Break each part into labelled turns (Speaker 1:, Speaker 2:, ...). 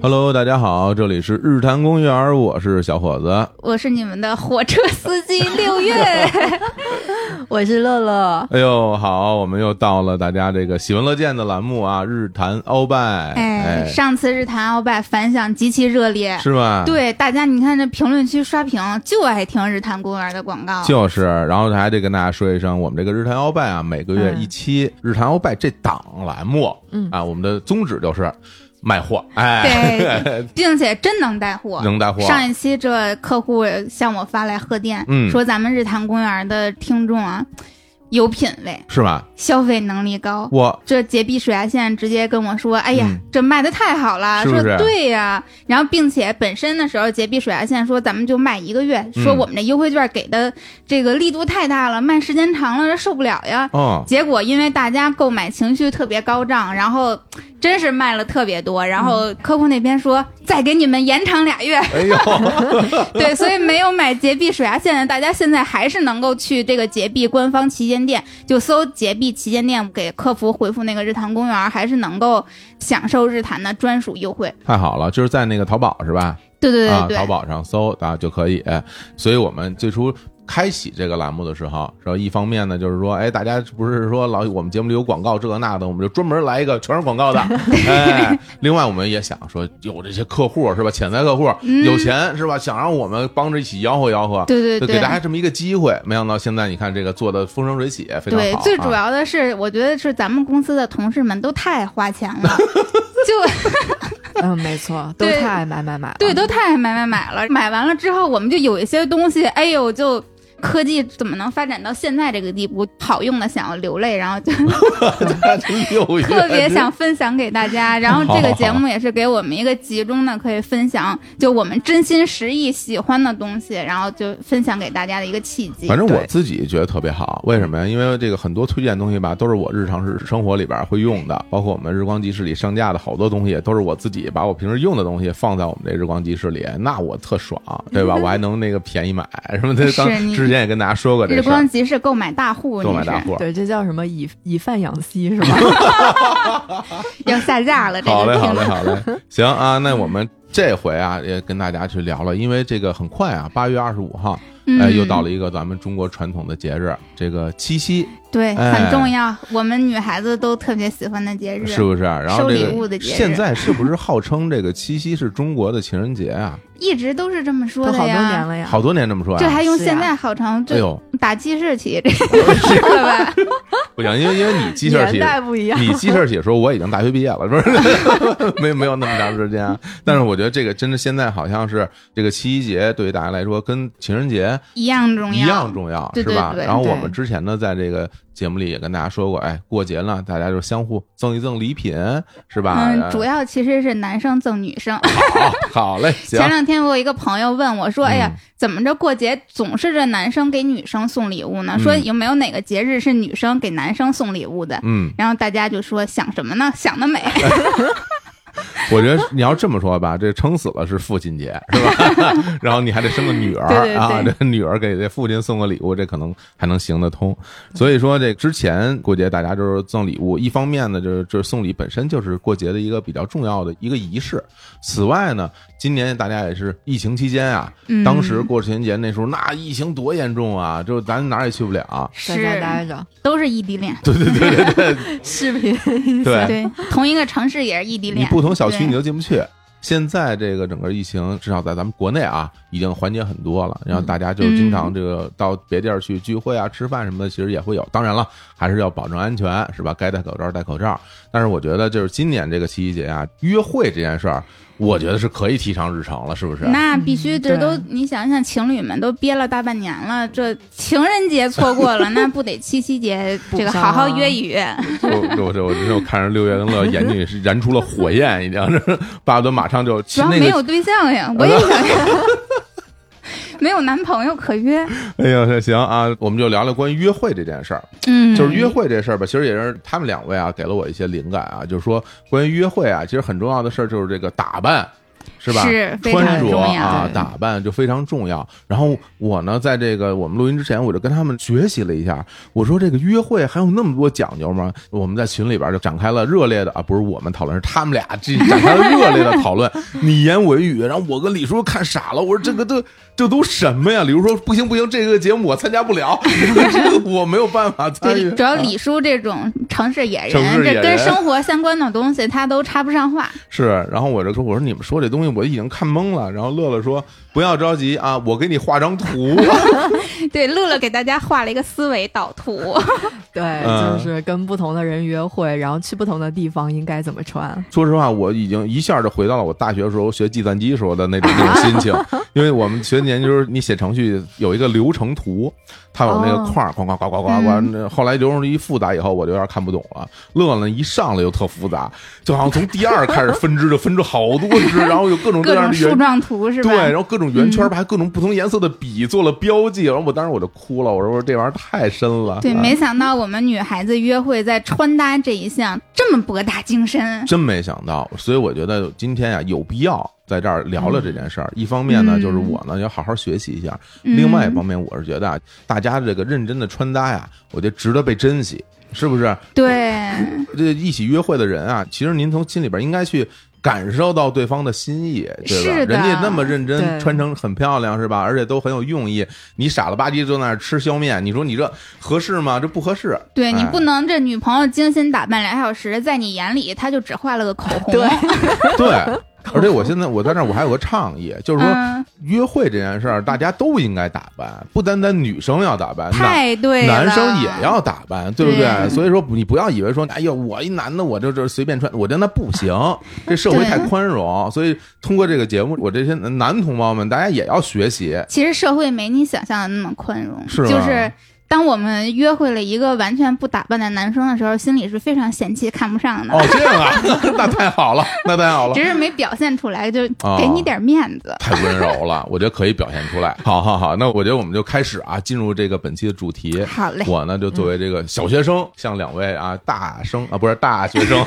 Speaker 1: Hello，大家好，这里是日坛公园，我是小伙子。
Speaker 2: 我是你们的火车司机六月，
Speaker 3: 我是乐乐，
Speaker 1: 哎呦，好，我们又到了大家这个喜闻乐见的栏目啊，日坛鳌拜，
Speaker 2: 哎，上次日坛鳌拜反响极其热烈，
Speaker 1: 哎是啊吧？，
Speaker 2: 对大家，你看这评论区刷屏就爱听日坛公园的广告，
Speaker 1: 就是，然后还得跟大家说一声，我们这个日坛鳌拜啊，每个
Speaker 2: 嗯
Speaker 1: 月一期。日坛鳌拜这档栏目，
Speaker 3: 嗯
Speaker 1: 啊，我们的宗旨就是卖货，哎
Speaker 2: 对，并且真能带货。
Speaker 1: 能带货。
Speaker 2: 上一期这客户向我发来贺电，
Speaker 1: 嗯
Speaker 2: 说咱们日坛公园的听众啊，有品位，
Speaker 1: 是吧？
Speaker 2: 消费能力高。
Speaker 1: 我
Speaker 2: 这洁碧水牙线直接跟我说：“哎呀，
Speaker 1: 嗯
Speaker 2: 这卖的太好了！”
Speaker 1: 是不是
Speaker 2: 说对呀，然后并且本身的时候，洁碧水牙线说咱们就卖一个月，
Speaker 1: 嗯
Speaker 2: 说我们这优惠券给的这个力度太大了，卖时间长了这受不了呀。
Speaker 1: 哦，
Speaker 2: 结果因为大家购买情绪特别高涨，然后真是卖了特别多，然后
Speaker 1: 嗯
Speaker 2: 客户那边说再给你们延长俩月，
Speaker 1: 哎呦，
Speaker 2: 对，所以没有买洁碧水牙线的，大家现在还是能够去这个洁碧官方旗舰店，就搜洁碧旗舰店，给客服回复那个日坛公园，还是能够享受日坛的专属优惠。
Speaker 1: 太好了，就是在那个淘宝是吧？
Speaker 2: 对对对对，
Speaker 1: 啊，淘宝上搜啊就可以。所以我们最初开启这个栏目的时候，然后一方面呢，就是说，哎，大家不是说老我们节目里有广告这个那的，我们就专门来一个全是广告 的。哎，另外我们也想说，有这些客户是吧，潜在客户、
Speaker 2: 嗯
Speaker 1: 有钱是吧，想让我们帮着一起吆喝吆喝，
Speaker 2: 对对
Speaker 1: 就
Speaker 2: 对
Speaker 1: 给大家这么一个机会。没想到现在你看这个做的风生水起，非常
Speaker 2: 对
Speaker 1: 好、啊。，
Speaker 2: 最主要的是，我觉得是咱们公司的同事们都太花钱 了，就
Speaker 3: 嗯，没错，都
Speaker 2: 对
Speaker 3: 太爱买买买了，
Speaker 2: 对，都太买买买了。买完了之后，我们就有一些东西，哎呦，就科技怎么能发展到现在这个地步？好用的想要流泪，然后就
Speaker 1: 六月
Speaker 2: 特别想分享给大家。然后这个节目也是给我们一个集中的可以分享，就我们真心实意喜欢的东西，然后就分享给大家的一个契机。
Speaker 1: 反正我
Speaker 3: 对
Speaker 1: 自己觉得特别好，为什么呀？因为这个很多推荐东西吧，都是我日常是生活里边会用的，包括我们日光集市里上架的好多东西，都是我自己把我平时用的东西放在我们这日光集市里，那我特爽，对吧？我还能那个便宜买什么的。
Speaker 2: 嗯是
Speaker 1: 当
Speaker 2: 你
Speaker 1: 之前也跟大家说过这
Speaker 2: 日
Speaker 1: 事儿
Speaker 2: 光，集市购买大户，
Speaker 1: 购
Speaker 2: 你
Speaker 1: 买
Speaker 2: 是
Speaker 1: 大户。
Speaker 3: 对，这叫什么以以贩养吸是 吧？
Speaker 2: 要下架了，这
Speaker 1: 好嘞，
Speaker 2: 个
Speaker 1: 好
Speaker 2: 听
Speaker 1: 嘞，
Speaker 2: 众。
Speaker 1: 好嘞，行啊，那我们这回啊也跟大家去聊了，因为这个很快啊，八月二十五号，哎，
Speaker 2: 嗯
Speaker 1: 又到了一个咱们中国传统的节日，这个七夕，
Speaker 2: 对，
Speaker 1: 哎
Speaker 2: 很重要，我们女孩子都特别喜欢的节日。
Speaker 1: 是不是？然后
Speaker 2: 收
Speaker 1: 这
Speaker 2: 礼
Speaker 1: 个
Speaker 2: 物的节日
Speaker 1: 现在是不是号称这个七夕是中国的情人节啊？
Speaker 2: 一直都是这么
Speaker 3: 都
Speaker 2: 说
Speaker 3: 好
Speaker 2: 的
Speaker 3: 多年
Speaker 2: 呀。
Speaker 3: 了呀，
Speaker 1: 好多年这么说
Speaker 2: 这
Speaker 1: 呀、
Speaker 2: 啊还用
Speaker 3: 是呀啊
Speaker 2: 现在好长？
Speaker 1: 哎
Speaker 2: 这
Speaker 1: 呦，
Speaker 2: 打记事起，这 是了吧？
Speaker 1: 不行，因为因为你记事 儿
Speaker 3: 年
Speaker 1: 起，
Speaker 3: 代不一样，
Speaker 1: 你记事儿起说我已经大学毕业了，是不是？ 没没有那么长时间、啊。但是我觉得这个真的现在好像是这个七夕节对于大家来说跟情人节
Speaker 2: 一样重要，
Speaker 1: 一样重要，
Speaker 2: 对
Speaker 1: 是吧？
Speaker 2: 对对
Speaker 1: 然后我们
Speaker 3: 对
Speaker 1: 之前呢，在这个节目里也跟大家说过，哎，过节了，大家就相互赠一赠礼品，是吧？
Speaker 2: 嗯，主要其实是男生赠女生。
Speaker 1: 好，好嘞，行
Speaker 2: 前。两天我有一个朋友问我说：“哎呀
Speaker 1: 嗯，
Speaker 2: 怎么着过节总是这男生给女生送礼物呢？
Speaker 1: 嗯
Speaker 2: 说有没有哪个节日是女生给男生送礼物的？”
Speaker 1: 嗯，
Speaker 2: 然后大家就说：“想什么呢？想得美！
Speaker 1: 我觉得你要这么说吧，这撑死了是父亲节，是吧？ 然后你还得生个女儿
Speaker 2: 对对对
Speaker 1: 啊，这女儿给这父亲送个礼物，这可能还能行得通。所以说，这之前过节大家就是赠礼物，一方面呢，就是就是送礼本身就是过节的一个比较重要的一个仪式。此外呢，今年大家也是疫情期间啊，
Speaker 2: 嗯
Speaker 1: 当时过情人节那时候，那疫情多严重啊，就咱哪儿也去不了。
Speaker 3: 在家
Speaker 2: 是
Speaker 3: 待着，
Speaker 2: 都是异地恋，
Speaker 1: 对对对对对
Speaker 3: 视频，
Speaker 1: 对
Speaker 2: 对，同一个城市也是异地
Speaker 1: 你
Speaker 2: 恋，
Speaker 1: 不同小区
Speaker 2: 对
Speaker 1: 你都进不去。现在这个整个疫情，至少在咱们国内啊，已经缓解很多了。然后大家就经常
Speaker 2: 嗯
Speaker 1: 这个到别地儿去聚会啊、吃饭什么的，其实也会有。当然了，还是要保证安全，是吧？该戴口罩戴口罩。但是我觉得，就是今年这个七夕节啊，约会这件事儿，我觉得是可以提上日程了，是不是？
Speaker 2: 那必须，
Speaker 3: 嗯
Speaker 2: 这都
Speaker 3: 对
Speaker 2: 你想想，情侣们都憋了大半年了，这情人节错过 了，那不得七夕节
Speaker 3: 补
Speaker 2: 这个
Speaker 3: 上
Speaker 2: 好好
Speaker 3: 啊
Speaker 2: 约一约？
Speaker 1: 我我这我真的我看着六月跟乐眼睛里是燃出了火焰一样， 巴不得马上就
Speaker 2: 主要
Speaker 1: 那
Speaker 2: 没
Speaker 1: 个
Speaker 2: 有对象呀，我也想约，没有男朋友可约。
Speaker 1: 哎呀，这行啊，我们就聊聊关于约会这件事儿。
Speaker 2: 嗯，
Speaker 1: 就是约会这事儿吧，其实也是他们两位啊给了我一些灵感啊，就是说关于约会啊，其实很重要的事儿就是这个打扮。是吧？
Speaker 2: 是非
Speaker 1: 穿
Speaker 2: 常
Speaker 1: 着
Speaker 2: 重要。
Speaker 1: 啊，
Speaker 3: 对
Speaker 1: 打扮就非常重要。然后我呢，在这个我们录音之前，我就跟他们学习了一下，我说这个约会还有那么多讲究吗？我们在群里边就展开了热烈的啊，不是我们讨论，是他们俩这展开了热烈的讨论，你言我语。然后我跟李叔看傻了，我说这个这这都 什么呀？李叔说不行不行，这个节目我参加不了， 这个我没有办法参与
Speaker 2: 对，。主要李叔这种城市野
Speaker 1: 啊城市
Speaker 2: 人，
Speaker 1: 野
Speaker 2: 这跟
Speaker 1: 人
Speaker 2: 生活相关的东西他都插不上话。
Speaker 1: 是，然后我就说，我说你们说这东西我已经看懵了。然后乐乐说不要着急啊，我给你画张图。
Speaker 2: 对，乐乐给大家画了一个思维导图，
Speaker 3: 对，
Speaker 1: 嗯
Speaker 3: 就是跟不同的人约会，然后去不同的地方应该怎么穿。
Speaker 1: 说实话，我已经一下就回到了我大学时候学计算机时候的那种那种心 情，因为我们学年就是你写程序有一个流程图，它有那个
Speaker 3: 哦
Speaker 1: 框儿，哐哐哐哐哐
Speaker 2: 嗯
Speaker 1: 哐。那后来流程图一复杂以后，我就有点看不懂了。乐乐一上来就特复杂，就好像从第二开始分支就分出好多支，然后有各种各
Speaker 2: 各
Speaker 1: 样
Speaker 2: 种
Speaker 1: 的
Speaker 2: 树嗯
Speaker 1: 原
Speaker 2: 状图是吧？
Speaker 1: 对，然后各种圆圈儿，还各种不同颜色的笔做了标记，然后我当时我就哭了，我说这玩意儿太深了，
Speaker 2: 对，
Speaker 1: 啊
Speaker 2: 没想到我们女孩子约会在穿搭这一项这么博大精深。
Speaker 1: 真没想到，所以我觉得今天呀、有必要在这儿聊聊这件事儿。一方面呢，
Speaker 2: 嗯
Speaker 1: 就是我呢要好好学习一下；
Speaker 2: 嗯
Speaker 1: 另外一方面，我是觉得啊，大家这个认真的穿搭呀，我觉得值得被珍惜，是不是？
Speaker 2: 嗯对，
Speaker 1: 这一起约会的人啊，其实您从心里边应该去。感受到对方的心意，对吧？
Speaker 2: 是的
Speaker 1: 人家那么认真，
Speaker 3: 对
Speaker 1: 穿成很漂亮，是吧？而且都很有用意。你傻了吧唧坐那儿吃削面，你说你这合适吗？这不合 适。
Speaker 2: 对你
Speaker 1: 哎
Speaker 2: 不能这女朋友精心打扮两小时，在你眼里她就只画了个口红。
Speaker 3: 对，
Speaker 1: 对。而且我现在我在这儿，我还有个倡议，就是说，
Speaker 2: 嗯，
Speaker 1: 约会这件事儿，大家都应该打扮，不单单女生要打扮，男
Speaker 2: 太对了，
Speaker 1: 男生也要打扮，对不对？
Speaker 2: 对
Speaker 1: 所以说，你不要以为说，哎呦，我一男的，我就这随便穿，我真的不 行，这社会
Speaker 2: 对
Speaker 1: 太宽容。所以通过这个节目，我这些男同胞们，大家也要学 习。
Speaker 2: 其实社会没你想象的那么宽容，
Speaker 1: 是吗
Speaker 2: 就是当我们约会了一个完全不打扮的男生的时候，心里是非常嫌弃、看不上的，
Speaker 1: 哦，这样啊， 那太好了，那太好了。
Speaker 2: 只是没表现出来，就
Speaker 1: 哦
Speaker 2: 给你点面子。
Speaker 1: 太温柔了，我觉得可以表现出来。好好好，那我觉得我们就开始啊，进入这个本期的主题。
Speaker 3: 哎
Speaker 2: 好嘞，
Speaker 1: 我呢就作为这个小学
Speaker 3: 嗯
Speaker 1: 生，向两位啊大生啊不是大学 生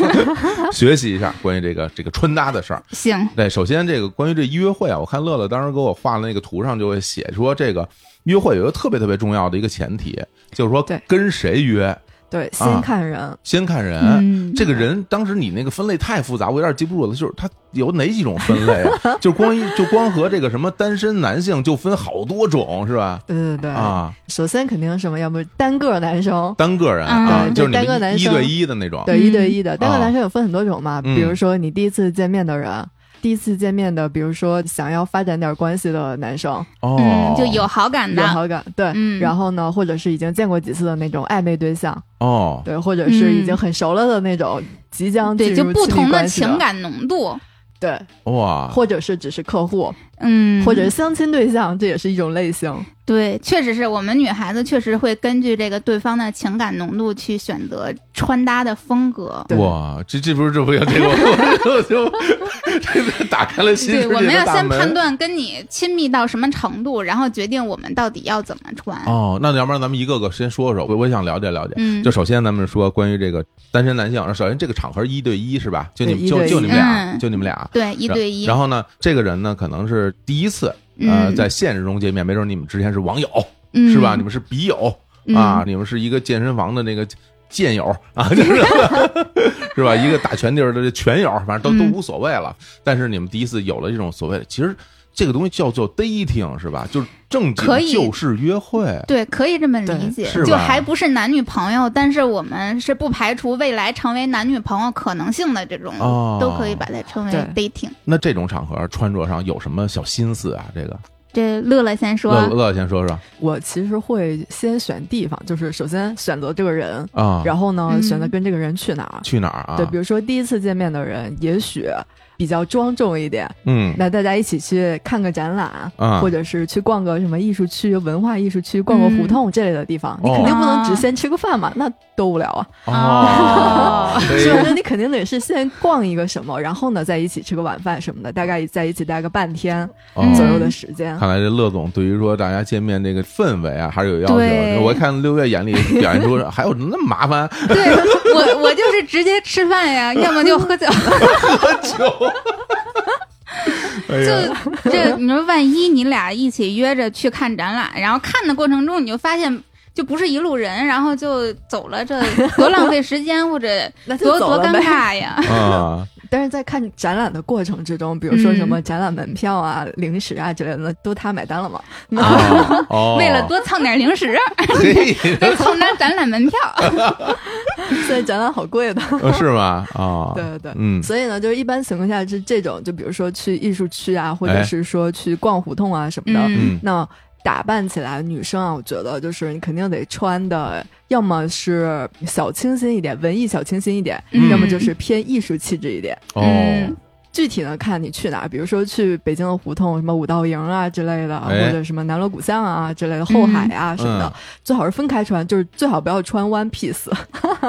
Speaker 1: 学习一下关于这个这个穿搭的事儿。
Speaker 3: 哎
Speaker 2: 行，
Speaker 1: 对，首先这个关于这约会啊，我看乐乐当时给我画的那个图上就会写说，这个约会有一个特别特别重要的一个前提，就是说
Speaker 3: 对嗯
Speaker 1: 跟谁约，
Speaker 3: 对，
Speaker 1: 啊
Speaker 3: 先看人，
Speaker 1: 先看人。
Speaker 2: 嗯，
Speaker 1: 这个人当时你那个分类太复杂，我有点记不住了。就是他有哪几种分类 啊？就光一就光和这个什么单身男性就分好多种是吧？
Speaker 3: 对对对。
Speaker 1: 啊，
Speaker 3: 首先肯定是什么，要不单个男生，
Speaker 1: 单个人啊，
Speaker 2: 嗯
Speaker 1: 就是你
Speaker 3: 对单个
Speaker 1: 们
Speaker 3: 男
Speaker 1: 一一
Speaker 3: 生
Speaker 1: 对一的那种。
Speaker 3: 对，
Speaker 2: 嗯
Speaker 3: 一对一的。单
Speaker 1: 啊
Speaker 3: 个男生有分很多种嘛，
Speaker 1: 嗯
Speaker 3: 比如说你第一次见面的人，第一次见面的，比如说想要发展点关系的男生，
Speaker 1: 哦
Speaker 2: 嗯，，就有好感
Speaker 3: 有
Speaker 2: 的，
Speaker 3: 好感，对。
Speaker 2: 嗯
Speaker 3: 然后呢，或者是已经见过几次的那种暧昧对象，
Speaker 1: 哦，
Speaker 3: 对，或者是已经很熟了的那种，即将进
Speaker 2: 嗯对，
Speaker 3: 入
Speaker 2: 就不
Speaker 3: 亲密
Speaker 2: 同的
Speaker 3: 关系的
Speaker 2: 情，感浓度，
Speaker 3: 对，
Speaker 1: 啊哇，
Speaker 3: 或者是只是客户，
Speaker 2: 嗯，
Speaker 3: 或者是相亲对象，这也是一种类型。
Speaker 2: 对，确实是我们女孩子确实会根据这个对方的情感浓度去选择穿搭的风格。
Speaker 3: 对
Speaker 1: 哇，这这不是这不是这 个，我就这个打开了新
Speaker 2: 对，
Speaker 1: 世
Speaker 2: 我
Speaker 1: 界
Speaker 2: 们要
Speaker 1: 的大
Speaker 2: 先判
Speaker 1: 门。
Speaker 2: 断跟你亲密到什么程度，然后决定我们到底要怎么穿。
Speaker 1: 哦，那要不然咱们一个个先说说，我我也想了解了解。
Speaker 2: 嗯，
Speaker 1: 就首先咱们说关于这个单身男性，啊首先这个场合一对一是吧？就你们
Speaker 3: 对一
Speaker 1: 就
Speaker 3: 对一
Speaker 1: 就你们俩，
Speaker 2: 嗯
Speaker 1: 就你们俩。
Speaker 2: 对一对一。
Speaker 1: 然后呢，这个人呢可能是第一次，呃，
Speaker 2: 嗯，
Speaker 1: 在现实中见面，没准你们之前是网友
Speaker 2: 嗯
Speaker 1: 是吧？你们是笔友
Speaker 3: 嗯
Speaker 1: 啊，，你们是一个健身房的那个健友 啊，就是是吧？一个打拳地儿的拳友，反正都
Speaker 2: 嗯
Speaker 1: 都无所谓了。但是你们第一次有了这种所谓的，其实这个东西叫做 dating 是吧？就是正经
Speaker 2: 可以
Speaker 1: 就是约会
Speaker 2: 对，可以这么理解
Speaker 1: 对是，吧
Speaker 2: 就还不是男女朋友，但是我们是不排除未来成为男女朋友可能性的这种，
Speaker 1: 哦
Speaker 2: 都可以把它称为
Speaker 3: 对
Speaker 2: dating。
Speaker 1: 那这种场合穿着上有什么小心思啊？这个
Speaker 2: 这乐乐先说，
Speaker 3: 啊
Speaker 1: 乐乐先说说
Speaker 3: 我其实会先选地方，就是首先选择这个人，
Speaker 1: 啊，
Speaker 3: 然后呢，
Speaker 2: 嗯
Speaker 3: 选择跟这个人去哪儿。
Speaker 1: 去哪儿啊？
Speaker 3: 对，比如说第一次见面的人，也许比较庄重一点，
Speaker 1: 嗯
Speaker 3: 那大家一起去看个展览，
Speaker 1: 啊
Speaker 3: 或者是去逛个什么艺术区、文化艺术区、逛个胡同这类的地方，你
Speaker 1: 哦
Speaker 3: 肯定不能只先吃个饭嘛，那多无聊
Speaker 1: 哦
Speaker 3: 啊！
Speaker 2: 哦，
Speaker 1: 对
Speaker 3: 所以我觉得你肯定得啊是先逛一个什么，然后呢再一起吃个晚饭什么的，大概在一起待个半天
Speaker 1: 哦
Speaker 3: 左右的时间。
Speaker 1: 看来这乐总对于说大家见面这个氛围啊，还是有要求的。
Speaker 2: 对
Speaker 1: 我看六月眼里表现出还有那么麻烦
Speaker 2: 对我我 就是直接吃饭呀，要么就喝酒。
Speaker 1: 喝酒。哎呀，
Speaker 2: 就这，你说万一你俩一起约着去看展览，然后看的过程中你就发现就不是一路人，然后就走了， 这多浪费时间，或者
Speaker 3: 那就
Speaker 2: 多
Speaker 3: 走
Speaker 2: 多
Speaker 3: 了
Speaker 2: 尴
Speaker 3: 呗。
Speaker 2: 尬 呀！
Speaker 1: 啊，
Speaker 3: 但是在看展览的过程之中，比如说什么
Speaker 2: 嗯
Speaker 3: 展览门票啊、零食啊之类的，都他买单了嘛？
Speaker 1: 哦哦，
Speaker 2: 为了多蹭点零食，
Speaker 1: 嘿，
Speaker 2: 多蹭张展览门票。
Speaker 3: 哦现在展览好贵的。
Speaker 1: 呃是吗？啊，
Speaker 3: 对对对
Speaker 1: 嗯，
Speaker 3: 所以呢，就是一般情况下是这种，就比如说去艺术区啊，或者
Speaker 1: 哎
Speaker 3: 是说去逛胡同啊什么的。
Speaker 1: 嗯
Speaker 2: 嗯
Speaker 3: 那打扮起来，女生啊，我觉得就是你肯定得穿的，要么是小清新一点，文艺小清新一点，
Speaker 2: 嗯
Speaker 3: 要么就是偏艺术气质一点。
Speaker 1: 哦
Speaker 2: 嗯，
Speaker 3: 具体呢，看你去哪儿，比如说去北京的胡同，什么五道营啊之类的，
Speaker 1: 哎
Speaker 3: 或者什么南锣鼓巷啊之类的，后海啊什么的，
Speaker 1: 嗯
Speaker 3: 最好是分开穿，就是最好不要穿 one piece。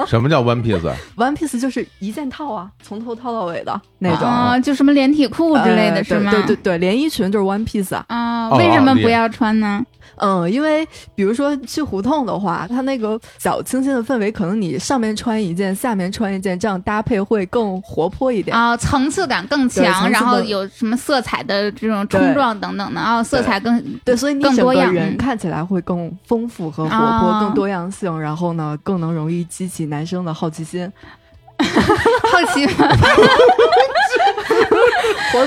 Speaker 1: 什么叫 one piece？啊
Speaker 3: one piece 就是一件套啊，从头套到尾的那种，
Speaker 1: 啊
Speaker 2: 哦，就什么连体裤之类
Speaker 3: 呃
Speaker 2: 的是吗？
Speaker 3: 对对对对，连衣裙就是 one piece 啊。
Speaker 2: 啊、
Speaker 1: 哦
Speaker 2: 为什
Speaker 1: 哦
Speaker 2: 么
Speaker 1: 理
Speaker 2: 不
Speaker 1: 解
Speaker 2: 要穿呢？
Speaker 3: 嗯，因为比如说去胡同的话，它那个小清新的氛围，可能你上面穿一件，下面穿一件，这样搭配会更活泼一点。
Speaker 2: 啊、层次感更
Speaker 3: 对层
Speaker 2: 强，
Speaker 3: 次
Speaker 2: 然后
Speaker 3: 更
Speaker 2: 有什么色彩的这种
Speaker 3: 对
Speaker 2: 冲撞等等的啊、色
Speaker 3: 对
Speaker 2: 彩更
Speaker 3: 对，所以你
Speaker 2: 更
Speaker 3: 整
Speaker 2: 多
Speaker 3: 个
Speaker 2: 样
Speaker 3: 人
Speaker 2: 嗯
Speaker 3: 看起来会更丰富和活泼，
Speaker 2: 啊
Speaker 3: 更多样性，然后呢，更能容易激起男生的好奇心。
Speaker 2: 好奇 嘛。
Speaker 3: 火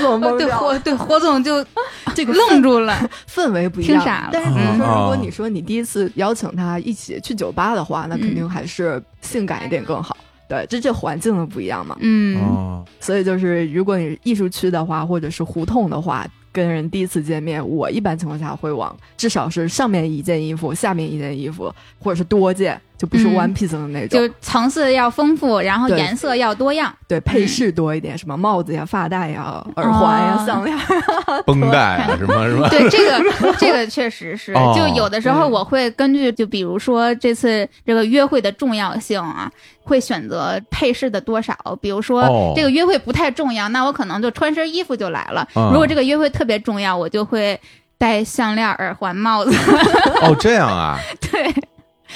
Speaker 3: 总懵
Speaker 2: 对
Speaker 3: 掉
Speaker 2: 火
Speaker 3: 了，
Speaker 2: 对火总就
Speaker 3: 这个
Speaker 2: 愣住了，
Speaker 3: 氛围不一
Speaker 2: 听
Speaker 3: 样。
Speaker 2: 傻了
Speaker 3: 但是比如说，
Speaker 1: 嗯
Speaker 3: 如果你说你第一次邀请他一起去酒吧的话，那
Speaker 2: 嗯
Speaker 3: 肯定还是性感一点更好。对，这这环境的不一样嘛。
Speaker 2: 嗯。
Speaker 1: 哦，
Speaker 3: 所以就是，如果你是艺术区的话，或者是胡同的话，跟人第一次见面，我一般情况下会往至少是上面一件衣服，下面一件衣服，或者是多件，就不是
Speaker 2: 嗯
Speaker 3: one piece 的那种。
Speaker 2: 就层次要丰富，然后
Speaker 3: 对
Speaker 2: 颜色要多样。
Speaker 3: 对，配饰多一点，什么帽子呀、发带呀、耳环呀、
Speaker 2: 哦
Speaker 3: 项链儿。
Speaker 1: 绷带啊，什么什 么，
Speaker 2: 对，这个这个确实是
Speaker 1: 哦，
Speaker 2: 就有的时候
Speaker 3: 嗯
Speaker 2: 我会根据，就比如说这次这个约会的重要性啊，会选择配饰的多少。比如
Speaker 1: 哦
Speaker 2: 说这个约会不太重要，那我可能就穿身衣服就来了。
Speaker 1: 嗯
Speaker 2: 如果这个约会特别重要，我就会戴项链、耳环、帽子。
Speaker 1: 哦，这样啊，
Speaker 2: 对，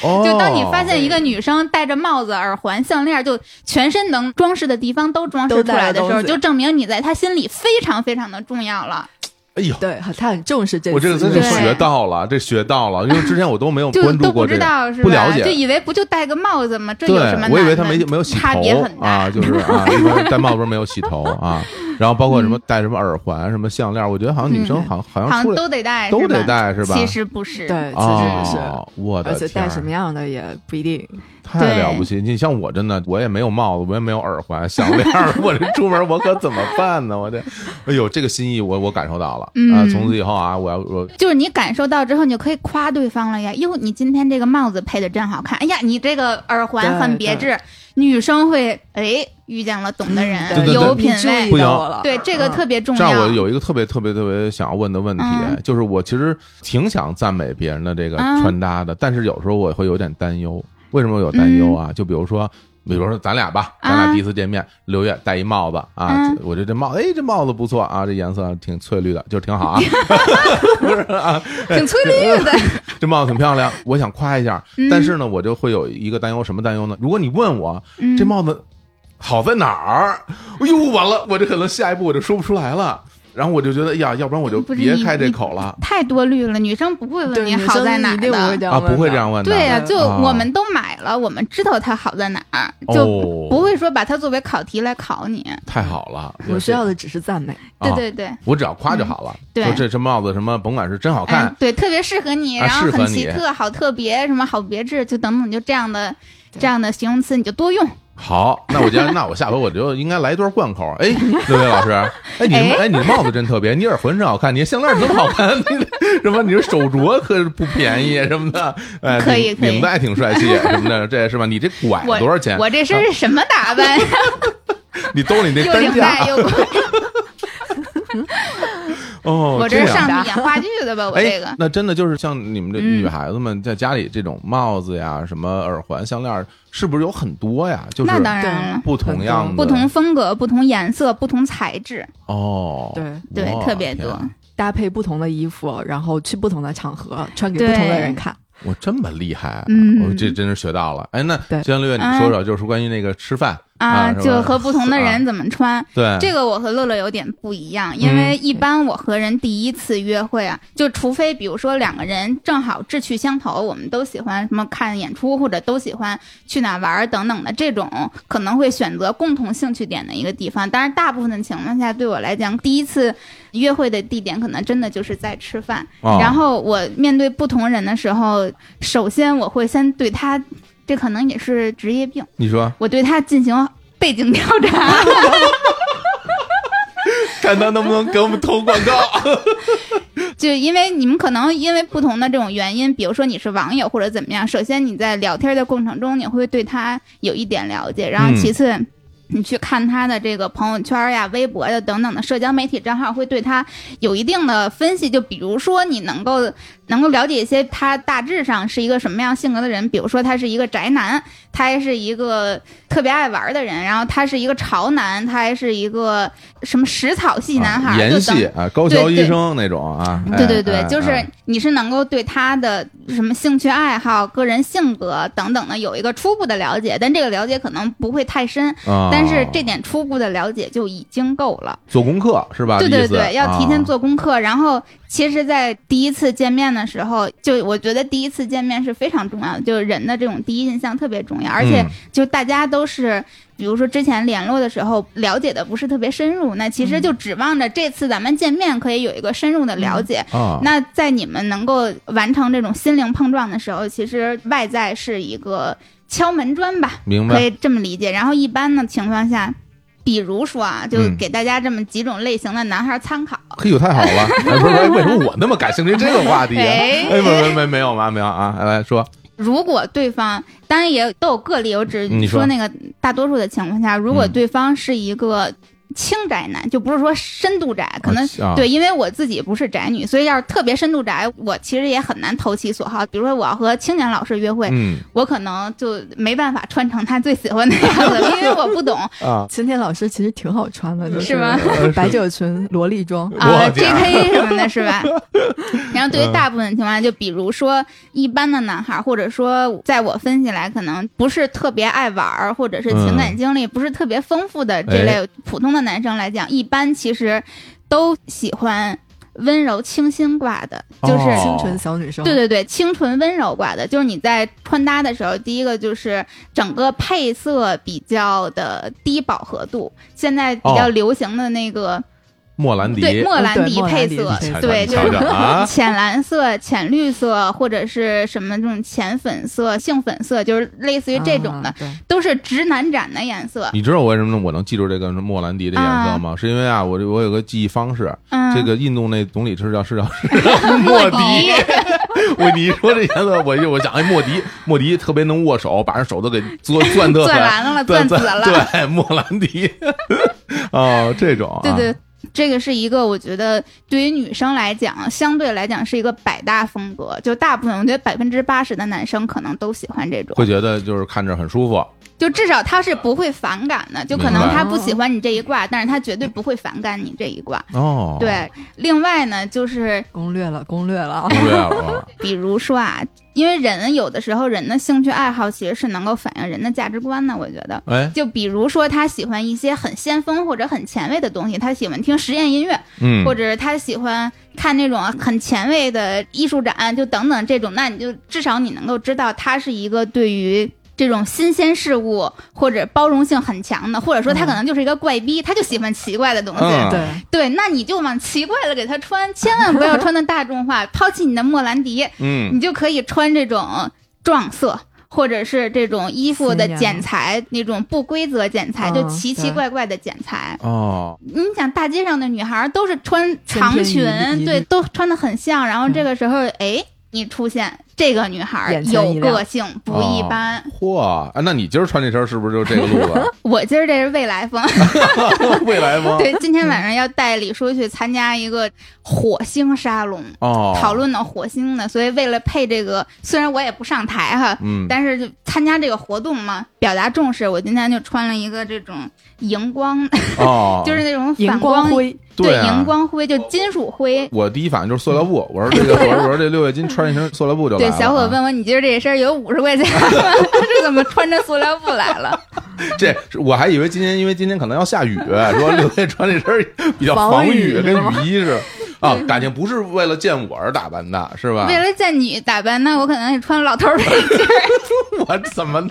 Speaker 1: 哦，
Speaker 2: 就当你发现一个女生戴着帽子、耳环、项链，就全身能装饰的地方都装饰出来的时
Speaker 3: 都戴了
Speaker 2: 候，
Speaker 3: 东西
Speaker 2: 就证明你在她心里非常非常的重要了。
Speaker 1: 哎呦。
Speaker 3: 对，很他很重视这次。
Speaker 1: 我这个真是
Speaker 2: 对
Speaker 1: 学到了，这学到了，因为之前我都没有
Speaker 2: 就
Speaker 1: 关
Speaker 2: 都
Speaker 1: 注
Speaker 2: 不
Speaker 1: 过
Speaker 2: 知
Speaker 1: 这个，
Speaker 2: 道是
Speaker 1: 不了
Speaker 2: 吧？
Speaker 1: 解
Speaker 2: 就以为不就戴个帽子吗？这
Speaker 1: 对
Speaker 2: 有什么难，的？
Speaker 1: 我以为他没没有洗
Speaker 2: 差别
Speaker 1: 头
Speaker 2: 很大
Speaker 1: 啊，就是 啊，一般戴帽子不是没有洗头啊，然后包括什
Speaker 2: 嗯
Speaker 1: 么戴什么耳环、什么项链，我觉得好像女生
Speaker 3: 嗯
Speaker 1: 好像好
Speaker 2: 好
Speaker 1: 像
Speaker 2: 像
Speaker 1: 出来
Speaker 2: 都得戴，
Speaker 1: 都
Speaker 2: 是吧
Speaker 1: 得戴是吧
Speaker 2: 其实不是，
Speaker 3: 对，其实不是，
Speaker 1: 哦，我的
Speaker 3: 而且
Speaker 1: 天
Speaker 3: 戴
Speaker 1: 儿，
Speaker 3: 什么样的也不一定。
Speaker 1: 太了不起！你像我真的，我也没有帽子，我也没有耳环、项链儿， 我这出门我可怎么办呢？我这，哎呦，这个心意我我感受到了
Speaker 2: 嗯
Speaker 1: 啊！从此以后啊，我要我
Speaker 2: 就是你感受到之后，你就可以夸对方了呀。哟，你今天这个帽子配的真好看，哎呀，你这个耳环很别致。女生会哎遇见了懂的
Speaker 1: 对
Speaker 2: 人，
Speaker 1: 对
Speaker 2: 嗯有
Speaker 1: 对
Speaker 2: 品
Speaker 3: 嗯你
Speaker 2: 位
Speaker 1: 不
Speaker 3: 注意
Speaker 1: 行
Speaker 3: 到我了。
Speaker 2: 对这个
Speaker 3: 嗯
Speaker 2: 特别重
Speaker 1: 这
Speaker 2: 要。
Speaker 1: 样我有一个特别特别特别想要问的问题，
Speaker 2: 嗯
Speaker 1: 就是我其实挺想赞美别人的这个
Speaker 2: 嗯
Speaker 1: 穿搭的，但是有时候我会有点担忧。为什么有担忧
Speaker 2: 嗯
Speaker 1: 啊？就比如说。比如说咱俩吧，咱俩
Speaker 2: 啊
Speaker 1: 第一次见面，刘月戴一帽子啊
Speaker 2: 嗯，
Speaker 1: 我觉得这帽，哎，这帽子不错啊，这颜色挺翠绿的，就挺 好啊，不是啊，
Speaker 2: 挺翠绿的，
Speaker 1: 这帽子挺漂亮，我想夸一下
Speaker 2: 嗯，
Speaker 1: 但是呢，我就会有一个担忧，什么担忧呢？如果你问我
Speaker 2: 嗯
Speaker 1: 这帽子好在哪儿，哎呦，完了，我这可能下一步我就说不出来了。然后我就觉得，哎呀，要不然我就
Speaker 2: 不是
Speaker 1: 别
Speaker 2: 你
Speaker 1: 开这
Speaker 2: 你
Speaker 1: 口了
Speaker 2: 太多虑了。女生不会
Speaker 3: 对，
Speaker 2: 问你
Speaker 3: 女
Speaker 2: 好
Speaker 3: 生
Speaker 2: 在哪儿
Speaker 3: 一定不会
Speaker 2: 的
Speaker 3: 这。样
Speaker 1: 啊，不会
Speaker 3: 问
Speaker 1: 这
Speaker 3: 的
Speaker 1: 样问的。
Speaker 2: 对呀、就
Speaker 1: 哦
Speaker 2: 我们都买了，我们知道它好在哪儿，就
Speaker 1: 哦，
Speaker 2: 不会说把它作为考题来考你。
Speaker 1: 太好了，
Speaker 3: 我需要
Speaker 1: 的，
Speaker 3: 的只是赞美。
Speaker 2: 对
Speaker 1: 啊
Speaker 2: 对对，
Speaker 1: 我只要夸就好了。
Speaker 2: 嗯对
Speaker 1: 说这这帽子什么，甭管是真好
Speaker 2: 哎
Speaker 1: 看，，
Speaker 2: 对，特别适合你，
Speaker 1: 啊
Speaker 2: 然后
Speaker 1: 适合
Speaker 2: 很
Speaker 1: 你
Speaker 2: 奇特，好特别，什么好别致，就等等，就这样的这样的形容词你就多用。
Speaker 1: 好，那我觉得，那我下回我就应该来一段贯口。 哎，六位老师，哎，你的哎，你的帽子真特别，你耳环真好看，你的项链儿真好 看，你的什么，你的手镯可不便宜什么的，哎，
Speaker 2: 可以
Speaker 1: 领
Speaker 2: 可以
Speaker 1: 领带挺帅气什么的，这是吧？你这拐
Speaker 2: 我
Speaker 1: 哎多少钱？啊
Speaker 2: 我这身是什么打扮？
Speaker 1: 你啊兜里那
Speaker 2: 又
Speaker 1: 单
Speaker 2: 领
Speaker 1: 价
Speaker 2: 带又拐，
Speaker 1: 哦，
Speaker 2: 我
Speaker 1: 这
Speaker 2: 这是
Speaker 1: 样
Speaker 2: 上去演话剧的吧？我这
Speaker 1: 哎
Speaker 2: 个，
Speaker 1: 那真的就是像你们这
Speaker 2: 嗯
Speaker 1: 女孩子们在家里这种帽子呀、什么耳环、项链儿，是不是有很多呀？就是嗯
Speaker 2: 那当然了，
Speaker 1: 不同样的、
Speaker 2: 不同风格、不同颜色、不同材质，
Speaker 1: 哦，
Speaker 3: 对，
Speaker 2: 对
Speaker 1: 哇，
Speaker 2: 特别
Speaker 1: 天啊
Speaker 2: 多。
Speaker 3: 搭配不同的衣服，然后去不同的场合，穿给
Speaker 2: 对
Speaker 3: 不同的人看。
Speaker 1: 我这么厉害，
Speaker 2: 嗯
Speaker 1: 我这真是学到了。哎，那
Speaker 3: 对
Speaker 1: 江六月，你说说，就是关于那个吃饭啊
Speaker 2: 啊，
Speaker 1: 是吧嗯
Speaker 2: 就和不同的人怎么穿。
Speaker 1: 对，
Speaker 2: 这个我和乐乐有点不一样，
Speaker 1: 嗯
Speaker 2: 因为一般我和人第一次约会啊，就除非比如说两个人正好志趣相投，我们都喜欢什么看演出或者都喜欢去哪玩儿等等的这种，可能会选择共同兴趣点的一个地方。当然，大部分的情况下，对我来讲，第一次约会的地点可能真的就是在吃饭。
Speaker 1: 哦
Speaker 2: 然后我面对不同人的时候，首先我会先对他，这可能也是职业病，
Speaker 1: 你说
Speaker 2: 我对他进行背景调查。
Speaker 1: 看他能不能给我们投广 告？
Speaker 2: 就因为你们可能因为不同的这种原因，比如说你是网友或者怎么样，首先你在聊天的过程中，你会对他有一点了解，然后其次。你去看他的这个朋友圈呀、微博呀等等的社交媒体账号，会对他有一定的分析。就比如说，你能够能够了解一些他大致上是一个什么样性格的人，比如说他是一个宅男，他还是一个特别爱玩的人，然后他是一个潮男，他还是一个什么食草系男孩，就
Speaker 1: 盐
Speaker 2: 等
Speaker 1: 系啊，高
Speaker 2: 对
Speaker 1: 桥医
Speaker 2: 对
Speaker 1: 生那种啊，哎
Speaker 2: 嗯对对对
Speaker 1: 哎，
Speaker 2: 就是
Speaker 1: 哎
Speaker 2: 你是能够对他的什么兴趣爱好、个人性格等等的有一个初步的了解，但这个了解可能不会太深，
Speaker 1: 啊
Speaker 2: 但是这点初步的了解就已经够了。
Speaker 1: 做功课是吧？
Speaker 2: 对
Speaker 1: 啊意
Speaker 2: 对
Speaker 1: 思啊
Speaker 2: 对，要提前。做功课。然后，其实，在第一次见面的时候，就我觉得第一次见面是非常重要的，就是人的这种第一印象特别重要，而且
Speaker 1: 嗯
Speaker 2: 就大家都是。比如说之前联络的时候了解的不是特别深入，那其实就指望着这次咱们见面可以有一个深入的了解。
Speaker 1: 啊啊，
Speaker 2: 那在你们能够完成这种心灵碰撞的时候，其实外在是一个敲门砖吧，
Speaker 1: 明
Speaker 2: 可
Speaker 1: 白
Speaker 2: 以这么理解。然后一般的情况下，比如说啊，就
Speaker 1: 嗯
Speaker 2: 给大家这么几种类型的男孩参考。
Speaker 1: 嘿呦，太好 了！哎，不是，不是为什么我那么感兴趣这个话题啊？
Speaker 2: 哎
Speaker 1: 哎，没没没没有吗？没有啊！来说，
Speaker 2: 如果对方当然也都有个例，我只
Speaker 1: 你说
Speaker 2: 说那个大多数的情况下，如果
Speaker 1: 嗯
Speaker 2: 对方是一个轻宅男，就不是说深度宅，可能
Speaker 1: 啊
Speaker 2: 对，因为我自己不是宅女，所以要是特别深度宅，我其实也很难投其所好。比如说，我要和青年老师约会，
Speaker 1: 嗯
Speaker 2: 我可能就没办法穿成他最喜欢的样 子，因为我不懂。
Speaker 1: 啊，
Speaker 3: 晴天老师其实挺好穿 的，就是哦
Speaker 2: 吗？
Speaker 3: 百褶裙、萝莉装，
Speaker 2: 啊
Speaker 1: 我天
Speaker 2: ，JK 什么的是 吧？然后对于大部分情况下，就比如说一般的男孩儿，或者说在我分析来，可能不是特别爱玩儿，或者是情感经历不是特别丰富的这
Speaker 1: 哎
Speaker 2: 类普通的男生来讲，一般其实都喜欢温柔清新挂的，就是
Speaker 1: 哦
Speaker 3: 清纯小女生。
Speaker 2: 对对对，清纯温柔挂的，就是你在穿搭的时候，第一个就是整个配色比较的低饱和度，现在比较
Speaker 1: 哦嗯
Speaker 2: 流行的那个、
Speaker 1: 莫兰迪，
Speaker 2: 对莫兰
Speaker 3: 对
Speaker 2: 迪
Speaker 3: 莫兰
Speaker 2: 配
Speaker 3: 迪
Speaker 2: 色
Speaker 3: 配色，
Speaker 2: 对，
Speaker 1: 你
Speaker 2: 就
Speaker 1: 瞧
Speaker 2: 是
Speaker 1: 瞧啊，
Speaker 2: 浅蓝色、浅绿色或者是什么这种浅粉色、杏粉色，就是类似于这种的，
Speaker 3: 啊，对
Speaker 2: 都是直男展的颜色。
Speaker 1: 你知道我为什么我能记住这个莫兰迪的颜色吗？是因为啊，我我有个记忆方式，
Speaker 2: 嗯，
Speaker 1: 这个印度那总理是叫 是叫是莫迪
Speaker 2: 迪。
Speaker 1: 我你一说这颜色，我就我想哎，莫迪，莫迪特别能握手，把人手都给 攥攥特
Speaker 2: 钻
Speaker 1: 狠，
Speaker 2: 完 了，
Speaker 1: 对
Speaker 2: 钻紫了。
Speaker 1: 对对，莫兰迪，哦，这种、啊，
Speaker 2: 对对，这个是一个我觉得对于女生来讲，相对来讲是一个百搭风格，就大部分我觉得百分之八十的男生可能都喜欢这种，
Speaker 1: 会觉得就是看着很舒服，
Speaker 2: 就至少他是不会反感的，就可
Speaker 1: 明
Speaker 2: 能
Speaker 1: 白
Speaker 2: 他不喜欢你这一挂，但是他绝对不会反感你这一挂。
Speaker 1: 哦，
Speaker 2: 对，另外呢，就是
Speaker 3: 攻略了，攻略了啊。
Speaker 1: 明白了，
Speaker 2: 比如说啊，因为人有的时候人的兴趣爱好其实是能够反映人的价值观的，我觉得。
Speaker 1: 哎，
Speaker 2: 就比如说，他喜欢一些很先锋或者很前卫的东西，他喜欢听实验音乐，
Speaker 1: 嗯，
Speaker 2: 或者是他喜欢看那种啊很前卫的艺术展，就等等这种，那你就至少你能够知道他是一个对于。这种新鲜事物或者包容性很强的，或者说他可能就是一个怪
Speaker 3: 嗯
Speaker 2: 逼，他就喜欢奇怪的东西。
Speaker 1: 嗯
Speaker 3: 对，
Speaker 2: 对，那你就往奇怪的给他穿，千万不要穿的大众化，抛弃你的莫兰迪，
Speaker 1: 嗯
Speaker 2: 你就可以穿这种撞色。或者是这种衣服的
Speaker 3: 新娘
Speaker 2: 剪裁，那种不规则剪裁，就
Speaker 3: 嗯
Speaker 2: 奇奇
Speaker 3: 对
Speaker 2: 怪怪的剪裁。
Speaker 1: 哦，
Speaker 2: 你想大街上的女孩儿都是穿长
Speaker 3: 千
Speaker 2: 裙
Speaker 3: 篇一律，
Speaker 2: 对，都穿的很像。然后
Speaker 3: 嗯
Speaker 2: 这个时候，哎，你出现这个女孩儿
Speaker 3: 眼前
Speaker 2: 有
Speaker 3: 一亮哦
Speaker 2: 个性，不一般。
Speaker 1: 嚯啊，那你今儿穿这身是不是就这个路子？
Speaker 2: 我今儿这是未来风，
Speaker 3: 哦
Speaker 1: 未来吗？
Speaker 2: 对，今天晚上要带李叔去参加一个火星沙龙，
Speaker 1: 哦，
Speaker 2: 讨，论到火星的，所以为了配这个，虽然我也不上台哈，
Speaker 1: 嗯，
Speaker 2: 但是就参加这个活动嘛，表达重视，我今天就穿了一个这种荧光，
Speaker 1: 哦，
Speaker 2: 就是那种
Speaker 3: 荧
Speaker 2: 反
Speaker 3: 光
Speaker 2: 光。
Speaker 3: 灰，
Speaker 2: 对，
Speaker 1: 啊
Speaker 2: 荧光灰就金属灰，
Speaker 1: 我第一反应就是塑料布，我说这个，我说我说这六月金穿一身塑料布就来
Speaker 2: 对，
Speaker 1: 了啊
Speaker 2: 小伙问我，你今儿这身有五十块钱吗， 这怎么穿着塑料布来 了？
Speaker 1: 这是我还以为今天，因为今天可能要下雨，说刘烨穿这身儿比较防雨，
Speaker 3: 防雨
Speaker 1: 跟雨衣似的啊。感情不是为了见我而打扮的，是吧？
Speaker 2: 为了见你打扮，那我可能得穿老头儿 背心儿，
Speaker 1: 我怎么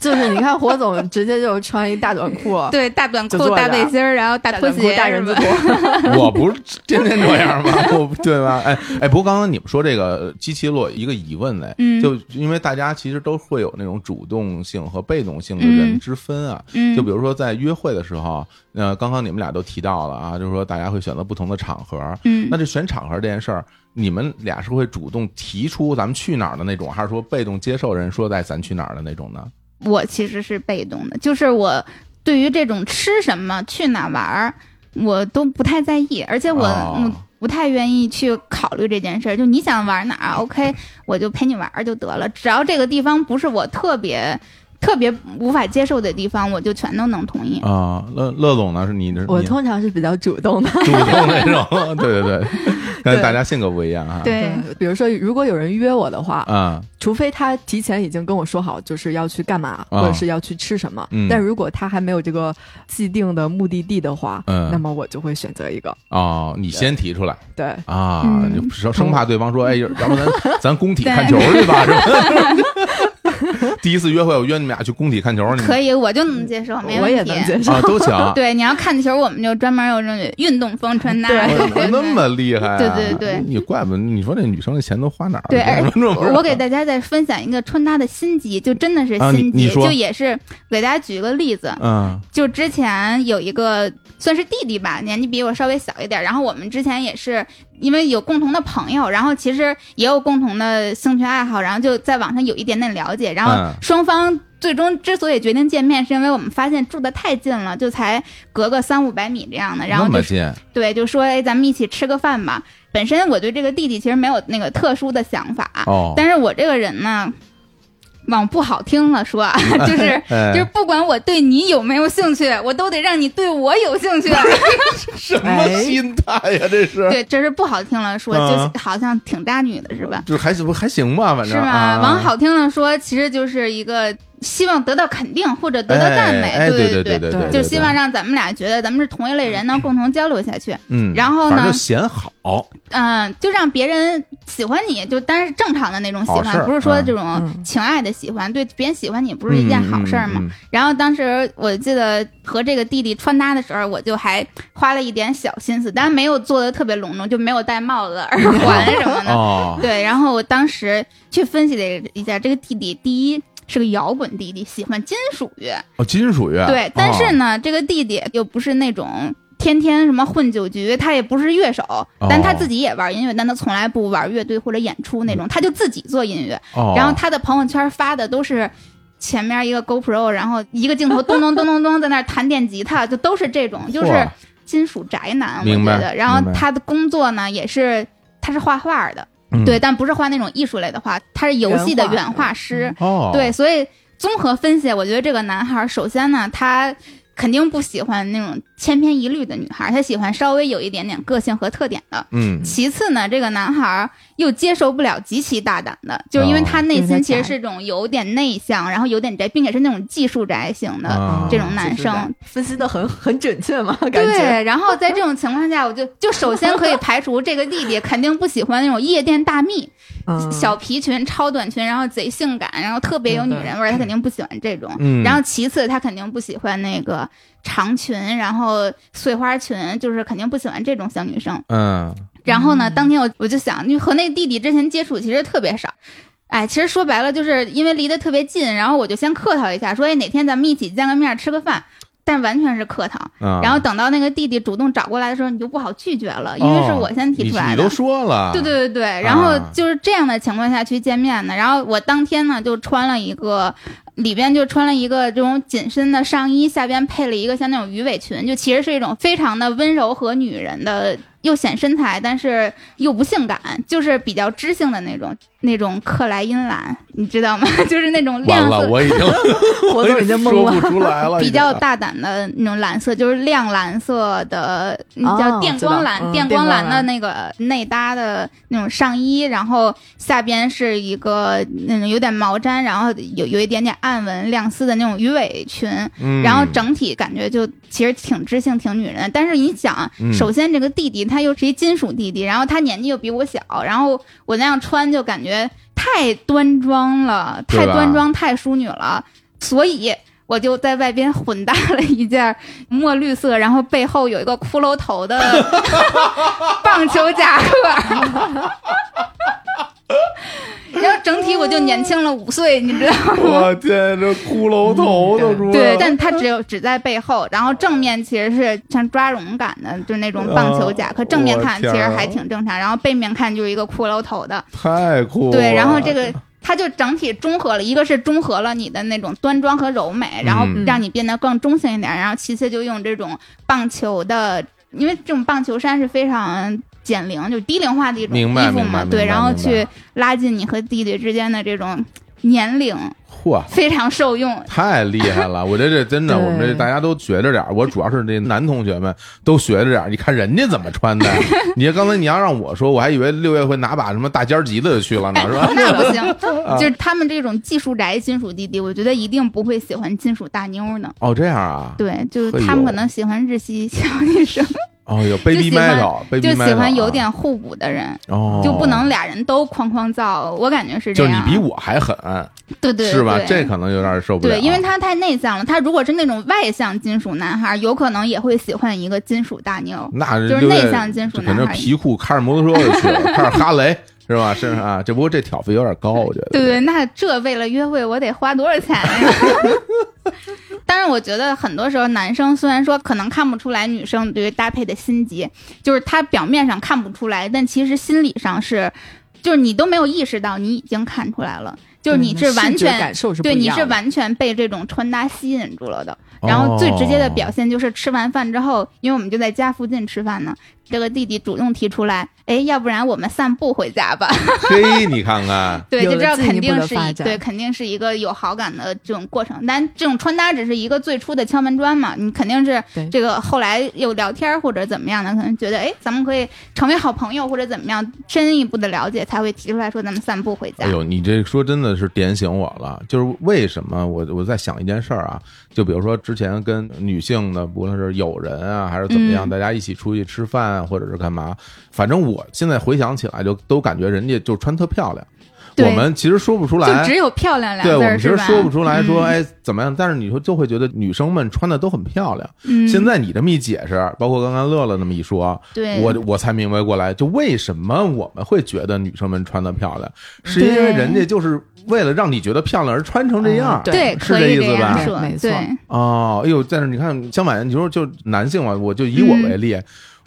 Speaker 3: 就是你看火总直接就穿一大短裤，
Speaker 2: 对，大短
Speaker 3: 就
Speaker 2: 裤、
Speaker 3: 坐着
Speaker 2: 大背心儿，然后大
Speaker 3: 大
Speaker 2: 拖
Speaker 3: 短裤
Speaker 2: 鞋，
Speaker 3: 大人字
Speaker 2: 是吧
Speaker 3: 拖，
Speaker 1: 我不是天天这样 吗？我对吧？哎哎，不过刚刚你们说这个机器落一个疑问哎，
Speaker 2: 嗯
Speaker 1: 就因为大家其实都会有那种主动性和被动性的人
Speaker 2: 嗯
Speaker 1: 之分啊。
Speaker 2: 嗯，
Speaker 1: 就比如说在约会的时候，呃，刚刚你们俩都提到了啊，就是说大家会选择不同的场合。
Speaker 2: 嗯
Speaker 1: 那，这选场合这件事儿，你们俩是会主动提出咱们去哪儿的那种，还是说被动接受人说带咱去哪儿的那种呢？
Speaker 2: 我其实是被动的，就是我对于这种吃什么、去哪玩儿，我都不太在意，而且我、
Speaker 1: 哦
Speaker 2: 嗯不太愿意去考虑这件事儿。就你想玩哪儿，OK，我就陪你玩儿就得了。只要这个地方不是我特别特别无法接受的地方，我就全都能同意。
Speaker 1: 啊、乐乐总呢是你的，
Speaker 3: 我
Speaker 1: 你
Speaker 3: 通常是比较主动的。
Speaker 1: 主动那种， 对对对，但是
Speaker 3: 对嗯
Speaker 1: 大家性格不一样啊。
Speaker 2: 对，
Speaker 3: 比如说，如果有人约我的话，
Speaker 1: 啊，
Speaker 3: 除非他提前已经跟我说好，就是要去干嘛，
Speaker 1: 啊
Speaker 3: 或者是要去吃什么。
Speaker 1: 嗯
Speaker 3: 但如果他还没有这个既定的目的地的话，
Speaker 1: 嗯
Speaker 3: 那么我就会选择一个。
Speaker 1: 哦，你先提出来
Speaker 3: 对，
Speaker 1: 啊，
Speaker 2: 嗯
Speaker 1: 就生生怕对方说，哎，要不 咱咱工体
Speaker 2: 对
Speaker 1: 看球去吧，是吧？ 第一次约会，我约你们俩去工体看球，你们
Speaker 2: 可以，我就能接受，没
Speaker 3: 我也
Speaker 2: 问题。
Speaker 3: 能接受。
Speaker 1: 啊都行啊，
Speaker 2: 对，你要看球，我们就专门有这种运动风穿搭。
Speaker 3: 对
Speaker 1: 我怎 么那么厉害啊？
Speaker 2: 哎对对对
Speaker 1: 你怪不得你说那女生的钱都花哪儿了？
Speaker 2: 对，而
Speaker 1: 观众不知道
Speaker 2: 我给大家再分享一个穿搭的心机，就真的是
Speaker 1: 啊
Speaker 2: 心
Speaker 1: 你你
Speaker 2: 机，
Speaker 1: 说
Speaker 2: 就也是给大家举一个例子，
Speaker 1: 嗯
Speaker 2: 就之前有一个算是弟弟吧，年纪比我稍微小一点，然后我们之前也是因为有共同的朋友，然后其实也有共同的兴趣爱好，然后就在网上有一点点了解，然后
Speaker 1: 嗯
Speaker 2: 双方。最终之所以决定见面，是因为我们发现住的太近了，就才隔个三五百米这样的，然后
Speaker 1: 那
Speaker 2: 就
Speaker 1: 么
Speaker 2: 是
Speaker 1: 近，
Speaker 2: 对，就说哎，咱们一起吃个饭吧。本身我对这个弟弟其实没有那个特殊的想法，
Speaker 1: 哦，
Speaker 2: 但是我这个人呢，往不好听 了说，啊，就是。
Speaker 1: 哎
Speaker 2: 就是不管我对你有没有兴趣，我都得让你对我有兴 趣。
Speaker 1: 什么心态呀？这是
Speaker 2: 哎对，这是不好听了说，
Speaker 1: 嗯
Speaker 2: 就是好像挺渣女的是吧？
Speaker 1: 就还行还行吧，反
Speaker 2: 是
Speaker 1: 正
Speaker 2: 吧？
Speaker 1: 啊
Speaker 2: 往好听了说，其实就是一个希望得到肯定或者得到赞美，
Speaker 1: 哎哎
Speaker 2: 对
Speaker 1: 对
Speaker 2: 对
Speaker 1: 对
Speaker 3: 对
Speaker 1: 对，
Speaker 2: 就希望让咱们俩觉得咱们是同一类人， 能共同交流下去。
Speaker 1: 嗯，
Speaker 2: 然后
Speaker 1: 反正
Speaker 2: 呢
Speaker 1: 就显好
Speaker 2: 嗯，就让别人喜欢你，就但是正常的那种喜
Speaker 1: 好事
Speaker 2: 欢，
Speaker 1: 儿
Speaker 2: 不是说
Speaker 1: 嗯
Speaker 2: 这种
Speaker 3: 嗯
Speaker 2: 情爱的喜欢。对别人喜欢你，不是一件好事儿嘛。
Speaker 1: 嗯嗯嗯
Speaker 2: 然后当时我记得和这个弟弟穿搭的时候，我就还花了一点小心思，但没有做的特别隆重，就没有戴帽子、耳环什么
Speaker 1: 嗯
Speaker 2: 的。
Speaker 1: 哦，
Speaker 2: 对，然后我当时去分析了一下，这个弟弟第一是个摇滚弟弟，喜欢金属乐，
Speaker 1: 哦，金属乐
Speaker 2: 对，但是
Speaker 1: 呢，
Speaker 2: 呢，这个弟弟又不是那种天天什么混酒局，他也不是乐手，但
Speaker 1: 哦
Speaker 2: 他自己也玩音乐，但他从来不玩乐队或者演出那种，他就自己做音乐。
Speaker 1: 哦
Speaker 2: 然后他的朋友圈发的都是。前面一个 GoPro，然后一个镜头咚咚咚咚咚在那儿弹电吉他，就都是这种，就是
Speaker 1: 嚯
Speaker 2: 金属宅男，我
Speaker 1: 明
Speaker 2: 觉
Speaker 1: 白
Speaker 2: 得。然后
Speaker 1: 明白
Speaker 2: 他的工作呢，也是他是画画的，
Speaker 1: 嗯
Speaker 2: 对，但不是画那种艺术类的画，他是游戏的
Speaker 3: 原画
Speaker 2: 原画师。
Speaker 1: 哦，
Speaker 2: 对，所以综合分析，我觉得这个男孩儿首先呢，他肯定不喜欢那种千篇一律的女孩儿，他喜欢稍微有一点点个性和特点的。
Speaker 1: 嗯，
Speaker 2: 其次呢，这个男孩儿又接受不了极其大胆的，就是因为
Speaker 1: 哦
Speaker 2: 他内
Speaker 3: 有
Speaker 2: 心
Speaker 3: 点
Speaker 2: 其实
Speaker 3: 宅
Speaker 2: 是一种有点内向，然后有点宅，并且是那种技术宅型的。
Speaker 1: 啊
Speaker 2: 这种男生
Speaker 3: 就是分析的很很准确嘛，感觉
Speaker 2: 对，然后在这种情况下，我就就首先可以排除这个弟弟肯定不喜欢那种夜店大蜜，
Speaker 3: 嗯
Speaker 2: 小皮裙、超短裙，然后贼性感，然后特别有女人味儿，他肯定不喜欢这种。
Speaker 1: 嗯
Speaker 2: 然后其次，他肯定不喜欢那个长裙，然后碎花裙，就是肯定不喜欢这种小女生。
Speaker 1: 嗯，
Speaker 2: 然后呢，当天我我就想，你和那弟弟之前接触其实特别少。哎，其实说白了，就是因为离得特别近，然后我就先客套一下，说哎哪天咱们一起见个面吃个饭，但完全是客套。
Speaker 1: 啊
Speaker 2: 然后等到那个弟弟主动找过来的时候，你就不好拒绝了，因为是
Speaker 1: 哦
Speaker 2: 我先提
Speaker 1: 你
Speaker 2: 出来
Speaker 1: 你
Speaker 2: 的。
Speaker 1: 都说了，
Speaker 2: 对对对
Speaker 1: 啊
Speaker 2: 对，然后就是这样的情况下去见面的。然后我当天呢就穿了一个，里边就穿了一个这种紧身的上衣，下边配了一个像那种鱼尾裙，就其实是一种非常的温柔和女人的，又显身材，但是又不性感，就是比较知性的那种。那种克莱因蓝，你知道吗？ 就是那种
Speaker 1: 完
Speaker 2: 亮
Speaker 1: 了，
Speaker 2: 色。
Speaker 1: 我已经
Speaker 3: 活
Speaker 1: 我
Speaker 3: 动已经懵
Speaker 1: 说
Speaker 3: 了。
Speaker 1: 不出来 了，已
Speaker 2: 比较
Speaker 1: 经。啊
Speaker 2: 大胆的那种蓝色，就是亮蓝色的，嗯
Speaker 3: 哦
Speaker 2: 叫电光蓝
Speaker 3: 知道，嗯
Speaker 2: 电光蓝
Speaker 3: 电
Speaker 2: 的
Speaker 3: 光蓝
Speaker 2: 那个内搭的那种上衣，然后下边是一个那种有点毛毡，然后有有一点点暗纹亮丝的那种鱼尾裙，
Speaker 1: 嗯
Speaker 2: 然后整体感觉就其实挺知性、挺女人的。但是你想啊
Speaker 1: 嗯，
Speaker 2: 首先这个弟弟他又是一金属弟弟，然后他年纪又比我小，然后我那样穿就感觉太端庄了，
Speaker 1: 对
Speaker 2: 太
Speaker 1: 吧
Speaker 2: 端庄、太淑女了，所以。我就在外边混搭了一件墨绿色，然后背后有一个骷髅 头的棒球夹克， 然后整体我就年轻了五岁，你知道吗？
Speaker 1: 我天，这骷髅头都出来了。
Speaker 2: 对，但它只有只在背后，然后正面其实是像抓绒感的，就是那种棒球夹克。
Speaker 1: 啊
Speaker 2: 正面看
Speaker 1: 我
Speaker 2: 其
Speaker 1: 天啊
Speaker 2: 实还挺正常，然后背面看就是一个骷髅头的。
Speaker 1: 太酷了。
Speaker 2: 对，然后这个它就整体中和了，一个是中和了你的那种端庄和柔美，然后
Speaker 1: 嗯
Speaker 2: 让你变得更中性一点，然后其次就用这种棒球的，因为这种棒球衫是非常。减龄就低龄化的一种衣
Speaker 1: 明白
Speaker 2: 服
Speaker 1: 明白
Speaker 2: 嘛，
Speaker 1: 明
Speaker 2: 对，
Speaker 1: 白
Speaker 2: 然后
Speaker 1: 明白
Speaker 2: 去拉近你和弟弟之间的这种年龄，
Speaker 1: 嚯，
Speaker 2: 非常受用。
Speaker 1: 太厉害了！我这这真 的，
Speaker 3: 对
Speaker 1: 我们这大家都学着点儿。我主要是这男同学们都学着点儿，你看人家怎么穿 的。你刚才你要让我说，我还以为六月会拿把什么大尖儿吉他就去了 呢，是吧？
Speaker 2: 那不
Speaker 1: 啊
Speaker 2: 行，就是他们这种技术宅金属弟弟，我觉得一定不会喜欢金属大妞呢。
Speaker 1: 哦，这样啊，
Speaker 2: 对，就是
Speaker 1: 哎呦
Speaker 2: 他们可能喜欢日系小 女生，
Speaker 1: 哦，有 baby
Speaker 2: 就喜欢
Speaker 1: metal，baby
Speaker 2: 就
Speaker 1: metal，
Speaker 2: 喜欢有
Speaker 1: 啊
Speaker 2: 点互补的人，
Speaker 1: 哦，
Speaker 2: 就不能俩人都哐哐造。我感觉是
Speaker 1: 就
Speaker 2: 这
Speaker 1: 是你
Speaker 2: 样，
Speaker 1: 比我还狠，
Speaker 2: 对对
Speaker 1: 是吧？
Speaker 2: 对
Speaker 1: 这可能有点受不了。啊
Speaker 2: 对，因为他太内向了。他如果是那种外向金属男孩，有可能也会喜欢一个金属大妞。
Speaker 1: 那
Speaker 2: 就是
Speaker 1: 六月
Speaker 2: 内向金
Speaker 1: 嗯就
Speaker 2: 属
Speaker 1: 可
Speaker 2: 男
Speaker 1: 能
Speaker 2: 孩
Speaker 1: 皮裤开着摩托车就去了，开着哈雷是吧？是啊，这不过这挑费有点高，我觉得。
Speaker 2: 对对，那这为了约会我得花多少钱呀？ 但是我觉得很多时候男生虽然说可能看不出来女生对于搭配的心机，就是他表面上看不出来，但其实心理上是，就是你都没有意识到你已经看出来了，就是你是完
Speaker 3: 嗯视觉
Speaker 2: 全
Speaker 3: 感受是不
Speaker 2: 对
Speaker 3: 一
Speaker 2: 你
Speaker 3: 样
Speaker 2: 是
Speaker 3: 的
Speaker 2: 完全被这种穿搭吸引住了的。
Speaker 1: 哦
Speaker 2: 然后最直接的表现就是吃完饭之后，因为我们就在家附近吃饭呢，这个弟弟主动提出来，哎，要不然我们散步回家吧。
Speaker 1: 嘿，你看看，
Speaker 2: 对，
Speaker 3: 有
Speaker 2: 就
Speaker 3: 了
Speaker 2: 知道
Speaker 3: 进一
Speaker 2: 肯
Speaker 3: 步
Speaker 2: 定
Speaker 3: 的
Speaker 2: 是
Speaker 3: 发
Speaker 2: 一
Speaker 3: 展
Speaker 2: 对，肯定是一个有好感的这种过程。但这种穿搭只是一个最初的敲门砖嘛，你肯定是
Speaker 3: 对
Speaker 2: 这个后来又聊天儿或者怎么样的，可能觉得哎，咱们可以成为好朋友或者怎么样，深一步的了解才会提出来说咱们散步回家
Speaker 1: 哎。呦，你这说真的是点醒我了，就是为什么我我在想一件事儿啊，就比如说之前跟女性的，不论是友人啊还是怎么样，
Speaker 2: 嗯
Speaker 1: 大家一起出去吃饭啊或者是干嘛，反正我现在回想起来就都感觉人家就穿特漂亮，
Speaker 2: 对
Speaker 1: 我们其实说不出
Speaker 2: 就
Speaker 1: 来
Speaker 2: 只。有漂亮
Speaker 1: 对，
Speaker 2: 俩
Speaker 1: 我
Speaker 2: 字儿
Speaker 1: 们其
Speaker 2: 是
Speaker 1: 实
Speaker 2: 吧？
Speaker 1: 说不出来
Speaker 2: 嗯
Speaker 1: 说，哎，怎么样？但是你说就会觉得女生们穿的都很漂亮。
Speaker 2: 嗯，
Speaker 1: 现
Speaker 2: 在
Speaker 1: 在你这么一解释，包括刚刚乐乐那么一说，
Speaker 2: 对
Speaker 1: 我我才明白过来，就为什么我们会觉得女生们穿的漂亮，是因为
Speaker 2: 对
Speaker 1: 人家就是为了让你觉得漂亮而穿成这样。
Speaker 3: 嗯对
Speaker 2: 对
Speaker 1: 是
Speaker 2: 可
Speaker 1: 这
Speaker 2: 以
Speaker 1: 意
Speaker 2: 这
Speaker 1: 思吧
Speaker 2: 样
Speaker 3: 对
Speaker 2: 说
Speaker 3: 没，错
Speaker 2: 对，
Speaker 1: 哦，哎呦，但是你看，相反，你说就男性嘛，我就以我为例，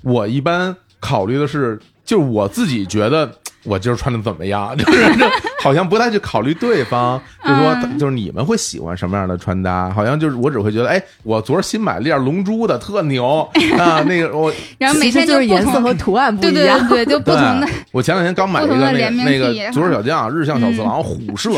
Speaker 1: 我一般考虑的是，就是我自己觉得。我今儿穿的怎么样？ 就是这好像不太去考虑对方，就说就是你们会喜欢什么样的穿搭？好像就是我只会觉得，哎，我昨儿新买了一件龙珠的，特牛啊！那个我
Speaker 2: 然后每
Speaker 3: 其实
Speaker 2: 天
Speaker 3: 就是
Speaker 2: 不
Speaker 3: 颜色
Speaker 2: 同
Speaker 3: 和图案不
Speaker 2: 对
Speaker 3: 一
Speaker 2: 对
Speaker 3: 样。
Speaker 2: 对，对就不
Speaker 1: 对
Speaker 2: 同的，
Speaker 1: 我前两天刚买了一
Speaker 2: 不
Speaker 1: 个
Speaker 2: 同的
Speaker 1: 那个
Speaker 2: 联名
Speaker 1: 那
Speaker 2: 地
Speaker 1: 个
Speaker 2: 哈嗯
Speaker 1: 足球小将，日向小次郎虎 射，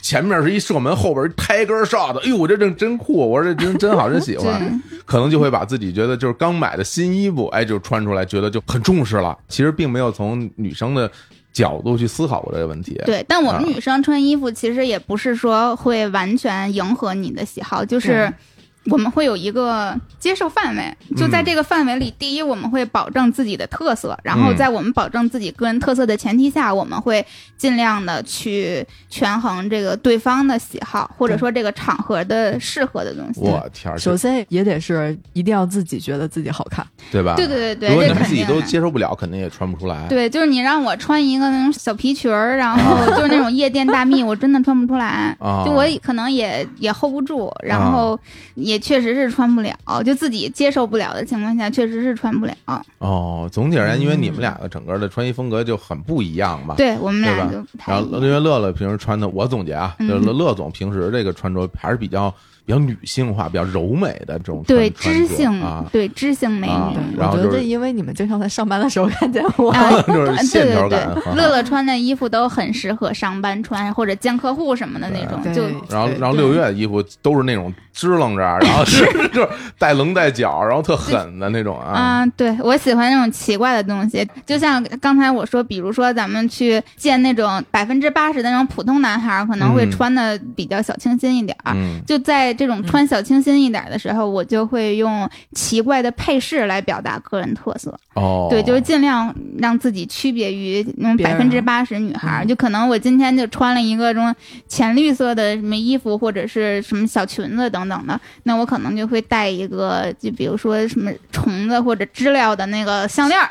Speaker 1: 前面是一射门，后边一 Tiger Shot，哎呦，我这真真酷，我说这真真好，真喜 欢，可能就会把自己觉得就是刚买的新衣服，哎，就穿出来，觉得就很重视了。其实并没有从女生的角度去思考过这个问题。
Speaker 2: 对，但我
Speaker 1: 啊
Speaker 2: 们女生穿衣服其实也不是说会完全迎合你的喜好，就是
Speaker 3: 对
Speaker 2: 我们会有一个接受范围，就在
Speaker 1: 嗯
Speaker 2: 这个范围里，第一我们会保证自己的特色，然后
Speaker 1: 嗯
Speaker 2: 在我们保证自己个人特色的前提下，我们会尽量的去权衡这个对方的喜好，或者
Speaker 3: 对
Speaker 2: 说这个场合的适合的东西。
Speaker 1: 我天儿，
Speaker 3: 首先也得是一定要自己觉得自己好看，
Speaker 1: 对吧？
Speaker 2: 对对对
Speaker 1: 如果
Speaker 2: 对，
Speaker 1: 你
Speaker 2: 这
Speaker 1: 们
Speaker 2: 肯
Speaker 1: 自己
Speaker 2: 定
Speaker 1: 都
Speaker 2: 的。
Speaker 1: 接受不了，肯定也穿不出来。
Speaker 2: 对，就是你让我穿一个那种小皮裙儿，然 后就是那种夜店大蜜，我真的穿不出来。
Speaker 1: 啊，
Speaker 2: 就我也可能也也 hold 不住，然后也确实是穿不了，就自己接受不了的情况下，确实是穿不了。
Speaker 1: 哦，总体而言，因为你
Speaker 2: 嗯
Speaker 1: 们俩的整个的穿衣风格就很不一样嘛。
Speaker 2: 对我们
Speaker 1: 对
Speaker 2: 俩
Speaker 1: 吧
Speaker 2: 就不太
Speaker 1: 然
Speaker 2: 一
Speaker 1: 后
Speaker 2: 样
Speaker 1: 因为乐乐平时穿的，我总结啊，就是
Speaker 2: 嗯
Speaker 1: 乐乐总平时这个穿着还是比较比较女性化、比较柔美的这种穿
Speaker 2: 对
Speaker 1: 穿
Speaker 2: 知
Speaker 1: 着
Speaker 2: 性
Speaker 1: 啊，，
Speaker 2: 对知性美
Speaker 1: 啊
Speaker 2: 女。
Speaker 3: 对，
Speaker 1: 然
Speaker 3: 嗯我
Speaker 1: 后
Speaker 3: 觉
Speaker 1: 就
Speaker 3: 得这
Speaker 1: 是
Speaker 3: 因为你们经常在上班的时候看见 我，
Speaker 2: 啊
Speaker 1: 就是
Speaker 2: 对
Speaker 1: 线条
Speaker 2: 对对
Speaker 1: 感。啊哈，哈
Speaker 2: 乐乐穿的衣服都很适合上班穿，或者见客户什么的那种，
Speaker 3: 对
Speaker 2: 就
Speaker 1: 然后，
Speaker 3: 对
Speaker 1: 然后六月的衣服都是那种支棱着，然后 是就是带棱带角，然后特狠的那种啊。
Speaker 2: 啊，对我喜欢那种奇怪的东西，就像刚才我说，比如说咱们去见那种百分之八十的那种普通男孩儿，可能会
Speaker 1: 嗯
Speaker 2: 穿的比较小清新一点儿。
Speaker 1: 嗯，
Speaker 2: 就在这种穿小清新一点儿的时候，我就会用奇怪的配饰来表达个人特色。
Speaker 1: 哦，
Speaker 2: 对，就是尽量让自己区别于那种
Speaker 3: 别
Speaker 2: 百
Speaker 3: 人
Speaker 2: 分之八十女孩儿。
Speaker 3: 嗯
Speaker 2: 就可能我今天就穿了一个这种浅绿色的什么衣服，或者是什么小裙子等等的，那我可能就会带一个，就比如说什么虫子或者知了的那个项链儿，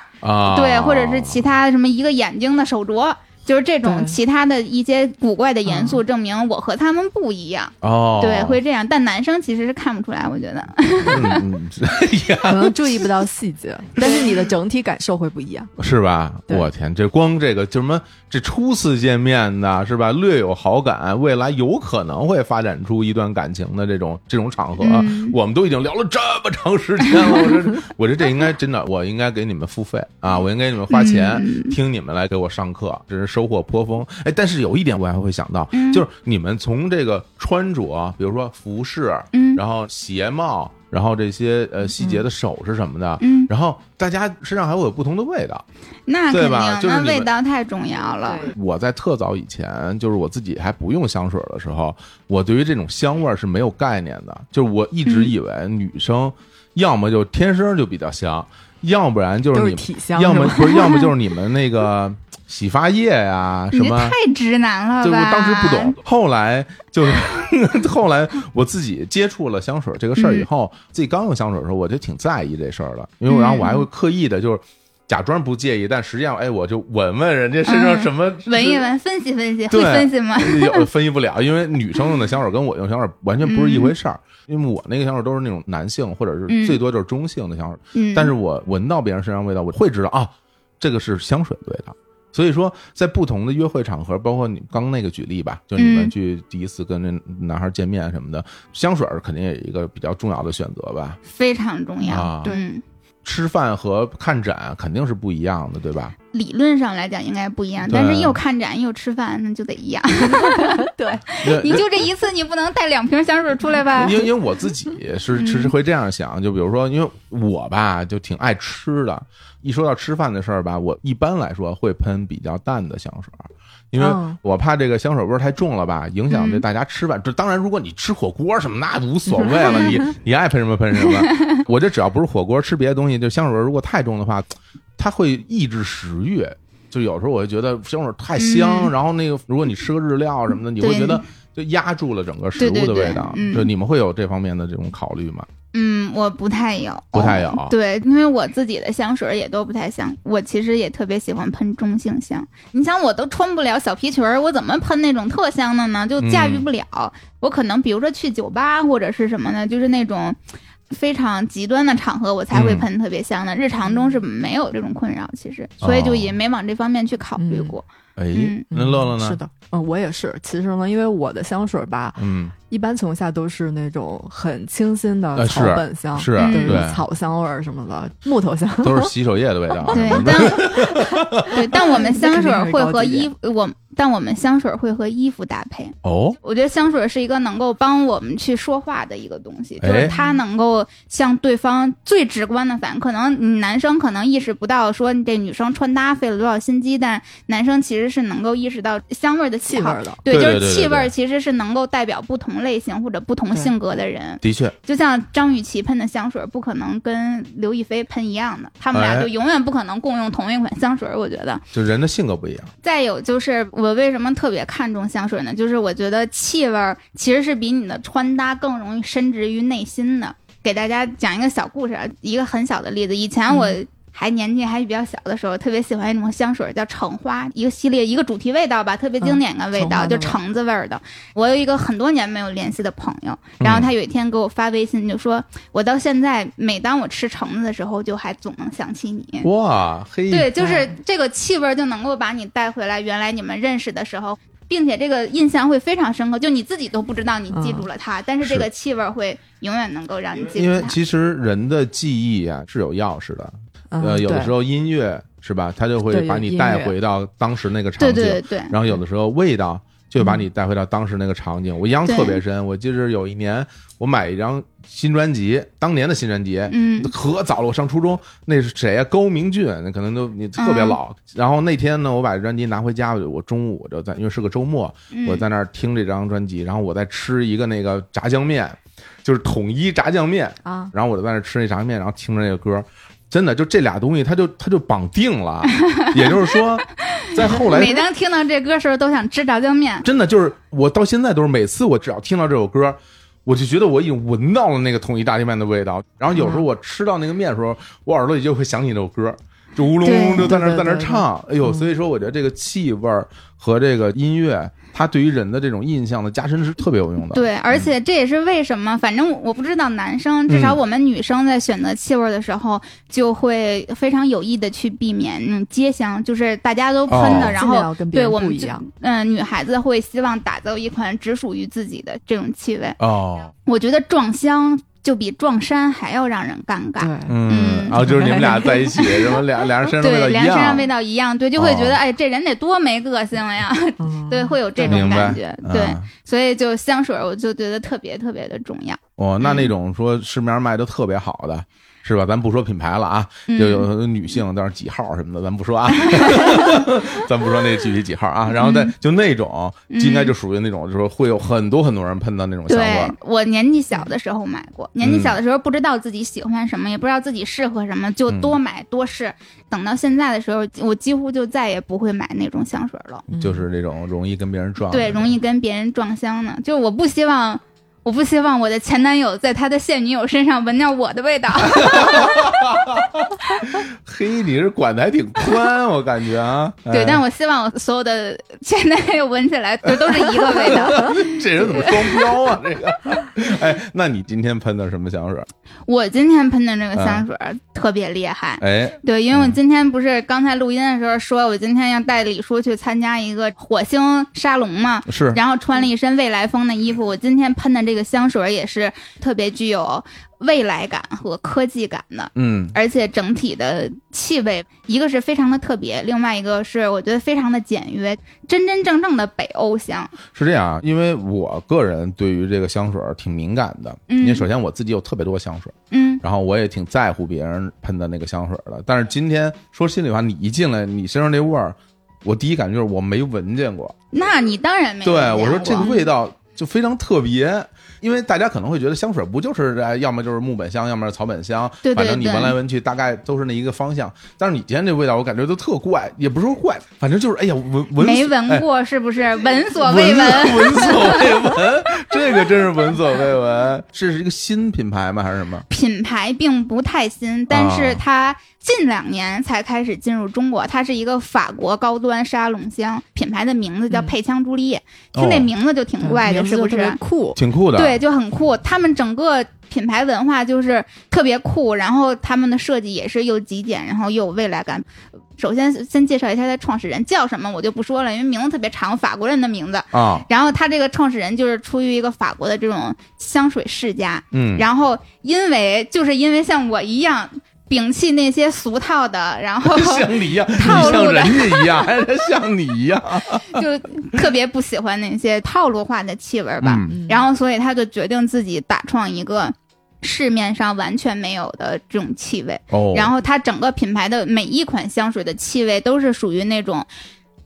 Speaker 1: 啊，
Speaker 3: 哦
Speaker 2: 对，或者是其他什么一个眼睛的手镯。就是这种
Speaker 3: 对嗯
Speaker 2: 其他的一些古怪的元素，证明我和他们不一样，
Speaker 1: 哦，
Speaker 2: 对，会这样。但男生其实是看不出来，我觉得。
Speaker 1: 嗯嗯
Speaker 3: 可能注意不到细节，但是你的整体感受会不一样。
Speaker 1: 是吧？
Speaker 3: 对
Speaker 1: 我天，这光这个就什么，这初次见面的是吧？略有好感，未来有可能会发展出一段感情的这种这种场合，啊
Speaker 2: 嗯
Speaker 1: 我们都已经聊了这么长时间了。我 说，我这这应该真的，我应该给你们付费啊！我应该给你们花钱、
Speaker 2: 嗯
Speaker 1: 听你们来给我上课，真是收获颇丰。哎，但是有一点我还会想到，
Speaker 2: 嗯
Speaker 1: 就是你们从这个穿着，啊比如说服饰，
Speaker 2: 嗯
Speaker 1: 然后鞋帽，然后这些呃细节的首饰什么的，
Speaker 2: 嗯
Speaker 1: 然后大家身上还会有不同的味道。
Speaker 2: 那肯
Speaker 1: 对
Speaker 2: 定，
Speaker 1: 吧就是
Speaker 2: 那
Speaker 1: 你们
Speaker 2: 味道太重要了。
Speaker 3: 对
Speaker 1: 我在特早以前，就是我自己还不用香水的时候，我对于这种香味儿是没有概念的。就是我一
Speaker 3: 嗯
Speaker 1: 直以为女生要么就天生就比较香，要不然就
Speaker 3: 都
Speaker 1: 是你们，
Speaker 3: 是体香，
Speaker 1: 要么
Speaker 3: 是吧
Speaker 1: 不是，要么就是你们那个洗发液呀、 什
Speaker 2: 你这
Speaker 1: 么。
Speaker 2: 太直男了
Speaker 1: 就
Speaker 2: 吧？
Speaker 1: 我当时不懂，后来就是 后来我自己接触了香水这个事儿
Speaker 2: 嗯
Speaker 1: 以后，自己刚用香水的时候，我就挺在意这事儿的，因为我然后我还会刻意的就是假装不介意，但实际上哎，我就闻闻人家身上什么
Speaker 2: 嗯 闻一闻，分析分析，
Speaker 1: 对
Speaker 2: 会分析吗？
Speaker 1: 有分析不了，因为女生用的香水跟我用香水完全不是一回事儿。因为我那个香水都是那种男性或者是
Speaker 2: 嗯
Speaker 1: 最多就是中性的香水，
Speaker 2: 嗯，
Speaker 1: 但是我闻到别人身上味道，我会知道啊，这个是香水的味道。所以说，在不同的约会场合，包括你刚刚那个举例吧，就你们
Speaker 2: 嗯
Speaker 1: 去第一次跟那男孩见面什么的，香水儿肯定也一个比较重要的选择吧。
Speaker 2: 非常重要。
Speaker 1: 啊
Speaker 2: 嗯，
Speaker 1: 吃饭和看展肯定是不一样的，对吧？
Speaker 2: 理论上来讲应该不一样，
Speaker 1: 对
Speaker 2: 但是又看展又吃饭，那就 得一样。
Speaker 3: 对，
Speaker 1: 那
Speaker 2: 你就这一次，你不能带两瓶香水出来吧？
Speaker 1: 因为因为我自己是
Speaker 2: 嗯
Speaker 1: 是是会这样想，就比如说，因为我吧就挺爱吃的，一说到吃饭的事儿吧，我一般来说会喷比较淡的香水儿，因为
Speaker 3: 嗯
Speaker 1: 我怕这个香水味儿太重了吧，影响这
Speaker 2: 嗯
Speaker 1: 大家吃饭。这当然，如果你吃火锅什么 那无所谓了，你你爱喷什么喷什么。我这只要不是火锅，吃别的东西，就香水味儿如果太重的话，它会抑制食欲。就有时候我会觉得香水太香，
Speaker 2: 嗯
Speaker 1: 然后那个如果你吃个日料什么的，你会
Speaker 2: 对
Speaker 1: 觉得就压住了整个食物的味道。
Speaker 2: 对对对嗯
Speaker 1: 就你们会有这方面的这种考虑吗？
Speaker 2: 嗯，我不太有，
Speaker 1: 不太有
Speaker 2: 对，因为我自己的香水也都不太香，我其实也特别喜欢喷中性香。你想，我都穿不了小皮裙儿，我怎么喷那种特香的呢？就驾驭不了。我可能比如说去酒吧或者是什么呢，就是那种。非常极端的场合，我才会
Speaker 1: 嗯
Speaker 2: 喷特别香的。日常中是没有这种困扰，其实，所以就也没往这方面去考虑过。
Speaker 1: 哎，
Speaker 2: 嗯
Speaker 1: 那乐乐
Speaker 3: 是
Speaker 1: 呢？
Speaker 3: 的，嗯，我也是。其实呢，因为我的香水吧，
Speaker 1: 嗯，
Speaker 3: 一般情况下都是那种很清新
Speaker 1: 呃
Speaker 3: 的
Speaker 1: 是
Speaker 3: 草本香，
Speaker 1: 是啊
Speaker 2: 嗯
Speaker 3: 对
Speaker 1: 对，
Speaker 3: 草香味儿什么的，木头香。
Speaker 1: 都是洗手液的味道。啊
Speaker 2: 对
Speaker 1: 是，吧
Speaker 2: 但对，但 我们香水会和衣
Speaker 3: 这肯定是
Speaker 2: 服，我但我们香水会和衣服搭配。
Speaker 1: 哦，
Speaker 2: 我觉得香水是一个能够帮我们去说话的一个东西，就
Speaker 1: 哎
Speaker 2: 是它能够向对方最直观的反应。可能你男生可能意识不到说你这女生穿搭费了多少心机，但男生其实是能够意识到香味儿的
Speaker 3: 气味
Speaker 2: 好
Speaker 3: 儿。 的，
Speaker 2: 对，
Speaker 1: 对
Speaker 2: 就
Speaker 1: 对对对
Speaker 2: 是气味
Speaker 1: 对
Speaker 2: 儿其实是能够代表不同类型或者不同
Speaker 3: 对
Speaker 2: 性格的人。
Speaker 1: 的确，
Speaker 2: 就像张雨绮喷的香水，不可能跟刘亦菲喷一样的，他们
Speaker 1: 哎
Speaker 2: 俩就永远不可能共用同一款香水。我觉得，
Speaker 1: 就人的性格不一样。
Speaker 2: 再有就是，我为什么特别看重香水呢？就是我觉得气味儿其实是比你的穿搭更容易深植于内心的。给大家讲一个小故事，啊，一个很小的例子。以前我还年纪还比较小的时候，特别喜欢一种香水叫橙花，一个系列一个主题味道吧，特别经典一个味
Speaker 3: 橙
Speaker 2: 道，
Speaker 3: 花的
Speaker 2: 就
Speaker 3: 味道
Speaker 2: 橙子味儿的。我有一个很多年没有联系的朋友，然后他有一天给我发微信，就说我到现在每当我吃橙子的时候，就还总能想起你。
Speaker 1: 哇，嘿，
Speaker 2: 对，就是
Speaker 3: 嗯
Speaker 2: 这个气味儿就能够把你带回来，原来你们认识的时候。并且这个印象会非常深刻，就你自己都不知道你记住了它，但是这个气味儿会永远能够让你
Speaker 1: 嗯
Speaker 2: 记
Speaker 1: 因
Speaker 2: 住
Speaker 1: 为
Speaker 2: 它。
Speaker 1: 其实人的记忆啊是有钥匙的，
Speaker 3: 嗯
Speaker 1: 呃，有的
Speaker 3: 对
Speaker 1: 时候音乐是吧，它就会
Speaker 3: 对
Speaker 1: 把
Speaker 3: 有
Speaker 1: 你
Speaker 3: 音
Speaker 1: 带
Speaker 3: 乐
Speaker 1: 回到当时那个场
Speaker 2: 对
Speaker 1: 景，
Speaker 2: 对对，
Speaker 1: 然后有的时候味道就把你带回到当时那个场
Speaker 3: 嗯
Speaker 1: 景。我印象特别深，我记着有一年我买一张新专辑，当年的新专辑。
Speaker 2: 嗯，
Speaker 1: 可早了，我上初中，那是谁呀、啊高明俊，那可能都你特别
Speaker 2: 嗯
Speaker 3: 啊
Speaker 1: 老。然后那天呢，我把这专辑拿回家，我中午我就在，因为是个周末，
Speaker 2: 嗯
Speaker 1: 我在那儿听这张专辑，然后我在吃一个那个炸酱面，就是统一炸酱面，
Speaker 3: 啊，
Speaker 1: 然后我就在那吃那炸酱面，然后听着那个歌，真的就这俩东西，它就它就绑定了，也就是说，在后来
Speaker 2: 每当听到这歌的时候，都想吃炸酱面。
Speaker 1: 真的就是我到现在都是每次我只要听到这首歌，我就觉得我已经闻到了那个统一大地面的味道。然后有时候我吃到那个面的时候，我耳朵里就会想起那首歌，就乌隆
Speaker 2: 对
Speaker 1: 隆就在那儿
Speaker 3: 对对
Speaker 1: 在那儿
Speaker 3: 对
Speaker 1: 唱。哎呦，
Speaker 3: 嗯
Speaker 1: 所以说我觉得这个气味儿和这个音乐，它对于人的这种印象的加深是特别有用的。
Speaker 2: 对，而且这也是为什么，反正我不知道男生，至少
Speaker 1: 嗯
Speaker 2: 我们女生在选择气味的时候，就会非常有意的去避免那种街香，就是大家都喷的，
Speaker 1: 哦
Speaker 2: 然
Speaker 3: 尽量
Speaker 2: 后
Speaker 3: 要跟别
Speaker 2: 对
Speaker 3: 人
Speaker 2: 我
Speaker 3: 不
Speaker 2: 们
Speaker 3: 一
Speaker 2: 就
Speaker 3: 样。
Speaker 2: 嗯、女孩子会希望打造一款只属于自己的这种气味。
Speaker 1: 哦，
Speaker 2: 我觉得撞香就比撞衫还要让人尴尬。
Speaker 3: 对，
Speaker 1: 嗯，
Speaker 2: 嗯
Speaker 1: 然后就是你们俩在一起，什么俩俩人嗯身上味道
Speaker 2: 对，
Speaker 1: 一
Speaker 2: 连身上味
Speaker 1: 样，
Speaker 2: 道一样，对，就会觉得、
Speaker 1: 哦
Speaker 2: 哎，这人得多没个性呀，
Speaker 3: 嗯
Speaker 2: 对，会有这
Speaker 1: 明
Speaker 2: 种
Speaker 1: 白
Speaker 2: 感觉，对，
Speaker 1: 嗯
Speaker 2: 所以就香水，我就觉得特别特别的重要。
Speaker 1: 哦，那
Speaker 2: 嗯
Speaker 1: 那种说市面上卖的特别好的，是吧？咱不说品牌了啊，
Speaker 2: 嗯
Speaker 1: 就有女性，但是几号什么的，咱不 说啊，咱不说那具体几号啊。然后再
Speaker 2: 嗯
Speaker 1: 就那种，就应该就属于那种，就是说会有很多很多人喷到那种香味
Speaker 2: 对
Speaker 1: 儿。
Speaker 2: 我年纪小的时候买过，
Speaker 1: 嗯
Speaker 2: 年纪小的时候不知道自己喜欢什么，也不知道自己适合什么，就
Speaker 1: 嗯
Speaker 2: 多买多试。等到现在的时候，我几乎就再也不会买那种香水了。
Speaker 3: 嗯
Speaker 1: 就是这种容易跟别人撞的那
Speaker 2: 对，
Speaker 1: 种，
Speaker 2: 容易跟别人撞香呢。就是我不希望，我不希望我的前男友在他的现女友身上闻到我的味道。
Speaker 1: 嘿，你这管的还挺宽，我感觉啊。
Speaker 2: 对，但
Speaker 1: 我
Speaker 2: 我希望我所有的前男友闻起来就都是一个味 道。
Speaker 1: 这人怎么双标啊？这个， 哎，那你今天喷的什么香水？
Speaker 2: 我今天喷的这个香水儿特别厉害，
Speaker 1: 哎，
Speaker 2: 对，因为我今天不是刚才录音的时候说，我今天要带李叔去参加一个火星沙龙嘛，
Speaker 1: 是
Speaker 2: 然后穿了一身未来风的衣服。我今天喷的这个香水也是特别具有未来感和科技感的，
Speaker 1: 嗯，
Speaker 2: 而且整体的气味，一个是非常的特别，另外一个是我觉得非常的简约，真真正正的北欧香。
Speaker 1: 是这样啊，因为我个人对于这个香水儿挺敏感的，
Speaker 2: 嗯
Speaker 1: 因为首先我自己有特别多香水儿，
Speaker 2: 嗯，
Speaker 1: 然后我也挺在乎别人喷的那个香水儿的。但是今天说心里话，你一进来，你身上这味儿，我第一感觉就是我没闻见过。
Speaker 2: 那你当然没
Speaker 1: 对
Speaker 2: 有见，
Speaker 1: 我说
Speaker 2: 过
Speaker 1: 这个味道就非常特别，因为大家可能会觉得香水不就是哎要么就是木本香，要么是草本香，
Speaker 2: 对对
Speaker 1: 反正你
Speaker 2: 对
Speaker 1: 闻来闻去大概都是那一个方向。但是你今天这味道，我感觉都特怪，也不是说怪，反正就是哎呀，闻闻
Speaker 2: 没
Speaker 1: 死
Speaker 2: 闻
Speaker 1: 哎
Speaker 2: 过是不是？闻所未闻。
Speaker 1: 闻所未闻，这个真是闻所未闻。这是一个新品牌吗？还是什么？
Speaker 2: 品牌并不太新，但是
Speaker 1: 啊
Speaker 2: 它近两年才开始进入中国。它是一个法国高端沙龙香品牌的名字叫
Speaker 3: 嗯
Speaker 2: 配香朱丽叶，
Speaker 1: 哦
Speaker 2: 听这名 字就挺怪的，
Speaker 3: 名字
Speaker 2: 是不
Speaker 3: 就特别
Speaker 2: 是？
Speaker 3: 酷？
Speaker 1: 挺酷的。
Speaker 2: 对，就很酷。他们整个品牌文化就是特别酷，然后他们的设计也是又极简，然后又有未来感。首先，先介绍一下它的创始人叫什么，我就不说了，因为名字特别长，法国人的名字。
Speaker 1: 啊，
Speaker 2: 然后他这个创始人就是出于一个法国的这种香水世家，
Speaker 1: 嗯，
Speaker 2: 然后因为就是因为像我一样摒弃那些俗套的，然后
Speaker 1: 像你一样，你
Speaker 2: 套路
Speaker 1: 像
Speaker 2: 的
Speaker 1: 人家一样，还是像你一样
Speaker 2: 就特别不喜欢那些套路化的气味吧。
Speaker 1: 嗯
Speaker 2: 然后所以他就决定自己打创一个。市面上完全没有的这种气味，
Speaker 1: 哦
Speaker 2: 然后它整个品牌的每一款香水的气味都是属于那种，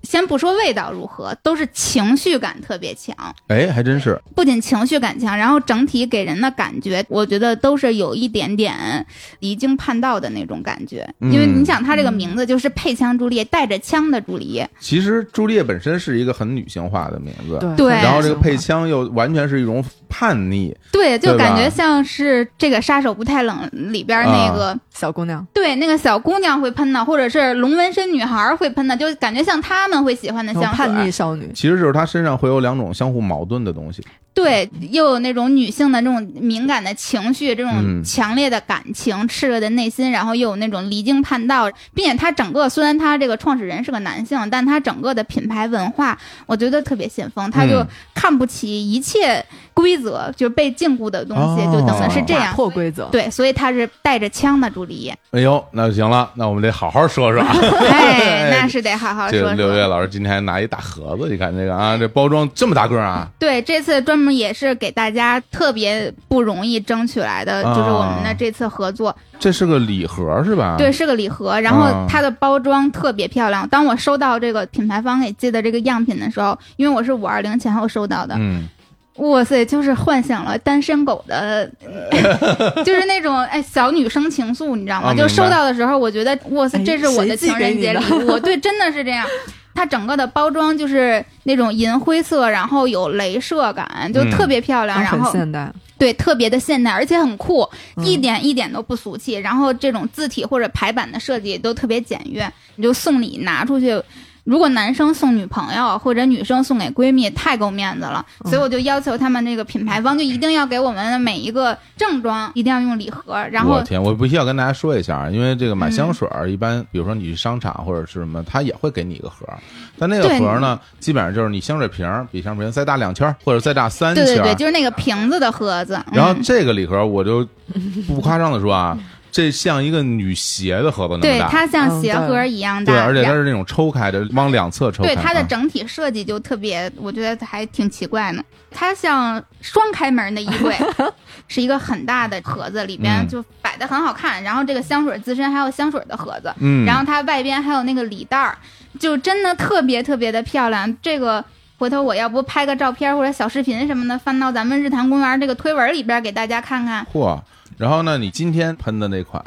Speaker 2: 先不说味道如何，都是情绪感特别强，
Speaker 1: 哎，还真是
Speaker 2: 不仅情绪感强，然后整体给人的感觉，我觉得都是有一点点离经叛道的那种感觉。
Speaker 1: 嗯
Speaker 2: 因为你想，它这个名字就是配枪朱丽叶，带着枪的朱丽叶，
Speaker 1: 其实朱丽叶本身是一个很女性化的名字，
Speaker 3: 对
Speaker 2: 对
Speaker 1: 然后这个配枪又完全是一种叛逆，
Speaker 2: 对，就
Speaker 1: 对吧啊
Speaker 2: 感觉像是这个《杀手不太冷》里边那个
Speaker 3: 小姑娘，
Speaker 2: 对，那个小姑娘会喷的，或者是龙纹身女孩儿会喷的，就感觉像她们会喜欢的
Speaker 3: 那
Speaker 2: 香
Speaker 3: 种
Speaker 2: 水。
Speaker 3: 哦叛逆少女，
Speaker 1: 其实就是他身上会有两种相互矛盾的东西，
Speaker 2: 对，又有那种女性的这种敏感的情绪，这种
Speaker 1: 嗯
Speaker 2: 强烈的感情、炽热的内心，然后又有那种离经叛道，并且他整个虽然他这个创始人是个男性，但他整个的品牌文化，我觉得特别信奉，他就
Speaker 1: 嗯
Speaker 2: 看不起一切规则，就是被禁锢的东西，
Speaker 1: 哦
Speaker 2: 就等的是这
Speaker 3: 打
Speaker 2: 样。
Speaker 3: 破规则，
Speaker 2: 对，所以他是带着枪的朱丽 叶，
Speaker 1: 哎呦，那就行了，那我们得好好说说啊。
Speaker 2: 哎，那是得好好
Speaker 1: 这个
Speaker 2: 说
Speaker 1: 刘烨
Speaker 2: 说。
Speaker 1: 老师今天还拿一大盒子，你看这个啊，这包装这么大个儿啊，
Speaker 2: 对，这次专门也是给大家特别不容易争取来的，就是我们的
Speaker 1: 啊
Speaker 2: 这次合作。
Speaker 1: 这是个礼盒是吧？
Speaker 2: 对，，是个礼盒，然后
Speaker 1: 啊
Speaker 2: 它的包装特别漂亮。当我收到这个品牌方给寄的这个样品的时候，因为我是五二零前后收到的，
Speaker 1: 嗯，
Speaker 2: 哇塞，就是幻想了单身狗的， 就是那种哎小女生情愫，你知道
Speaker 1: 啊
Speaker 2: 吗？就
Speaker 1: 明白
Speaker 2: 收到的时候，我觉得哇塞，
Speaker 3: 哎
Speaker 2: 这是我的
Speaker 3: 谁寄
Speaker 2: 情人节
Speaker 3: 给
Speaker 2: 礼
Speaker 3: 你
Speaker 2: 物，对，真的是这样。它整个的包装就是那种银灰色，然后有镭射感，就
Speaker 1: 嗯
Speaker 2: 特别漂亮。
Speaker 3: 啊
Speaker 2: 然
Speaker 3: 很
Speaker 2: 后
Speaker 3: 现代，
Speaker 2: 对，特别的现代，而且很酷，
Speaker 3: 嗯
Speaker 2: 一点一点都不俗气。然后这种字体或者排版的设计都特别简约，你就送礼拿出去。如果男生送女朋友或者女生送给闺蜜，太够面子了，
Speaker 1: 嗯
Speaker 2: 所以我就要求他们这个品牌方就一定要给我们的每一个正装一定要用礼盒，然后
Speaker 1: 我天，我必须要跟大家说一下，因为这个买香水儿，一般比如说你去商场或者是什么，他也会给你一个盒儿，但那个
Speaker 2: 对
Speaker 1: 盒儿呢，基本上就是你香水瓶儿比香水瓶再大两圈儿或者再大三
Speaker 2: 对
Speaker 1: 圈
Speaker 2: 对对，
Speaker 1: 儿，
Speaker 2: 就是那个瓶子的盒子。
Speaker 1: 啊然后
Speaker 2: 嗯
Speaker 1: 这个礼盒我就不夸张的说啊， 这像一个女鞋的盒子那
Speaker 2: 对
Speaker 1: 么大，
Speaker 2: 它像
Speaker 3: 嗯
Speaker 2: 鞋
Speaker 3: 对
Speaker 2: 盒一样大，
Speaker 1: 对，而且它
Speaker 2: 然
Speaker 1: 是那种抽开的，往两侧抽开，
Speaker 2: 对它的
Speaker 1: 啊
Speaker 2: 整体设计就特别，我觉得还挺奇怪呢。它像双开门的衣柜， 是一个很大的盒子，里边
Speaker 1: 嗯
Speaker 2: 就摆的很好看。然后这个香水自身还有香水的盒子，
Speaker 1: 嗯，
Speaker 2: 然后它外边还有那个礼袋儿，就真的特别特别的漂亮。这个回头我要不拍个照片或者小视频什么的，翻到咱们日坛公园这个推文里边给大家看看。
Speaker 1: 嚯，然后呢，你今天喷的那款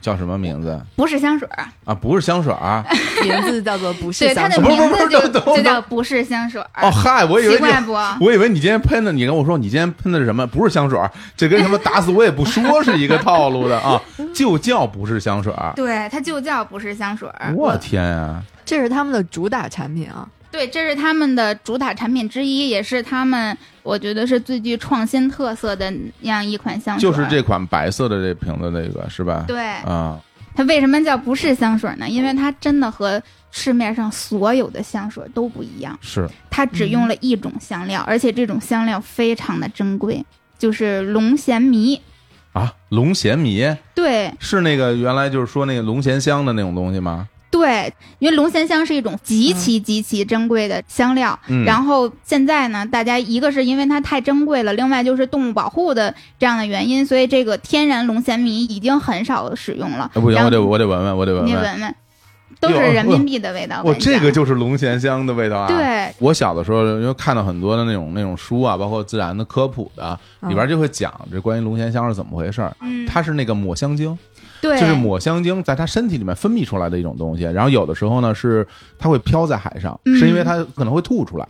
Speaker 1: 叫什么名字
Speaker 2: 不是香水儿，
Speaker 1: 啊？不是香水 儿，
Speaker 3: 名字叫做不是
Speaker 2: 对它
Speaker 3: 香
Speaker 2: 的
Speaker 3: 水，
Speaker 1: 不是
Speaker 2: 名
Speaker 1: 不是
Speaker 2: 字
Speaker 1: 不是
Speaker 2: 就
Speaker 1: 等会儿
Speaker 2: 就叫不是香水儿，
Speaker 1: 哦嗨，我以为
Speaker 2: 奇
Speaker 1: 你
Speaker 2: 怪不？
Speaker 1: 我以为你今天喷的，你跟我说你今天喷的是什么？不是香水儿，这跟什么打死我也不说是一个套路的 啊，就叫不是香水儿。
Speaker 2: 对，它就叫不是香水儿。
Speaker 1: 我天啊！
Speaker 3: 这是他们的主打产品啊，
Speaker 2: 对，这是他们的主打产品之一，也是他们我觉得是最具创新特色的那样一款香水。
Speaker 1: 就是这。款白色的这瓶子，那个是吧？
Speaker 2: 嗯对，
Speaker 1: 啊，
Speaker 2: 它为什么叫不是香水呢？因为它真的和市面上所有的香水都不一样，
Speaker 1: 是
Speaker 2: 它只
Speaker 1: 嗯
Speaker 2: 用了一种香料，而且这种香料非常的珍贵，就是龙涎醚。
Speaker 1: 啊，龙涎醚
Speaker 2: 对
Speaker 1: 是那个原来就是说那个龙涎香的那种东西吗？
Speaker 2: 对，因为龙涎香是一种极其极其珍贵的香料，
Speaker 1: 嗯，
Speaker 2: 然后现在呢，大家一个是因为它太珍贵了，另外就是动物保护的这样的原因，所以这个天然龙涎醚已经很少使用了。
Speaker 1: 哎不行，
Speaker 2: 然
Speaker 1: 我
Speaker 2: 后
Speaker 1: 得我得闻闻，我得闻
Speaker 2: 你
Speaker 1: 闻。
Speaker 2: 闻闻，都是
Speaker 1: 哟
Speaker 2: 人民币的味道。
Speaker 1: 我
Speaker 2: 跟你讲
Speaker 1: 这个就是龙涎香的味道啊！，
Speaker 2: 对
Speaker 1: 我小的时候因为看到很多的那种那种书啊，包括自然的科普的，
Speaker 3: 嗯
Speaker 1: 里边就会讲这关于龙涎香是怎么回事儿。
Speaker 2: 嗯
Speaker 1: 它是那个抹香鲸，
Speaker 2: 对
Speaker 1: 就是抹香鲸在它身体里面分泌出来的一种东西。然后有的时候呢是它会飘在海上，
Speaker 2: 嗯
Speaker 1: 是因为它可能会吐出来，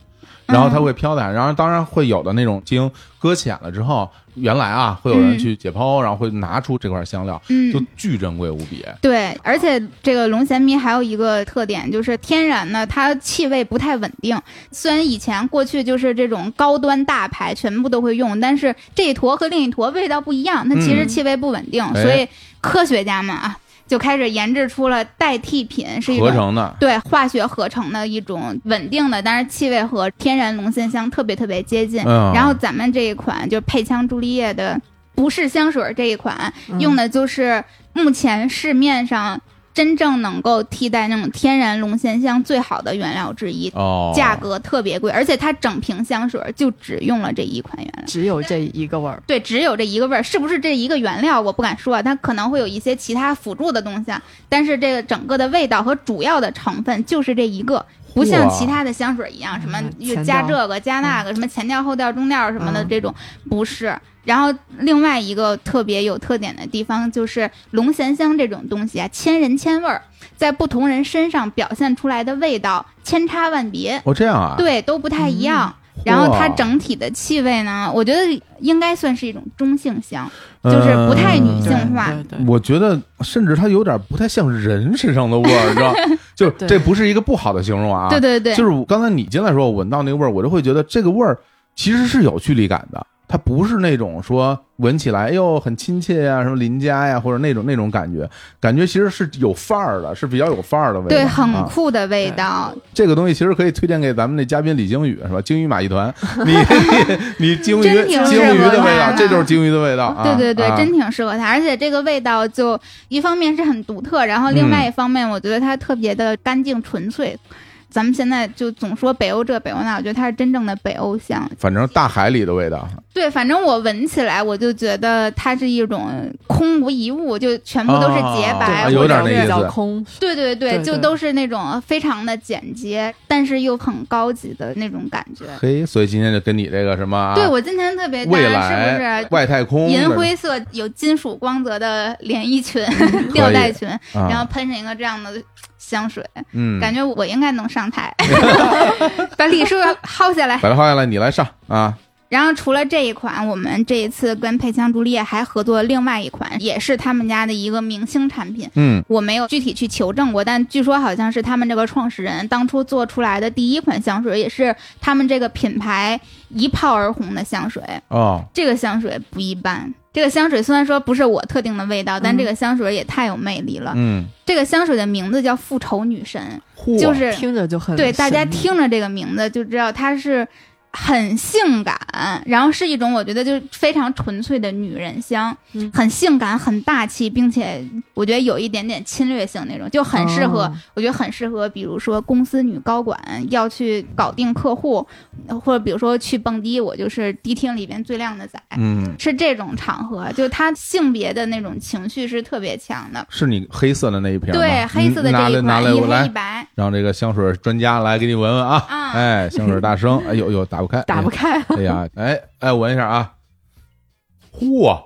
Speaker 1: 然后它会飘在海上。然后当然会有的那种鲸搁浅了之后，原来啊会有人
Speaker 2: 嗯
Speaker 1: 去解剖，然后会拿出这块香料，就
Speaker 2: 嗯。
Speaker 1: 巨珍贵无比。
Speaker 2: 对，而且这个龙涎蜜还有一个特点，就是天然的，它气味不太稳定。虽然以前过去就是这种高端大牌全部都会用，但是这一坨和另一坨味道不一样，它其实
Speaker 1: 嗯
Speaker 2: 气味不稳定，
Speaker 1: 哎
Speaker 2: 所以科学家们啊就开始研制出了代替品，是一
Speaker 1: 合
Speaker 2: 种
Speaker 1: 成的，
Speaker 2: 对化学合成的一种稳定的，但是气味和天然龙涎香特别特别接近。
Speaker 1: 嗯
Speaker 2: 然后咱们这一款就配枪朱丽叶的不是香水这一款，
Speaker 3: 嗯
Speaker 2: 用的就是目前市面上真正能够替代那种天然龙涎香最好的原料之一，
Speaker 1: 哦，
Speaker 2: 价格特别贵，而且它整瓶香水就只用了这一款原料。
Speaker 3: 只有这一个味儿，
Speaker 2: 对，只有这一个味儿，是不是这一个原料我不敢说，啊，它可能会有一些其他辅助的东西，啊。但是这个整个的味道和主要的成分就是这一个，不像
Speaker 1: 哇
Speaker 2: 其他的香水一样，什么
Speaker 3: 嗯
Speaker 2: 又
Speaker 3: 前
Speaker 2: 加
Speaker 3: 调
Speaker 2: 这个加那个，什么前调后调中调什么的
Speaker 3: 嗯
Speaker 2: 这种，不是。然后另外一个特别有特点的地方就是龙涎香这种东西啊，千人千味儿，在不同人身上表现出来的味道千差万别，
Speaker 1: 哦这样啊，
Speaker 3: 嗯
Speaker 2: 对，都不太一样。然后它
Speaker 1: 哇
Speaker 2: 整体的气味呢，我觉得应该算是一种中性香，就是不太女性
Speaker 1: 嗯
Speaker 2: 化
Speaker 4: 对对
Speaker 1: 我觉得，甚至它有点不太像人身上的味儿，你知道？ 就
Speaker 4: 对
Speaker 1: 这不是一个不好的形容啊。
Speaker 2: 对对对，
Speaker 1: 就是我刚才你进来的时候，我闻到那个味儿，我就会觉得这个味儿其实是有距离感的，它不是那种说闻起来哎呦很亲切呀、什么邻家呀、或者那种那种感觉，感觉其实是有范儿的，是比较有范儿的味道。
Speaker 2: 对很
Speaker 1: 啊、
Speaker 2: 酷的味
Speaker 4: 对
Speaker 2: 道，
Speaker 1: 这个东西其实可以推荐给咱们那嘉宾李鲸鱼， 是吧？鲸鱼马戏团，你你鲸鱼
Speaker 2: 真挺
Speaker 1: 鲸鱼
Speaker 2: 适
Speaker 1: 的
Speaker 2: 合
Speaker 1: 味道
Speaker 2: 他，的
Speaker 1: 这就是鲸鱼的味道啊！
Speaker 2: 对对对，
Speaker 1: 啊
Speaker 2: 真挺适合它。而且这个味道就一方面是很独特，然后
Speaker 1: 嗯
Speaker 2: 另外一方面，我觉得它特别的干净纯粹。咱们现在就总说北欧这北欧那，我觉得它是真正的北欧香。
Speaker 1: 反正大海里的味道，
Speaker 2: 对，反正我闻起来，我就觉得它是一种空无一物，就全部都是洁白，
Speaker 1: 啊
Speaker 2: 或
Speaker 1: 有点那
Speaker 2: 者
Speaker 1: 意思
Speaker 2: 是
Speaker 3: 比较空，
Speaker 2: 对对对，
Speaker 3: 对
Speaker 2: 就
Speaker 3: 对
Speaker 2: 都是那种呃非常的简洁，但是又很高级的那种感觉。
Speaker 1: 嘿，所以今天就跟你这个什么啊
Speaker 2: 对我今天特别搭，
Speaker 1: 未
Speaker 2: 是
Speaker 1: 来
Speaker 2: 不是？
Speaker 1: 外太空
Speaker 2: 银
Speaker 1: 的
Speaker 2: 灰色有金属光泽的连衣裙、 吊带裙，
Speaker 1: 嗯啊
Speaker 2: 然后喷上一个这样的香水，
Speaker 1: 嗯，
Speaker 2: 感觉我应该能上 台， 把李叔薅下来。
Speaker 1: 把它放下来，你来上啊！
Speaker 2: 然后除了这一款，我们这一次跟佩枪竹叶还合作另外一款，也是他们家的一个明星产品。
Speaker 1: 嗯，
Speaker 2: 我没有具体去求证过，但据说好像是他们这个创始人当初做出来的第一款香水，也是他们这个品牌一炮而红的香水。
Speaker 1: 哦，
Speaker 2: 这个香水不一般，这个香水虽然说不是我特定的味道，但
Speaker 3: 嗯
Speaker 2: 这个香水也太有魅力了。
Speaker 1: 嗯，
Speaker 2: 这个香水的名字叫复仇女神，
Speaker 1: 嚯
Speaker 2: 就是
Speaker 3: 听着就很
Speaker 2: 对大家
Speaker 3: 神秘
Speaker 2: 听着这个名字就知道它是。很性感，然后是一种我觉得就是非常纯粹的女人香，
Speaker 3: 嗯
Speaker 2: 很性感、很大气，并且我觉得有一点点侵略性那种，就很适合，
Speaker 3: 哦
Speaker 2: 我觉得很适合，比如说公司女高管要去搞定客户，呃或者比如说去蹦迪，我就是迪厅里边最靓的仔，
Speaker 1: 嗯，
Speaker 2: 是这种场合，就他性别的那种情绪是特别强的。
Speaker 1: 是你黑色的那一瓶吗，
Speaker 2: 对，黑色的
Speaker 1: 嗯拿来
Speaker 2: 这一
Speaker 1: 拿
Speaker 2: 款，
Speaker 1: 来
Speaker 2: 一
Speaker 1: 我
Speaker 2: 黑一
Speaker 1: 来，
Speaker 2: 白，
Speaker 1: 让这个香水专家来给你闻闻啊！
Speaker 2: 啊
Speaker 1: 哎，香水大生，哎呦呦，打不开，
Speaker 3: 打不 开，
Speaker 1: 开，哎呀，哎哎，闻一下啊！嚯，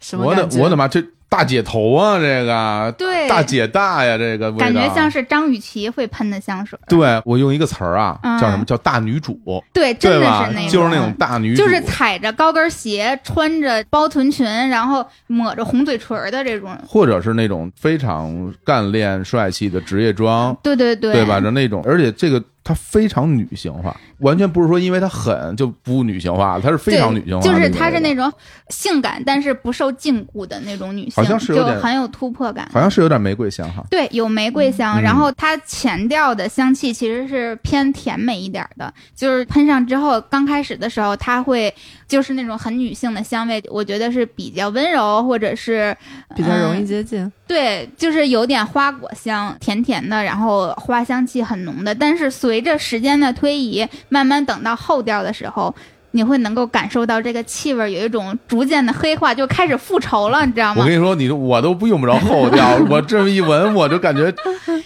Speaker 3: 什么
Speaker 1: 我的
Speaker 3: 感觉
Speaker 1: 我的妈，这大姐头啊，这个
Speaker 2: 对，
Speaker 1: 大姐大呀，这个味道
Speaker 2: 感觉像是张雨绮会喷的香水。
Speaker 1: 对我用一个词儿啊，
Speaker 2: 嗯
Speaker 1: 叫什么叫大女主，
Speaker 2: 对，真
Speaker 1: 对
Speaker 2: 的
Speaker 1: 吧
Speaker 2: 是那？
Speaker 1: 就是那种。大女主，
Speaker 2: 就是踩着高跟鞋，穿着包臀裙，然后抹着红嘴唇儿的这种，
Speaker 1: 或者是那种非常干练帅气的职业装，
Speaker 2: 对对对，
Speaker 1: 对吧？就那种，而且这个它非常女性化，完全不是说因为它狠就不女性化了，它是非
Speaker 2: 对
Speaker 1: 常女性化的
Speaker 2: 就
Speaker 1: 种味
Speaker 2: 是
Speaker 1: 道。
Speaker 2: 她是那种性感但是不受禁锢的那种女性，
Speaker 1: 好像是有
Speaker 2: 就
Speaker 1: 点
Speaker 2: 很有突破感，
Speaker 1: 好像是有点玫瑰香哈。
Speaker 2: 对，有玫瑰香，
Speaker 1: 嗯
Speaker 2: 然后它前调的香气其实是偏甜美一点儿的，就是喷上之后，刚开始的时候它会就是那种很女性的香味，我觉得是比较温柔，或者是
Speaker 3: 比较容易
Speaker 2: 嗯
Speaker 3: 接近，
Speaker 2: 对，就是有点花果香，甜甜的，然后花香气很浓的。但是随着时间的推移，慢慢等到后调的时候。你会能够感受到这个气味儿有一种逐渐的黑化，就开始复仇了，你知道
Speaker 1: 我
Speaker 2: 吗
Speaker 1: 跟？你说，你我都不用不着后 调，我这么一闻，我就感觉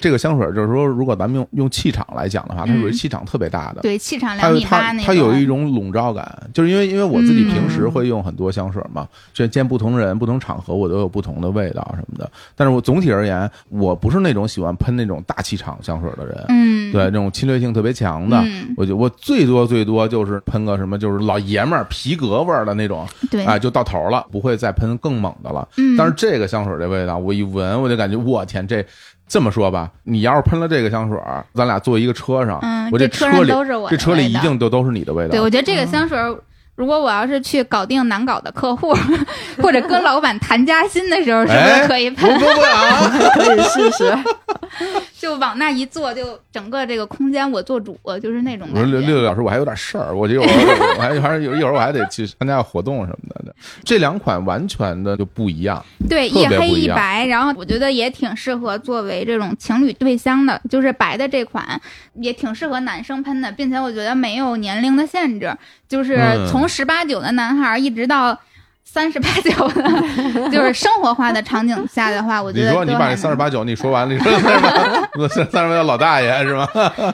Speaker 1: 这个香水就是说，如果咱们用用气场来讲的话，它属于
Speaker 2: 嗯
Speaker 1: 气场特别大的。
Speaker 2: 对，气场
Speaker 1: 它
Speaker 2: 两
Speaker 1: 有
Speaker 2: 米八
Speaker 1: 它
Speaker 2: 那种。
Speaker 1: 它有一种笼罩感，就是因为因为我自己平时
Speaker 3: 嗯
Speaker 1: 会用很多香水嘛，这见不同人、不同场合我都有不同的味道什么的。但是我总体而言，我不是那种喜欢喷那种大气场香水的人，
Speaker 2: 嗯，
Speaker 1: 对那种侵略性特别强的。
Speaker 2: 嗯，
Speaker 1: 我就我最多最多就是喷个什么，就是老爷们儿皮革味儿的那种，
Speaker 2: 对，
Speaker 1: 哎，就到头了，不会再喷更猛的了。
Speaker 2: 嗯，
Speaker 1: 但是这个香水这味道，我一闻我就感觉，我天，这这么说吧，你要是喷了这个香水儿，咱俩坐一个车上，
Speaker 2: 嗯，
Speaker 1: 我
Speaker 2: 这
Speaker 1: 车
Speaker 2: 上
Speaker 1: 里
Speaker 2: 都是我
Speaker 1: 这
Speaker 2: 的
Speaker 1: 车里
Speaker 2: 味
Speaker 1: 一
Speaker 2: 道
Speaker 1: 定都都是你的味
Speaker 2: 对，
Speaker 1: 道。嗯
Speaker 2: 我觉得这个香水儿，如果我要是去搞定难搞的客户， 或者跟老板谈加薪的时候，是不
Speaker 1: 哎
Speaker 2: 是可以
Speaker 1: 不
Speaker 2: 喷？
Speaker 1: 不不 啊！
Speaker 3: 可以试试。
Speaker 2: 就往那一坐，就整个这个空间我做主，就是那种
Speaker 1: 我说
Speaker 2: 感
Speaker 1: 六
Speaker 2: 觉。
Speaker 1: 六个小时我还有点事儿，我这会儿我还还是有一会儿我还得去参加活动什么的。这两款完全的就不一样，
Speaker 2: 对，
Speaker 1: 特
Speaker 2: 一
Speaker 1: 别
Speaker 2: 黑
Speaker 1: 不一
Speaker 2: 一
Speaker 1: 样
Speaker 2: 白，然后我觉得也挺适合作为这种情侣对香的，就是白的这款也挺适合男生喷的，并且我觉得没有年龄的限制，就是
Speaker 1: 嗯
Speaker 2: 从十八九的男孩儿一直到。三十八九的， 就是生活化的场景下的话，我觉
Speaker 1: 你
Speaker 2: 得
Speaker 1: 说你
Speaker 2: 都
Speaker 1: 把
Speaker 2: 还
Speaker 1: 那
Speaker 2: 能
Speaker 1: 三十八九你说完了，你说三十八三十八九老大爷是吧？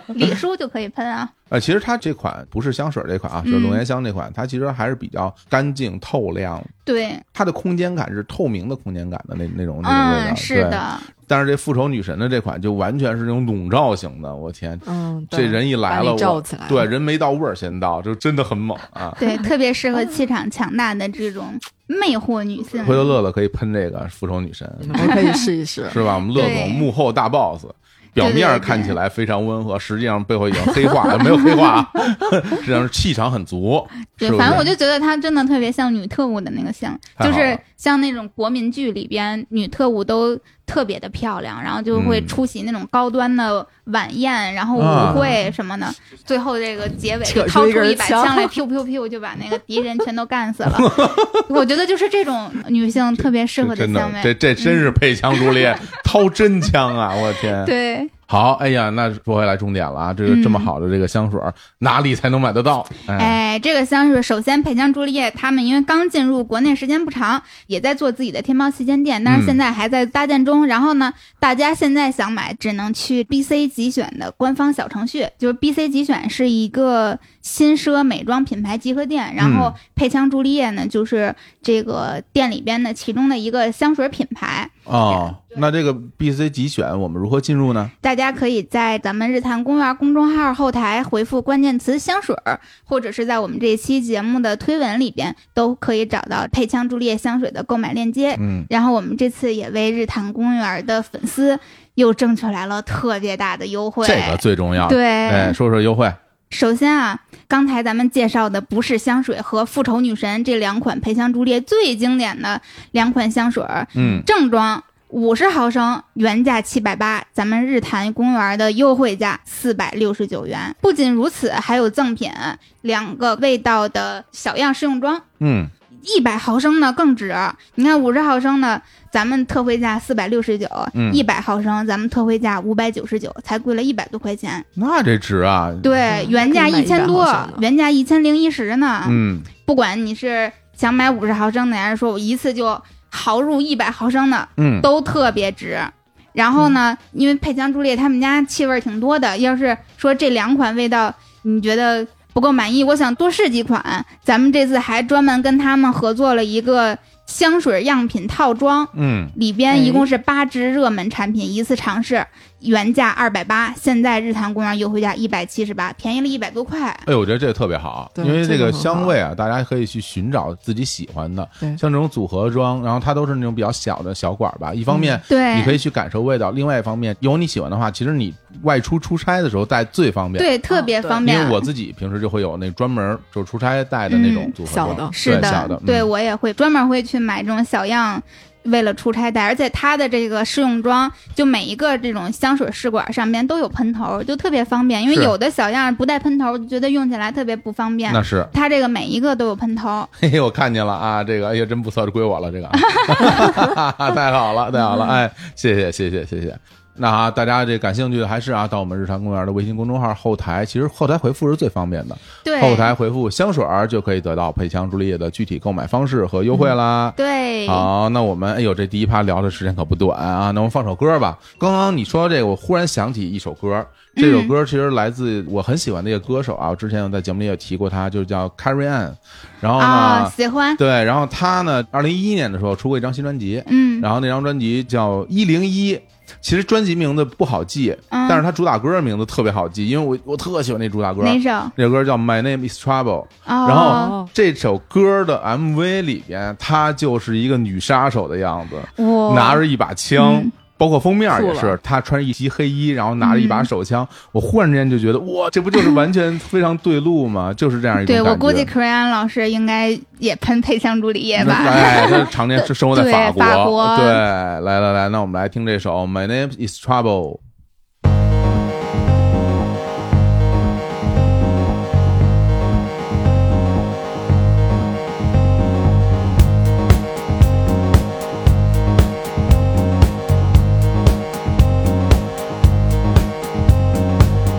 Speaker 2: 李叔就可以喷啊，
Speaker 1: 呃，其实它这款不是香水这款啊，就是
Speaker 2: 嗯
Speaker 1: 龙涎香这款，它其实还是比较干净透亮，
Speaker 2: 对，
Speaker 1: 它的空间感是透明的空间感的那那种那种味道。
Speaker 2: 嗯，是
Speaker 1: 对。
Speaker 2: 的，
Speaker 1: 但是这复仇女神的这款就完全是那种笼罩型的，我天，
Speaker 3: 嗯，
Speaker 1: 这
Speaker 3: 对
Speaker 1: 人一来
Speaker 3: 把你
Speaker 1: 了，
Speaker 3: 罩
Speaker 1: 我
Speaker 3: 起来
Speaker 1: 对
Speaker 3: 了
Speaker 1: 人没到味儿先到，就真的很猛啊！
Speaker 2: 对，特别适合气场强大的这种魅惑女性。
Speaker 1: 回头乐乐可以喷这个复仇女神，
Speaker 3: 我可以试一试。
Speaker 1: 是吧？我们乐
Speaker 2: 对
Speaker 1: 总幕后大 boss，表
Speaker 2: 对对
Speaker 1: 面儿
Speaker 2: 对
Speaker 1: 看起来非常温和，实际上背后已经黑化，没有黑化 啊，实际上是气场很足。
Speaker 2: 对
Speaker 1: 是不，是
Speaker 2: 反正我就觉得她真的特别像女特务的那个像，
Speaker 1: 太好
Speaker 2: 就
Speaker 1: 了
Speaker 2: 是像那种国民剧里边女特务都特别的漂亮，然后就会
Speaker 1: 嗯
Speaker 2: 出席那种高端的晚宴，然后
Speaker 1: 啊
Speaker 2: 舞会什么的，最后这个结尾
Speaker 3: 扯出
Speaker 2: 掏
Speaker 3: 一
Speaker 2: 出
Speaker 3: 根
Speaker 2: 一把
Speaker 3: 枪
Speaker 2: 枪来，piu 哎 piu piu 就把那个敌人全都干死了。我觉得就是这种女性特别适合
Speaker 1: 真
Speaker 2: 香
Speaker 1: 的，这
Speaker 2: 味。嗯
Speaker 1: 这真是配枪如林，掏真枪啊！我天，
Speaker 2: 对，
Speaker 1: 好，哎呀，那说回来重点了啊，这个
Speaker 2: 嗯
Speaker 1: 这么好的这个香水儿，哪里才能买得到？哎，
Speaker 2: 哎，这个香水首先，培香朱丽叶他们因为刚进入国内时间不长，也在做自己的天猫旗舰店，但
Speaker 1: 嗯
Speaker 2: 是现在还在搭建中。然后呢，大家现在想买，只能去 BC 集选的官方小程序，就是 BC 集选是一个新奢美妆品牌集合店，然后配香朱丽叶呢，就是这个店里边的其中的一个香水品牌。
Speaker 1: 哦，那这个 B C 集选我们如何进入呢？
Speaker 2: 大家可以在咱们日坛公园公众号后台回复关键词“香水儿”，或者是在我们这一期节目的推文里边，都可以找到配枪朱丽叶香水的购买链接。
Speaker 1: 嗯，
Speaker 2: 然后我们这次也为日坛公园的粉丝又争取来了特别大的优惠。
Speaker 1: 这个最重要。，
Speaker 2: 对，
Speaker 1: 哎，说说优惠。
Speaker 2: 首先啊，刚才咱们介绍的不是香水和复仇女神这两款配香朱丽叶最经典的两款香水儿，
Speaker 1: 嗯，
Speaker 2: 正装五十毫升原价七百八，咱们日坛公园的优惠价四百六十九元。不仅如此，还有赠品两个味道的小样试用装。
Speaker 1: 嗯，
Speaker 2: 一百毫升呢更值，你看五十毫升呢，咱们特惠价四百六十九
Speaker 1: 嗯，
Speaker 2: 一百毫升咱们特惠价五百九十九，才贵了一百多块钱。
Speaker 1: 那这值啊，
Speaker 2: 对，
Speaker 3: 嗯
Speaker 2: 原价
Speaker 3: 可以买
Speaker 2: 一千
Speaker 3: 100
Speaker 2: 多
Speaker 3: 毫升呢，
Speaker 2: 原价一千零一十呢。
Speaker 1: 嗯，
Speaker 2: 不管你是想买五十毫升的，还是说我一次就豪入一百毫升的，
Speaker 1: 嗯，
Speaker 2: 都特别值。然后呢，因为配香朱丽叶他们家气味儿挺多的，要是说这两款味道你觉得不够满意，我想多试几款。咱们这次还专门跟他们合作了一个香水样品套装，
Speaker 1: 嗯，
Speaker 2: 里边一共是八支热门产品，一次尝试，原价二百八，现在日坛公园优惠价一百七十八，便宜了一百多块。
Speaker 1: 哎，我觉得这特别好，
Speaker 3: 对
Speaker 1: 因为这
Speaker 3: 这
Speaker 1: 个
Speaker 3: 个很好
Speaker 1: 香味啊，大家可以去寻找自己喜欢的，
Speaker 3: 对
Speaker 1: 像这种组合装，然后它都是那种比较小的小管儿吧。一方
Speaker 2: 嗯
Speaker 1: 面你可
Speaker 2: 对
Speaker 1: 以去感受味道，另外一方面有你喜欢的话，其实你外出出差的时候带最方便。
Speaker 2: 对，特别
Speaker 3: 对
Speaker 2: 方
Speaker 1: 啊因
Speaker 2: 便。
Speaker 1: 为我自己平时就会有那专门就出差带的那种
Speaker 2: 嗯
Speaker 1: 组合
Speaker 3: 小
Speaker 1: 装
Speaker 3: 的
Speaker 2: 是
Speaker 1: 对小
Speaker 2: 的，
Speaker 1: 的，嗯
Speaker 2: 我也会专门会去买这种小样，为了出差戴。而且它的这个试用装，就每一个这种香水试管上面都有喷头，就特别方便。因为
Speaker 1: 是
Speaker 2: 有的小样不带喷头，就觉得用起来特别不方便
Speaker 1: 那。是。
Speaker 2: 它这个每一个都有喷头，
Speaker 1: 嘿嘿，我看见了啊，这个哎呀，真不错，这归我了，这个， 啊 太好了，太好了，哎，谢谢，谢谢，谢谢。那啊，大家这感兴趣的还是啊，到我们日常公园的微信公众号后台，其实后台回复是最方便的，
Speaker 2: 对，
Speaker 1: 后台回复香水儿就可以得到配枪朱丽叶的具体购买方式和优惠啦。
Speaker 2: 对，
Speaker 1: 好，那我们哎呦，这第一趴聊的时间可不短啊，那我们放首歌吧。刚刚你说这个，我忽然想起一首歌，这
Speaker 2: 嗯
Speaker 1: 首歌其实来自我很喜欢的一个歌手啊，我之前有在节目里也提过他，就是叫 Carrie Ann。然后呢，
Speaker 2: 啊，喜欢，
Speaker 1: 对，然后他呢，二零一一年的时候出过一张新专辑，
Speaker 2: 嗯，
Speaker 1: 然后那张专辑叫《一零一》，其实专辑名字不好记，但是
Speaker 2: 嗯，
Speaker 1: 他主打歌的名字特别好记，因为我我特喜欢那主打歌。
Speaker 2: 哪首？
Speaker 1: 那首歌叫《My Name Is Trouble》，然
Speaker 2: 哦，
Speaker 1: 后这首歌的 MV 里边，她就是一个女杀手的样子，
Speaker 2: 我
Speaker 1: 拿着一把枪，
Speaker 2: 哦嗯
Speaker 1: 包括封面也
Speaker 3: 酷
Speaker 1: 是，她穿着一袭黑衣，然后拿着一把手枪。我忽然之间就觉得，哇，这不就是完全非常对路吗？就是这样一种
Speaker 2: 对
Speaker 1: 感
Speaker 2: 我
Speaker 1: 觉。
Speaker 2: 估计 c r 安老师应该也喷配香朱丽 叶吧？
Speaker 1: 哎，他常年是生活在
Speaker 2: 对
Speaker 1: 法国。
Speaker 2: 法国
Speaker 1: 对，来来来，那我们来听这首《My Name Is Trouble》。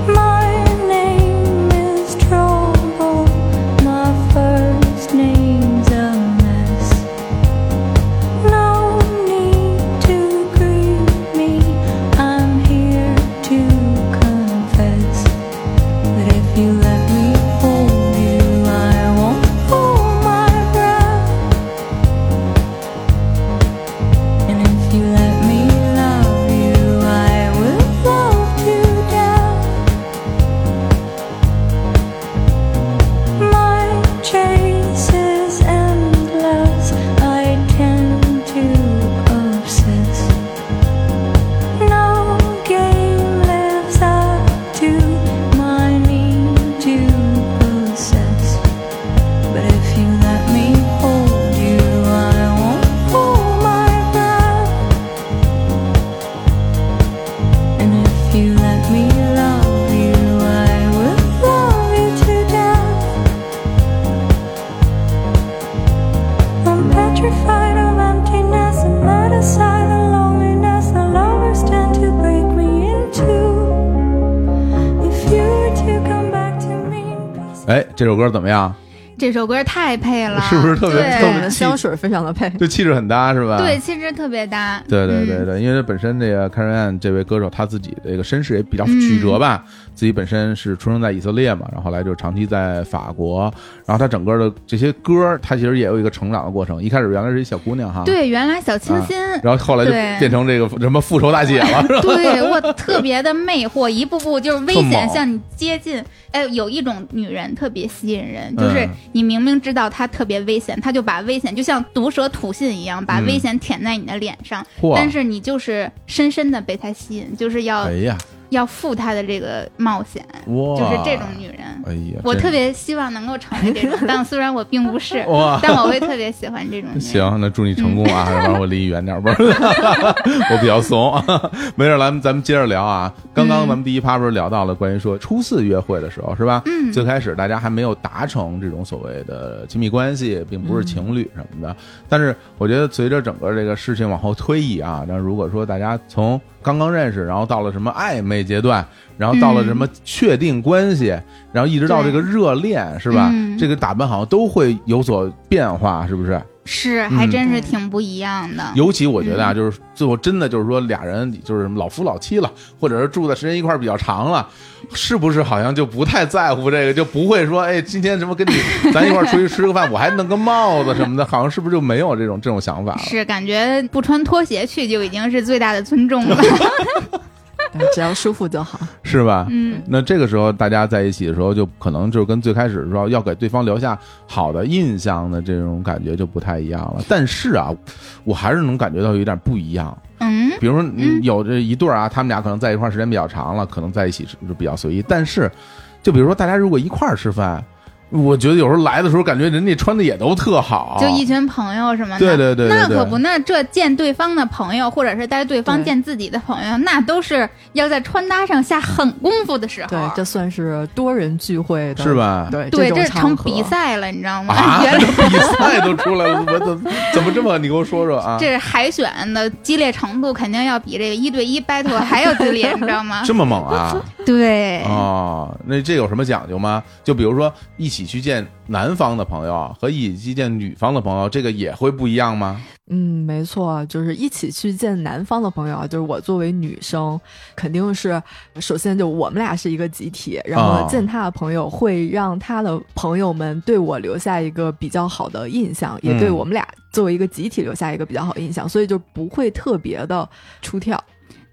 Speaker 4: My name is Trouble. My first name's a mess. No need to grieve me. I'm here
Speaker 1: 哎
Speaker 5: 这首歌怎么样？
Speaker 2: 这首歌太配了，
Speaker 1: 是不是特别
Speaker 2: 对
Speaker 1: 特
Speaker 3: 跟我
Speaker 1: 别
Speaker 3: 们的香水非常的配。
Speaker 1: 这气质很搭是吧？
Speaker 2: 对，气质特别搭。
Speaker 1: 对对对
Speaker 2: 嗯
Speaker 1: 对，因为本身这个 Karen Ann 这位歌手，他自己这个身世也比较
Speaker 2: 嗯
Speaker 1: 曲折吧，自己本身是出生在以色列嘛，然后后来就长期在法国，然后他整个的这些歌，他其实也有一个成长的过程。一开始原来是一小姑娘哈，，
Speaker 2: 对，原来小清
Speaker 1: 啊
Speaker 2: 新，
Speaker 1: 然后后来就
Speaker 2: 对
Speaker 1: 变成这个什么复仇大姐 了，是吧？
Speaker 2: 对我特别的魅惑，一步步就是危
Speaker 1: 特
Speaker 2: 险
Speaker 1: 猛
Speaker 2: 向你接近。哎，有一种女人特别吸引人，就是
Speaker 1: 嗯
Speaker 2: 你明明知道她特别危险，她就把危险就像毒蛇吐信一样，把
Speaker 1: 嗯
Speaker 2: 危险舔在你的脸上，
Speaker 1: 嚯
Speaker 2: 但是你就是深深的被她吸引，就是要、
Speaker 1: 哎呀，
Speaker 2: 要负她的这个冒险，
Speaker 1: 哇，
Speaker 2: 就是这种，女人。
Speaker 1: 哎呀，
Speaker 2: 我
Speaker 1: 真
Speaker 2: 特别希望能够成为这种，但虽然我并不是，
Speaker 1: 哇。
Speaker 2: 但我会特别喜欢这种女人。
Speaker 1: 行，那祝你成功
Speaker 2: 嗯
Speaker 1: 啊！ 然后我离你远点儿，不是，我比较怂。 没事儿，咱们咱们接着聊啊。刚刚咱们第一趴不是聊到了关于说初次约会的时候，是吧？
Speaker 2: 嗯
Speaker 1: 最开始大家还没有达成这种所谓的亲密关系，并
Speaker 2: 嗯
Speaker 1: 不是情侣什么的。但是我觉得随着整个这个事情往后推移啊，然后如果说大家从刚刚认识，然后到了什么暧昧阶段，然后到了什
Speaker 2: 嗯
Speaker 1: 么确定关系，然后一直到这个热恋，是吧？
Speaker 2: 嗯
Speaker 1: 这个打扮好像都会有所变化，是不是？
Speaker 2: 是，还
Speaker 1: 嗯
Speaker 2: 真是
Speaker 3: 对
Speaker 2: 挺不一样的。
Speaker 1: 尤其我觉得啊，
Speaker 2: 嗯
Speaker 1: 就是最后真的就是说俩人就是什么老夫老妻了，或者是住的时间一块儿比较长了，是不是好像就不太在乎这个，就不会说哎今天什么跟你 咱一块儿出去吃个饭，我还弄个帽子什么的，好像是不是就没有这种这种想法了？
Speaker 2: 是感觉不穿拖鞋去就已经是最大的尊重了。
Speaker 3: 对只要舒服就好。
Speaker 1: 是吧？
Speaker 2: 嗯，
Speaker 1: 那这个时候大家在一起的时候，就可能就跟最开始说要给对方留下好的印象的这种感觉就不太一样了。但是啊，我还是能感觉到有点不一样。
Speaker 2: 嗯，
Speaker 1: 比如说嗯
Speaker 2: 嗯
Speaker 1: 有这一对儿啊，他们俩可能在一块儿时间比较长了，可能在一起就比较随意。但是，就比如说大家如果一块儿吃饭，我觉得有时候来的时候感觉人家穿的也都特好，
Speaker 2: 就一群朋友什么的。
Speaker 1: 对对对对
Speaker 2: 那
Speaker 1: 对
Speaker 2: 可不，那这见对方的朋友，或者是带对方
Speaker 3: 对
Speaker 2: 见自己的朋友，那都是要在穿搭上下狠功夫的时候。
Speaker 3: 对，这算是多人聚会的，
Speaker 1: 是？吧？
Speaker 3: 对，
Speaker 2: 对，
Speaker 3: 种
Speaker 2: 这
Speaker 3: 场
Speaker 2: 成
Speaker 3: 合
Speaker 2: 比。赛了，你知道吗？
Speaker 1: 啊，
Speaker 2: 原来
Speaker 1: 比赛都出来了，我怎么怎么这么？你给我说说啊，
Speaker 2: 这海选的激烈程度肯定要比这个一对一 battle 还要激烈，你知道吗？
Speaker 1: 这么猛啊！
Speaker 2: 对，
Speaker 1: 哦，那这有什么讲究吗？就比如说一起去见男方的朋友和一起去见女方的朋友，这个也会不一样吗？
Speaker 3: 嗯，没错，就是一起去见南方的朋友啊，就是我作为女生，肯定是首先就我们俩是一个集体，然
Speaker 1: 啊
Speaker 3: 后见他的朋友会让他的朋友们对我留下一个比较好的印象，也对
Speaker 1: 嗯
Speaker 3: 我们俩作为一个集体留下一个比较好的印象，所以就不会特别的出跳，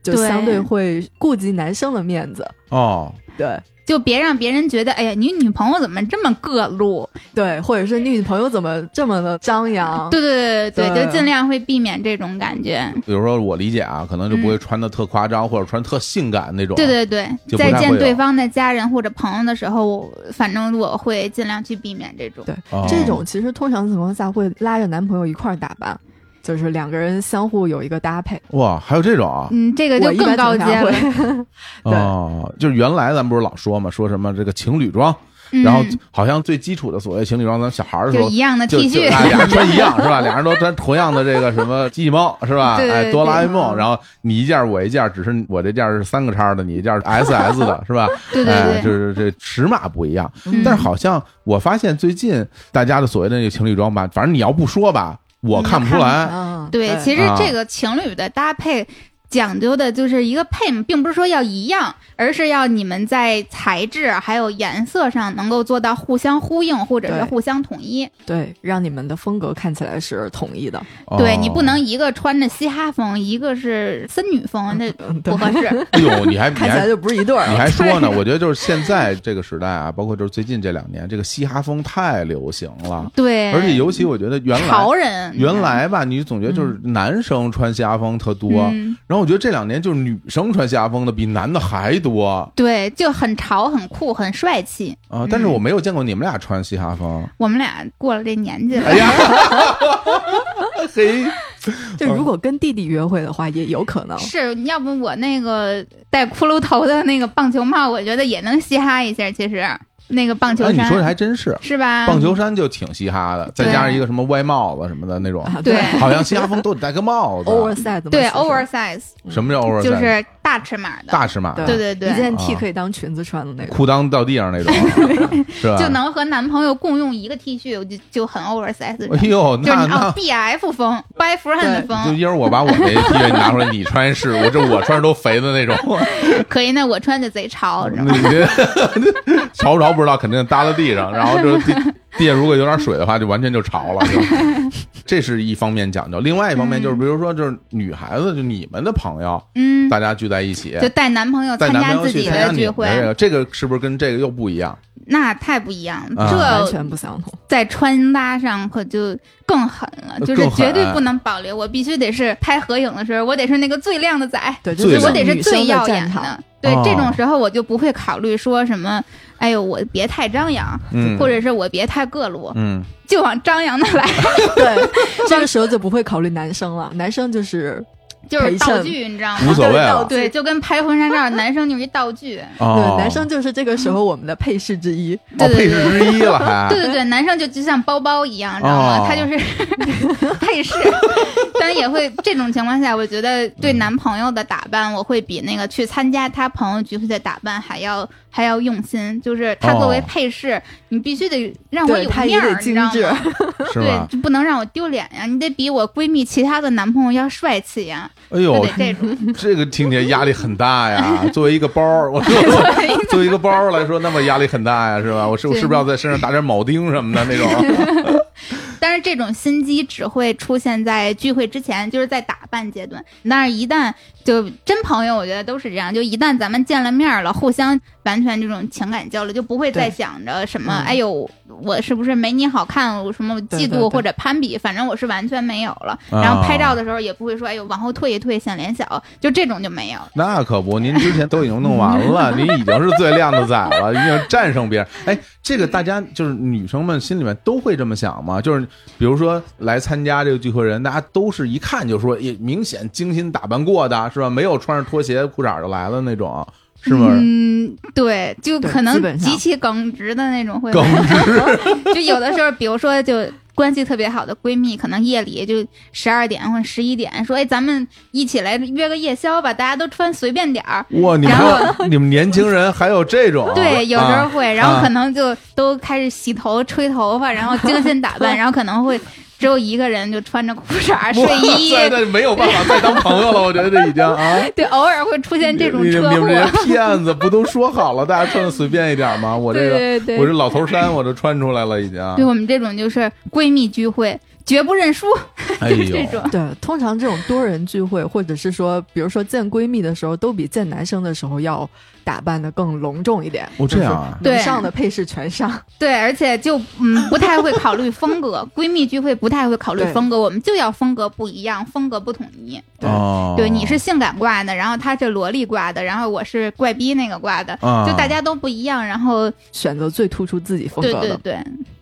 Speaker 3: 就
Speaker 2: 对
Speaker 3: 相对会顾及男生的面子。
Speaker 1: 哦，
Speaker 3: 对
Speaker 2: 就别让别人觉得，哎呀，你女朋友怎么这么各路？
Speaker 3: 对，或者是你女朋友怎么这么的张扬？
Speaker 2: 对对对
Speaker 3: 对
Speaker 2: 对，就尽量会避免这种感觉。
Speaker 1: 比如说我理解啊，可能就不会穿的特夸张，或者穿特性感那种。啊
Speaker 2: 对对对，
Speaker 1: 就不太
Speaker 2: 在见
Speaker 1: 会
Speaker 2: 对
Speaker 1: 有
Speaker 2: 方的家人或者朋友的时候，我反正我会尽量去避免这种。
Speaker 3: 对
Speaker 1: 哦，
Speaker 3: 这种其实通常情况下会拉着男朋友一块儿打扮，就是两个人相互有一个搭配。
Speaker 1: 哇，还有这种啊！
Speaker 2: 嗯，这个
Speaker 3: 我
Speaker 2: 就
Speaker 3: 一
Speaker 2: 更
Speaker 3: 般
Speaker 2: 高
Speaker 3: 情
Speaker 2: 阶
Speaker 3: 况下
Speaker 2: 了。
Speaker 3: 会，对
Speaker 1: 哦，就是原来咱们不是老说嘛，说什么这个情侣装，
Speaker 2: 嗯、
Speaker 1: 然后好像最基础的所谓情侣装，咱们小孩儿的时
Speaker 2: 就
Speaker 1: 候
Speaker 2: 一样的
Speaker 1: 就
Speaker 2: T
Speaker 1: 就
Speaker 2: 恤，
Speaker 1: 大家穿一样是吧？俩人都穿同样的这个什么机器猫是 吧？
Speaker 2: 对对
Speaker 1: 哎，
Speaker 2: 对
Speaker 1: 哆啦 A 梦，然后你一件儿我一件儿，只是我这件儿是三个叉儿的，你一件儿是 SS 的是吧？
Speaker 2: 对对
Speaker 1: 哎，就
Speaker 2: 对，
Speaker 1: 是这尺码不一样。
Speaker 2: 嗯
Speaker 1: 但是好像我发现最近大家的所谓的那个情侣装吧，反正你要不说吧，我看不出来。
Speaker 3: 嗯，
Speaker 2: 对，其实
Speaker 1: 啊
Speaker 2: 这个情侣的搭配。讲究的就是一个配，并不是说要一样，而是要你们在材质啊还有颜色上能够做到互相呼应，或者是
Speaker 3: 对
Speaker 2: 互相统一。
Speaker 3: 对，让你们的风格看起来是统一的。
Speaker 1: 哦
Speaker 2: 对你不能一个穿着嘻哈风，一个是森女风，那
Speaker 3: 嗯，对
Speaker 2: 不，合适。
Speaker 1: 哎呦， 你还你
Speaker 3: 看起
Speaker 1: 还
Speaker 3: 来就不是一对儿
Speaker 1: 你
Speaker 3: 了。
Speaker 1: 还说呢？我觉得就是现在这个时代啊，包括就是最近这两年，这个嘻哈风太流行了，
Speaker 2: 对，
Speaker 1: 而且尤其我觉得原来
Speaker 2: 潮人
Speaker 1: 原来吧，你总觉得就是男生穿嘻哈风特多，
Speaker 2: 嗯
Speaker 1: 然后我觉得这两年就是女生穿嘻哈风的比男的还多
Speaker 2: 对，就很潮、很酷、很帅气。
Speaker 1: 啊，但是我没有见过你们俩穿嘻哈 风。
Speaker 2: 我们俩过了这年纪了，
Speaker 1: 哎呀，嘿，
Speaker 3: 就
Speaker 1: 哦
Speaker 3: 如果跟弟弟约会的话，也有可能。
Speaker 2: 是要不我那个戴骷髅头的那个棒球帽，我觉得也能嘻哈一下。其实那个棒球
Speaker 1: 哎，你
Speaker 2: 衫、
Speaker 1: 说的还真是，
Speaker 2: 是吧？
Speaker 1: 棒球衫就挺嘻哈的，再
Speaker 2: 啊对
Speaker 1: 加上一个什么歪帽子什么的那种，
Speaker 3: 啊
Speaker 2: 对
Speaker 1: 好像嘻哈风都得戴个帽子。
Speaker 3: ，oversize 的嘛
Speaker 2: 对
Speaker 3: 其实
Speaker 2: oversize
Speaker 1: 什么叫 oversize？
Speaker 2: 就是大尺码的，
Speaker 1: 大尺码的，
Speaker 2: 对对对
Speaker 3: 一件 T
Speaker 1: 啊
Speaker 3: 可以当裙子穿的那种。
Speaker 1: 裤裆到地上那种，是吧？
Speaker 2: 就能和男朋友共用一个 T 恤，我就就很 oversize 的。
Speaker 1: 哎呦，
Speaker 2: 就是
Speaker 1: 那
Speaker 2: 你
Speaker 1: 那
Speaker 2: 哦，BF 风，by friend
Speaker 1: 就
Speaker 2: 风，
Speaker 1: 一会儿我把我那 T 恤拿 出来，你穿是，我这我穿着都肥的那种，
Speaker 2: 可以。那我穿就贼潮，是吧
Speaker 1: 那你这潮不潮不知道，肯定搭到地上，然后 就地地下如果有点水的话，就完全就潮了。就 这是一方面讲究，另外一方面就是，比如说就是女孩子，就你们的朋友，
Speaker 2: 嗯，
Speaker 1: 大家聚在一起。
Speaker 2: 就带男朋友
Speaker 1: 带
Speaker 2: 呃参
Speaker 1: 男
Speaker 2: 加
Speaker 1: 朋友
Speaker 2: 自
Speaker 1: 去
Speaker 2: 己
Speaker 1: 参加
Speaker 2: 的
Speaker 1: 你哎
Speaker 2: 聚
Speaker 1: 们
Speaker 2: 会，啊
Speaker 1: 这个，这个是不是跟这个又不一样？
Speaker 2: 那太不一样了。
Speaker 1: 啊
Speaker 3: 完
Speaker 2: 这
Speaker 3: 全不相同，
Speaker 2: 在穿搭上可就更狠了，
Speaker 1: 呃更
Speaker 2: 就是绝对
Speaker 1: 狠哎
Speaker 2: 不能保留，我必须得是拍合影的时候，我得是那个最靓的仔，
Speaker 3: 对，
Speaker 1: 最
Speaker 3: 这
Speaker 1: 亮
Speaker 3: 就
Speaker 2: 我
Speaker 3: 是
Speaker 2: 得是
Speaker 3: 女生
Speaker 2: 最耀
Speaker 3: 的
Speaker 2: 眼
Speaker 3: 战
Speaker 2: 的
Speaker 3: 场。。
Speaker 2: 对，这
Speaker 1: 哦
Speaker 2: 种时候我就不会考虑说什么，哎呦，我别太张扬，
Speaker 1: 嗯
Speaker 2: 或者是我别太各路，
Speaker 1: 嗯，
Speaker 2: 就往张扬的来，
Speaker 3: 对，这个时候就不会考虑男生了，男生就是
Speaker 2: 就是
Speaker 3: 陪
Speaker 2: 道
Speaker 3: 衬
Speaker 2: 具，你知道
Speaker 1: 无
Speaker 2: 吗？
Speaker 1: 所谓了
Speaker 3: 了
Speaker 2: 对，就跟拍婚纱照，男生就是一道具。
Speaker 1: 哦
Speaker 3: 对，，男生就是这个时候我们的配饰之一。
Speaker 1: 哦
Speaker 2: 对对
Speaker 1: 配
Speaker 2: 对
Speaker 1: 饰之一了，
Speaker 3: 啊
Speaker 1: 还
Speaker 2: 对对对，男生就就像包包一样，知道吗？
Speaker 1: 哦
Speaker 2: 他就是 配饰，但也会这种情况下，我觉得对男朋友的打扮，我会比那个去参加他朋友聚会的打扮还要还要用心。就是他作为
Speaker 1: 哦
Speaker 2: 配饰，你必须得让我
Speaker 3: 对，
Speaker 2: 有
Speaker 3: 他
Speaker 2: 面
Speaker 3: 也
Speaker 2: 儿，
Speaker 3: 得
Speaker 2: 你知
Speaker 3: 精
Speaker 2: 道
Speaker 3: 致
Speaker 2: 吗？，
Speaker 1: 是
Speaker 2: 对
Speaker 1: 吧，？
Speaker 2: 就不能让我丢脸呀！你得比我闺蜜其他的男朋友要帅气呀，
Speaker 1: 哎
Speaker 2: 就
Speaker 1: 呦
Speaker 2: 得，这种。
Speaker 1: 这个听起来压力很大 呀。作为一个包儿，我说作为一个包儿来说，那么压力很大呀，是吧？我是我
Speaker 2: 对
Speaker 1: 是不是要在身上打点铆钉什么的那种？
Speaker 2: 但是这种心机只会出现在聚会之前，就是在打扮阶段。但是，一旦就真朋友，我觉得都是这样。就一旦咱们见了面了，互相完全这种情感交流，就不会再
Speaker 3: 对
Speaker 2: 想着什么，
Speaker 3: 嗯
Speaker 2: 哎呦，我是不是没你好看，我什么
Speaker 3: 对
Speaker 2: 嫉
Speaker 3: 对
Speaker 2: 妒
Speaker 3: 对
Speaker 2: 或者攀比，反正我是完全没有了。
Speaker 1: 啊
Speaker 2: 然后拍照的时候也不会说，哎呦，往后退一退，显脸小，就这种就没有。
Speaker 1: 那可不，您之前都已经弄完 了，您已经是最靓的仔了，已经战胜别人。哎，这个大家就是女生们心里面都会这么想吗？就是比如说来参加这个聚会人，大家都是一看就说也明显精心打扮过的，是吧？没有穿着拖鞋裤衩就来了那种，是不是？
Speaker 2: 嗯，对，就
Speaker 3: 对
Speaker 2: 可
Speaker 3: 基
Speaker 2: 能
Speaker 3: 本
Speaker 2: 极
Speaker 3: 上
Speaker 2: 其耿直的那 种会
Speaker 1: 耿直，
Speaker 2: 就有的时候，比如说就。关系特别好的闺蜜，可能夜里就十二点或者十一点，说：“哎，咱们一起来约个夜宵吧，大家都穿随便点儿。
Speaker 1: 哇，你们
Speaker 2: 然
Speaker 1: 还有你们年轻人还有这种”
Speaker 2: 对，有时候
Speaker 1: 啊
Speaker 2: 会，然后可能就都开始洗头、吹头发，然后精心打 扮，然后可能会只有一个人就穿着裤衩儿、睡衣，
Speaker 1: 哇塞那没有办法再当朋友了，我觉得这已经啊。
Speaker 2: 对，偶尔会出现这种
Speaker 1: 你你
Speaker 2: 车
Speaker 1: 你们这
Speaker 2: 祸。
Speaker 1: 些骗子不都说好了，大家穿的随便一点吗？我这个
Speaker 2: 对对对
Speaker 1: 我这老头衫我都穿出来了，已经。啊
Speaker 2: 对我们这种就是闺蜜聚会，绝不认输，
Speaker 1: 哎
Speaker 2: 就是
Speaker 1: 呦，
Speaker 2: 这种。
Speaker 3: 对，通常这种多人聚会，或者是说，比如说见闺蜜的时候，都比见男生的时候要打扮的更隆重一点。
Speaker 1: 哦
Speaker 3: 就是
Speaker 1: 这样啊
Speaker 3: 能
Speaker 2: 对
Speaker 3: 上的配饰全上。
Speaker 2: 对，而且就 嗯不太会考虑风格，闺蜜聚会不太会考虑
Speaker 3: 对
Speaker 2: 风格，我们就要风格不一样，风格不统一。
Speaker 3: 对
Speaker 1: 哦，
Speaker 2: 对，你是性感挂的，然后她是萝莉挂的，然后我是怪逼那个挂的，
Speaker 1: 啊
Speaker 2: 就大家都不一样。然后
Speaker 3: 选择最突出自己风
Speaker 2: 对
Speaker 3: 格
Speaker 2: 对
Speaker 3: 的。
Speaker 2: 对，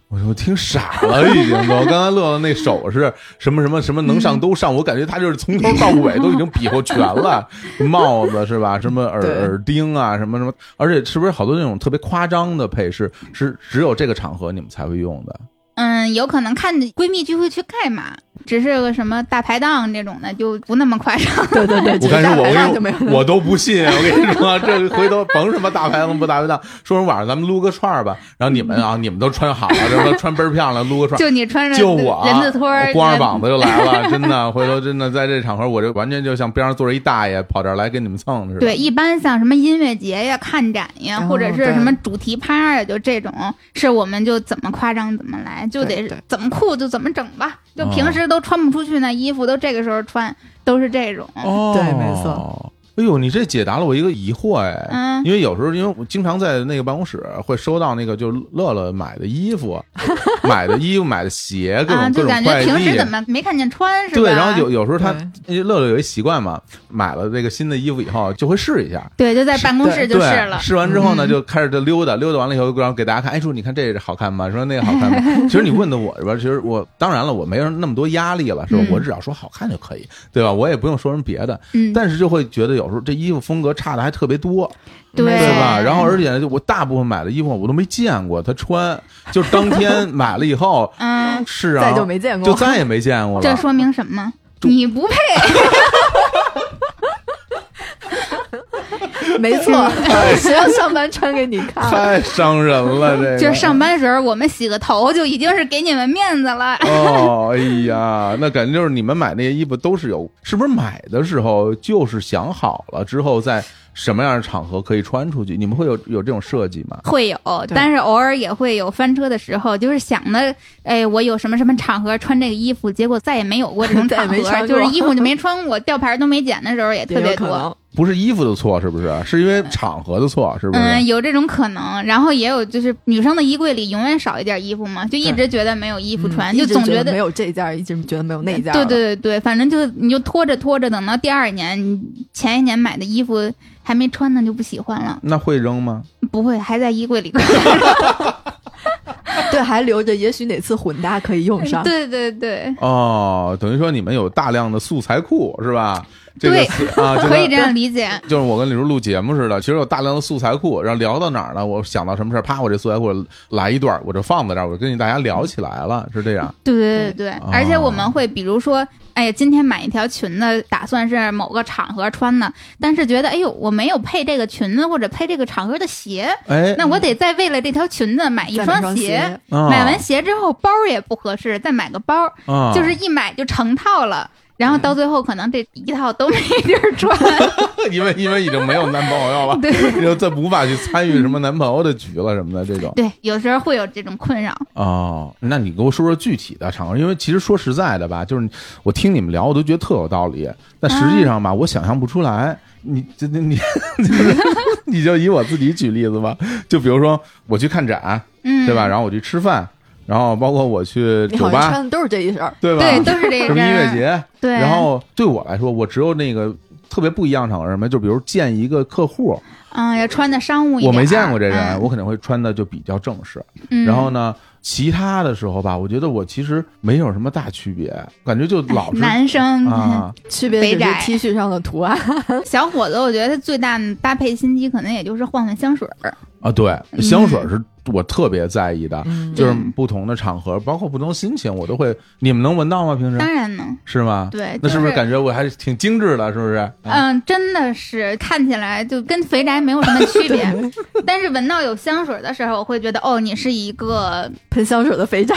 Speaker 1: 我我听傻了，已经都。我刚才乐乐那手势，什么什么什么能
Speaker 2: 嗯
Speaker 1: 上都上，我感觉他就是从头到尾都已经比划全了，帽子是吧？什么耳
Speaker 3: 对
Speaker 1: 耳钉啊，什么什么，而且是不是好多那种特别夸张的配饰，是只有这个场合你们才会用的？
Speaker 2: 嗯，有可能看闺蜜聚会去干嘛，只是个什么大排档这种的，就不那么夸张。
Speaker 3: 对对对，
Speaker 1: 我跟你说，我
Speaker 3: 跟就
Speaker 1: 跟
Speaker 3: 没
Speaker 1: 你
Speaker 3: 有
Speaker 1: 说我都不信。我跟你说，这回头甭什么大排档不大排档，说是晚上咱们撸个串儿吧。然后你们啊，你们都穿好了，什么穿倍儿漂亮，撸个串儿。
Speaker 2: 就你穿着
Speaker 1: 就我啊
Speaker 2: 人字拖儿，
Speaker 1: 我光着膀子就来了，真的。回头真的在这场合，我这完全就像边上坐着一大爷跑这儿来跟你们蹭似的。
Speaker 2: 对，一般像什么音乐节呀、看展呀，
Speaker 3: 哦
Speaker 2: 或者是
Speaker 3: 对
Speaker 2: 什么主题趴啊呀，就这种，是我们就怎么夸张怎么来，就
Speaker 3: 对
Speaker 2: 得
Speaker 3: 对
Speaker 2: 怎么酷就怎么整吧。就
Speaker 1: 哦
Speaker 2: 平时都穿不出去那衣服，都这个时候穿，都是这种。
Speaker 1: 哦，
Speaker 3: 对没错。
Speaker 1: 哎呦，你这解答了我一个疑惑哎，
Speaker 2: 嗯
Speaker 1: 因为有时候因为我经常在那个办公室会收到那个就是乐乐买的衣 服、买的衣服、买的鞋，各
Speaker 2: 啊，
Speaker 1: 种各
Speaker 2: 就
Speaker 1: 种
Speaker 2: 感觉
Speaker 1: 快递。
Speaker 2: 平时怎么没看见穿是吧？
Speaker 1: 对，然后有有时候他
Speaker 3: 对
Speaker 1: 因为乐乐有一习惯嘛，买了这个新的衣服以后就会试一下。
Speaker 2: 对就在办公室
Speaker 1: 对，
Speaker 2: 就是了。
Speaker 1: 试完之后呢，
Speaker 2: 嗯
Speaker 1: 就开始就溜达，溜达完了以后，然后给大家看，哎，说你看这个好看吗？说那个好看吗？ 其实你问的我是吧？其实我当然了，我没有那么多压力了，是吧？
Speaker 2: 嗯
Speaker 1: 我只要说好看就可以，对吧？我也不用说什么别的，
Speaker 2: 嗯，
Speaker 1: 但是就会觉得有时候这衣服风格差的还特别多，
Speaker 2: 对
Speaker 1: 对吧？然后
Speaker 2: 而
Speaker 1: 而且就我大部分买的衣服我都没见过他穿，就当天买了以 后
Speaker 2: 嗯，
Speaker 1: 是啊
Speaker 3: 再，就没见过，
Speaker 1: 就再也没见过了。
Speaker 2: 这说明什么？
Speaker 1: 就
Speaker 2: 你不配。
Speaker 3: 没错，谁要上班穿给你
Speaker 2: 啊
Speaker 3: 看？
Speaker 1: 太伤人了， 这个
Speaker 2: 就是上班时候我们洗个头就已经是给你们面子 了。
Speaker 1: 哦，哎呀，那感觉就是你们买那些衣服都是有，是不是买的时候就是想好了之后在什么样的场合可以穿出去？你们会有有这种设计吗？
Speaker 2: 会有，
Speaker 3: 对
Speaker 2: 但是偶尔也会有翻车的时候，就是想的，哎，我有什么什么场合穿这个衣服，结果再也没有过这种
Speaker 3: 再也
Speaker 2: 场
Speaker 3: 没穿
Speaker 2: 合，
Speaker 3: 过
Speaker 2: 就是衣服就没穿过，吊牌都没剪的时候也 特
Speaker 3: 也
Speaker 2: 别
Speaker 3: 有可
Speaker 2: 多。
Speaker 3: 能。
Speaker 1: 不是衣服的错，是不是？是因为场合的错，是不是？
Speaker 2: 嗯，有这种可能，然后也有就是女生的衣柜里永远少一件衣服嘛，就一直觉得没有衣服穿，
Speaker 3: 嗯
Speaker 2: 就
Speaker 3: 一直
Speaker 2: 总
Speaker 3: 觉
Speaker 2: 得
Speaker 3: 没有这件儿，一直觉得没有那件儿
Speaker 2: 对
Speaker 3: 了。
Speaker 2: 对对对，反正就你就拖着拖着，等到第二年，你前一年买的衣服还没穿呢，就不喜欢了。
Speaker 1: 那会扔吗？
Speaker 2: 不会，还在衣柜里。
Speaker 3: 对，还留着，也许哪次混搭可以 用上。
Speaker 2: 对对对，
Speaker 1: 哦，等于说你们有大量的素材库是吧？这个
Speaker 2: 对
Speaker 1: 词啊， 就
Speaker 2: 可以
Speaker 1: 跟
Speaker 2: 这样理解。
Speaker 1: 就是我跟李叔录节目似的，其实有大量的素材库，然后聊到哪儿呢？我想到什么事儿，啪，我这素材库来一段，我就放在这儿，我就跟大家聊起来了，是这样。
Speaker 2: 对对对对，
Speaker 1: 哦
Speaker 2: 而且我们会比如说，哎呀，今天买一条裙子，打算是某个场合穿的，但是觉得，哎呦，我没有配这个裙子或者配这个场合的鞋，
Speaker 1: 哎，
Speaker 2: 那我得再为了这条裙子买一
Speaker 3: 再买
Speaker 2: 双
Speaker 3: 双
Speaker 2: 鞋。，
Speaker 1: 啊
Speaker 2: 买完鞋之后，包儿也不合适，再买个包儿，
Speaker 1: 啊
Speaker 2: 就是一买就成套了。
Speaker 1: 嗯
Speaker 2: 然后到最后，可能这一套都没地儿 穿。
Speaker 1: 因为因为已经没有男朋友了，
Speaker 2: 对
Speaker 1: 就再无法去参与什么男朋友的局了什么的这种。
Speaker 2: 对，有时候会有这种困扰。
Speaker 1: 哦，那你给我说说具体的场合，因为其实说实在的吧，就是我听你们聊，我都觉得特有道理，但实
Speaker 2: 啊
Speaker 1: 际上吧，我想象不出来。你这这你就是 你就以我自己举例子吧，就比如说我去看展，
Speaker 2: 嗯，
Speaker 1: 对吧？？然后我去吃饭，然后包括我去
Speaker 3: 你
Speaker 1: 酒
Speaker 3: 好像
Speaker 1: 吧，
Speaker 3: 穿的都是这一身儿。
Speaker 1: 对吧？
Speaker 2: 对，都是这
Speaker 1: 什
Speaker 2: 个
Speaker 1: 么音乐节，
Speaker 2: 对，
Speaker 1: 然后对我来说，我只有那个特别不一样的场合是什么，就比如见一个客户，
Speaker 2: 嗯，要穿的商务一
Speaker 1: 我
Speaker 2: 点。
Speaker 1: 没见过这人，
Speaker 2: 嗯
Speaker 1: 我可能会穿的就比较正式。
Speaker 2: 嗯
Speaker 1: 然后呢，其他的时候吧，我觉得我其实没有什么大区别，感觉就老是
Speaker 2: 哎男生、
Speaker 1: 啊，
Speaker 3: 区别
Speaker 2: 肥
Speaker 3: 只是
Speaker 2: 宅
Speaker 3: T 恤上的 图案，
Speaker 2: 小伙子，我觉得他最大的搭配心机可能也就是换换香水儿。
Speaker 1: 啊，对，香水是我特别在意的，就是
Speaker 2: 嗯
Speaker 1: 不同的场合，包括不同心情，我都会。你们能闻到吗？平时
Speaker 2: 当然呢，
Speaker 1: 是吗？
Speaker 2: 对，
Speaker 1: 嗯那
Speaker 2: 就是
Speaker 1: 不是感觉我还是挺精致的？是不是？啊
Speaker 2: 嗯，真的是看起来就跟肥宅没有什么区 别，但是闻到有香水的时候，我会觉得哦，你是一个
Speaker 3: 喷香水的肥宅。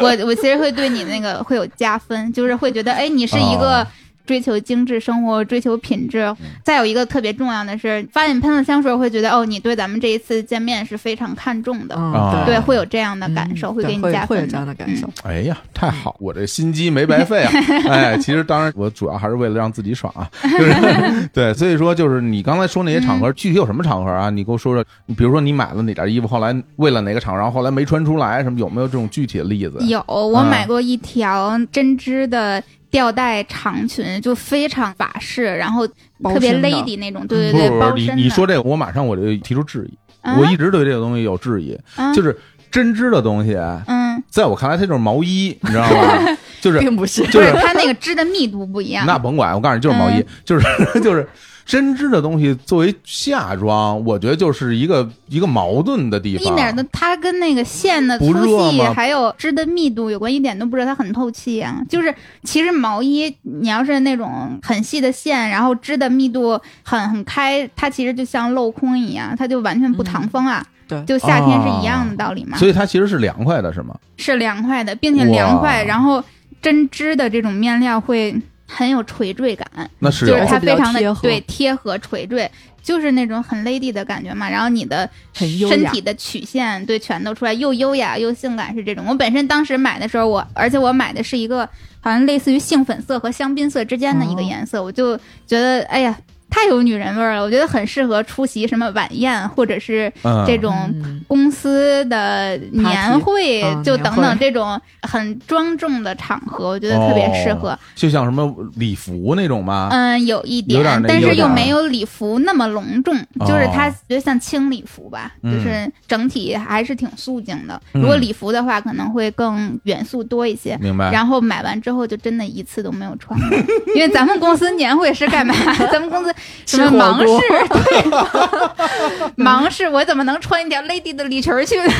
Speaker 2: 我我其实会对你那个会有加分，就是会觉得，哎，你是一个
Speaker 1: 哦
Speaker 2: 追求精致生活、追求品质。再有一个特别重要的是，发现你喷了香水，我会觉得，哦，你对咱们这一次见面是非常看重的。
Speaker 1: 啊
Speaker 3: 嗯，
Speaker 2: 对，会有这样的感受，
Speaker 3: 嗯
Speaker 2: 会给你
Speaker 3: 对
Speaker 2: 加
Speaker 3: 会
Speaker 2: 分
Speaker 3: 有这样的感受。。
Speaker 1: 哎呀，太好！我这心机没白费啊！
Speaker 2: 嗯
Speaker 1: 哎，其实当然，我主要还是为了让自己爽啊。 就是对，所以说就是你刚才说那些场合，具体有什么场合啊？你给我说说，你比如说你买了哪件衣服，后来为了哪个场合，然后后来没穿出来，什么有没有这种具体的例子？
Speaker 2: 嗯有，我
Speaker 1: 啊
Speaker 2: 买过一条针织的吊带长裙，就非常法式，然后特别
Speaker 3: 包身的嗯
Speaker 2: lady 那种。对
Speaker 1: 不
Speaker 2: 对
Speaker 1: 是
Speaker 2: 对，
Speaker 1: 不是，
Speaker 2: 包
Speaker 1: 你
Speaker 2: 身
Speaker 1: 你
Speaker 2: 的
Speaker 1: 说这个，我马上我就提出质疑。
Speaker 2: 啊
Speaker 1: 我一直对这个东西有质疑，
Speaker 2: 啊
Speaker 1: 就是针织的东西，
Speaker 2: 嗯，
Speaker 1: 在我看来它就是毛衣，你知道 吗？就是
Speaker 3: 并不是，
Speaker 1: 就
Speaker 2: 不
Speaker 1: 是
Speaker 2: 是它那个织的密度不一样。嗯
Speaker 1: 那甭管，我告诉你，就是毛衣，就是就是 针织的东西作为夏装，我觉得就是一个一个矛盾的地方。
Speaker 2: 一点都，它跟那个线的
Speaker 1: 不
Speaker 2: 粗
Speaker 1: 热
Speaker 2: 细
Speaker 1: 吗
Speaker 2: 还有织的密度有关，一点都不热，它很透气啊。就是其实毛衣，你要是那种很细的线，然后织的密度很很开，它其实就像镂空一样，它就完全不
Speaker 3: 嗯
Speaker 2: 挡风啊。
Speaker 3: 对
Speaker 2: 就夏天是一样
Speaker 1: 哦
Speaker 2: 的道理嘛，
Speaker 1: 所以它其实是凉快的，是吗？
Speaker 2: 是凉快的，并且凉快，
Speaker 1: 哇
Speaker 2: 然后针织的这种面料会很有垂坠感。
Speaker 1: 那是哦
Speaker 2: 就
Speaker 1: 有
Speaker 2: 是
Speaker 3: 而且
Speaker 2: 它
Speaker 3: 比
Speaker 2: 非
Speaker 3: 较
Speaker 2: 常的
Speaker 3: 贴合
Speaker 2: 对贴合垂坠，就是那种很 lady 的感觉嘛。然后你的
Speaker 3: 很优
Speaker 2: 身
Speaker 3: 雅
Speaker 2: 体的曲线对全都出来，又优雅又性感是这种。我本身当时买的时候，我而且我买的是一个好像类似于杏粉色和香槟色之间的一个
Speaker 3: 哦
Speaker 2: 颜色，我就觉得哎呀。太有女人味儿了，我觉得很适合出席什么晚宴，或者是
Speaker 1: 嗯，
Speaker 2: 这种
Speaker 3: 嗯
Speaker 2: 公司的年
Speaker 3: Party，
Speaker 2: 会，
Speaker 1: 哦
Speaker 3: 嗯
Speaker 2: 就
Speaker 3: 年
Speaker 2: 等
Speaker 3: 会
Speaker 2: 等这种很庄重的场合，我觉得特别适合。
Speaker 1: 哦就像什么礼服那种吗？
Speaker 2: 嗯，有一
Speaker 1: 有点
Speaker 2: 点
Speaker 1: 那，
Speaker 2: 但
Speaker 1: 意
Speaker 2: 是
Speaker 1: 思
Speaker 2: 又
Speaker 1: 啊
Speaker 2: 没有礼服那么隆重，
Speaker 1: 哦
Speaker 2: 就是它觉得像轻礼服吧，
Speaker 1: 嗯
Speaker 2: 就是整体还是挺素净的。
Speaker 1: 嗯
Speaker 2: 如果礼服的话，可能会更元素多一些。
Speaker 1: 明白。
Speaker 2: 嗯然后买完之后就真的一次都没有穿过， 因为咱们公司年会 是干嘛？咱们公司什么
Speaker 3: 吃火
Speaker 2: 忙事
Speaker 3: 锅？
Speaker 2: 对， 忙事我怎么能穿一条 lady 的礼裙儿去呢？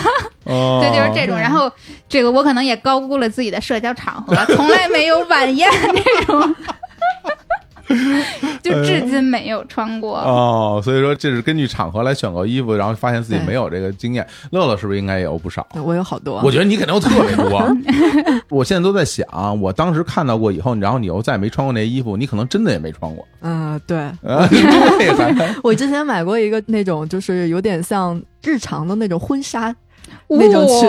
Speaker 1: 哦，
Speaker 2: 对，就是这种。
Speaker 3: 对
Speaker 2: 然后这个我可能也高估了 自 己的社交场合，从来没有晚宴那种。就至今没有穿过。
Speaker 1: 呃哦，所以说这是根据场合来选购衣服，然后发现自己
Speaker 3: 对
Speaker 1: 没有这个经验。乐乐是不是应该也有不少？
Speaker 3: 我有好多，
Speaker 1: 嗯我觉得你肯定有特别多。 我现在都在想，我当时看到过以后，然后你又再也没穿过那衣服，你可能真的也没穿过。
Speaker 3: 嗯、对
Speaker 1: 啊， 对， 还
Speaker 3: 我之前买过一个那种，就是有点像日常的那种婚纱，
Speaker 2: 哇
Speaker 3: 那种裙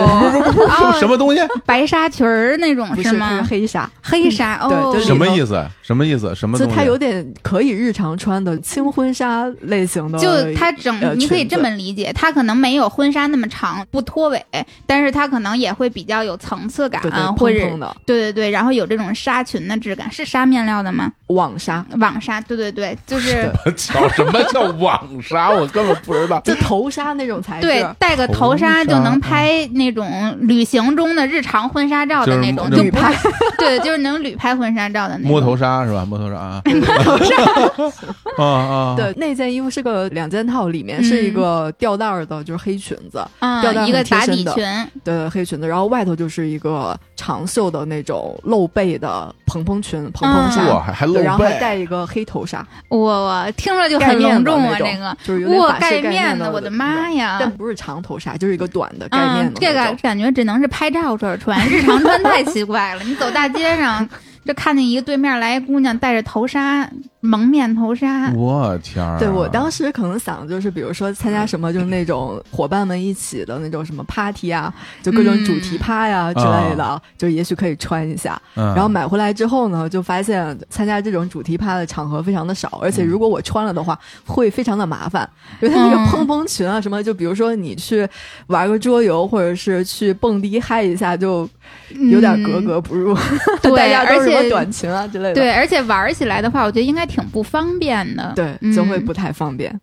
Speaker 2: 哦
Speaker 1: 什么东西？
Speaker 2: 白纱裙儿那种
Speaker 3: 不
Speaker 2: 是
Speaker 3: 是它
Speaker 2: 吗
Speaker 3: 是？黑纱，
Speaker 2: 黑纱
Speaker 3: 对
Speaker 2: 哦
Speaker 3: 就，是
Speaker 1: 什么意思？什么意思？什么
Speaker 3: 就
Speaker 1: 东西？啊
Speaker 3: 它有点可以日常穿的轻婚纱类型的。
Speaker 2: 就它整
Speaker 3: 呃，
Speaker 2: 你可以
Speaker 3: 裙子
Speaker 2: 这么理解，它可能没有婚纱那么长，不拖尾，但是它可能也会比较有层次感
Speaker 3: 对对，，
Speaker 2: 啊或者
Speaker 3: 蓬蓬的
Speaker 2: 对对对，然后有这种纱裙的质感，是纱面料的吗？
Speaker 3: 网纱，
Speaker 2: 网纱，对对对，就是
Speaker 1: 叫什么叫 网纱？我根本不知道。
Speaker 3: 就头纱那种材质。
Speaker 2: 对，戴个头
Speaker 1: 头纱
Speaker 2: 纱就能拍那种旅行中的日常婚纱照的那种，
Speaker 1: 就是
Speaker 2: 就不是对，就是能旅拍婚纱照的那种。
Speaker 1: 摸头纱是吧？摸头纱 啊， 啊啊，
Speaker 3: 对，那件衣服是个两件套，里面
Speaker 2: 嗯
Speaker 3: 是一个吊带儿的，就是黑裙子，
Speaker 2: 啊
Speaker 3: 吊带，很
Speaker 2: 一个
Speaker 3: 贴
Speaker 2: 打
Speaker 3: 身
Speaker 2: 底
Speaker 3: 的
Speaker 2: 裙，
Speaker 3: 对，黑裙子，然后外头就是一个长袖的那种露背的蓬蓬裙、蓬蓬纱，
Speaker 1: 嗯哇，还还露
Speaker 3: 对然后还
Speaker 1: 背，
Speaker 3: 带一个黑头纱，
Speaker 2: 我我听着就
Speaker 3: 盖
Speaker 2: 很
Speaker 3: 面
Speaker 2: 隆
Speaker 3: 的
Speaker 2: 重啊
Speaker 3: 那，种
Speaker 2: 这个
Speaker 3: 就是有点
Speaker 2: 哇
Speaker 3: 法式
Speaker 2: 盖
Speaker 3: 面
Speaker 2: 的，我
Speaker 3: 的
Speaker 2: 妈
Speaker 3: 呀！
Speaker 2: 呀！
Speaker 3: 但不是长头纱，就是一个短的盖面
Speaker 2: 嗯，
Speaker 3: 的
Speaker 2: 这
Speaker 3: 那
Speaker 2: 个
Speaker 3: 种。
Speaker 2: 感觉只能是拍照时候穿，日常穿太奇怪了。你走大街 上，就看见一个对面来一姑娘戴着头纱，蒙面头纱，
Speaker 1: 我天儿啊！
Speaker 3: 对我当时可能想的就是，比如说参加什么，就是那种伙伴们一起的那种什么 party 啊，就各种主题
Speaker 2: 嗯
Speaker 3: 趴呀、之
Speaker 1: 啊
Speaker 3: 类的，就也许可以穿一下。
Speaker 1: 嗯，
Speaker 3: 然后买回来之后呢，就发现参加这种主题趴的场合非常的少，而且如果我穿了的话，会非常的麻烦，因为它那
Speaker 2: 嗯
Speaker 3: 个蓬蓬裙啊什么，就比如说你去玩个桌游，或者是去蹦迪嗨一下，就有
Speaker 2: 嗯
Speaker 3: 点格格不入，
Speaker 2: 对
Speaker 3: 大家都是什
Speaker 2: 而
Speaker 3: 么
Speaker 2: 且
Speaker 3: 短裙啊之类
Speaker 2: 嗯。
Speaker 3: 的，
Speaker 2: 对，而且玩起来的话，我觉得应该挺不方便的。
Speaker 3: 对
Speaker 2: 嗯
Speaker 3: 就会不太方便。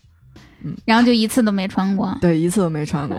Speaker 2: 然后就一次都没穿 过。
Speaker 3: 对，一次都 没穿过。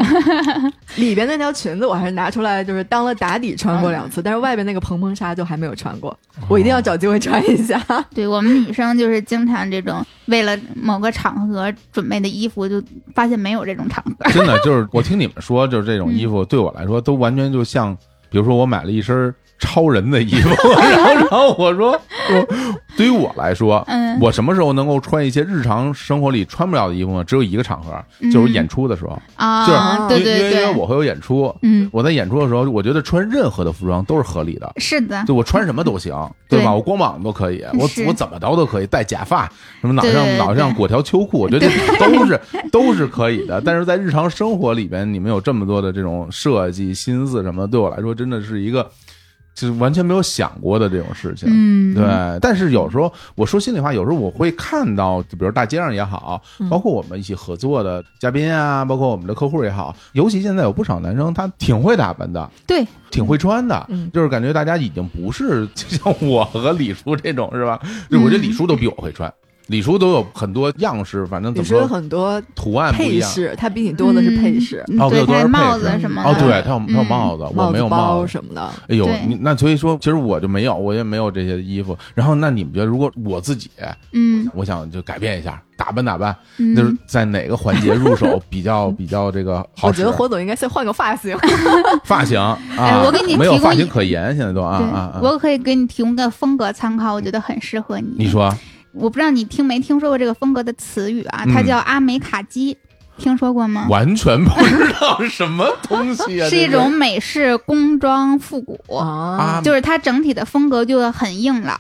Speaker 3: 里边那条裙子我还是拿出来，就是当了打底穿过两
Speaker 2: 嗯
Speaker 3: 次，但是外边那个蓬蓬纱就还没有穿过，
Speaker 2: 哦
Speaker 3: 我一定要找机会穿一下。
Speaker 2: 对我们女生就是经常这种为了某个场合准备的衣服，就发现没有这种场 合。
Speaker 1: 真的就是我听你们说，就是这种衣服对我来说都完全就像，比如说我买了一身超人的衣 服，然后然后我说，我对于我来说。
Speaker 2: 嗯，
Speaker 1: 我什么时候能够穿一些日常生活里穿不了的衣服呢？只有一个场合，就是演出的时候。就是
Speaker 2: 嗯啊，对
Speaker 1: 因为
Speaker 2: 对
Speaker 1: 因为
Speaker 2: 对，
Speaker 1: 我会有演出，
Speaker 2: 嗯，
Speaker 1: 我在演出的时候，我觉得穿任何的服装都是合理的。
Speaker 2: 是的，
Speaker 1: 对我穿什么都 行，对吧？
Speaker 2: 对
Speaker 1: 我光膀子都可以，我
Speaker 2: 是
Speaker 1: 我怎么着都可以，戴假发，什么脑
Speaker 2: 对
Speaker 1: 上
Speaker 2: 对
Speaker 1: 脑
Speaker 2: 对
Speaker 1: 上裹条秋裤，我 觉得这都是都是可以的。但是在日常生活里边，你们有这么多的这种设计心思什么的，对我来说真的是一个就是完全没有想过的这种事情。
Speaker 2: 嗯，
Speaker 1: 对，但是有时候我说心里话，有时候我会看到，就比如大街上也好，
Speaker 2: 嗯
Speaker 1: 包括我们一起合作的嘉宾啊，包括我们的客户也好，尤其现在有不少男生他挺会打扮的，
Speaker 2: 对，
Speaker 1: 挺会穿的，
Speaker 3: 嗯
Speaker 1: 就是感觉大家已经不是 就像我和李叔这种是吧？就我觉得李叔都比我会穿，李叔都有很多样式，反正
Speaker 3: 你
Speaker 1: 怎么
Speaker 3: 说有
Speaker 1: 说
Speaker 3: 很多
Speaker 1: 图案不一
Speaker 3: 配
Speaker 1: 样。
Speaker 3: 饰，它比你多的是配饰，
Speaker 2: 嗯
Speaker 1: 哦
Speaker 2: 对，
Speaker 1: 对都
Speaker 2: 它
Speaker 1: 是配
Speaker 2: 帽
Speaker 1: 饰
Speaker 2: 子什么的，
Speaker 1: 哦，对，他有他有
Speaker 2: 嗯
Speaker 1: 帽子，我
Speaker 3: 啊帽
Speaker 1: 没
Speaker 3: 子
Speaker 1: 有帽
Speaker 3: 包
Speaker 1: 子。
Speaker 3: 什么的。
Speaker 1: 哎呦
Speaker 2: 对，
Speaker 1: 你那所以说，其实我就没有，我也没有这些衣服。然后，那你们觉得，如果我自己，
Speaker 2: 嗯，
Speaker 1: 我想就改变一下，打扮打扮，
Speaker 2: 嗯
Speaker 1: 就是在哪个环节入手比较比较这个好
Speaker 3: 嗯我
Speaker 1: 使
Speaker 3: 觉得火总应该先换个发型，
Speaker 1: 发型啊，
Speaker 2: 哎我给你
Speaker 1: 没有
Speaker 2: 提供
Speaker 1: 发
Speaker 2: 一
Speaker 1: 型可言，现在都啊
Speaker 2: 对
Speaker 1: 啊，啊！嗯
Speaker 2: 我可以给你提供个风格参考，我觉得很适合你。
Speaker 1: 你，说
Speaker 2: 我不知道你听没听说过这个风格的词语啊？它
Speaker 1: 嗯
Speaker 2: 叫阿美卡基，听说过吗？
Speaker 1: 完全不知道是什么东西啊，
Speaker 2: 是一
Speaker 1: 这
Speaker 2: 种美式工装复古。
Speaker 1: 啊
Speaker 3: 啊，
Speaker 2: 就是它整体的风格就很硬朗，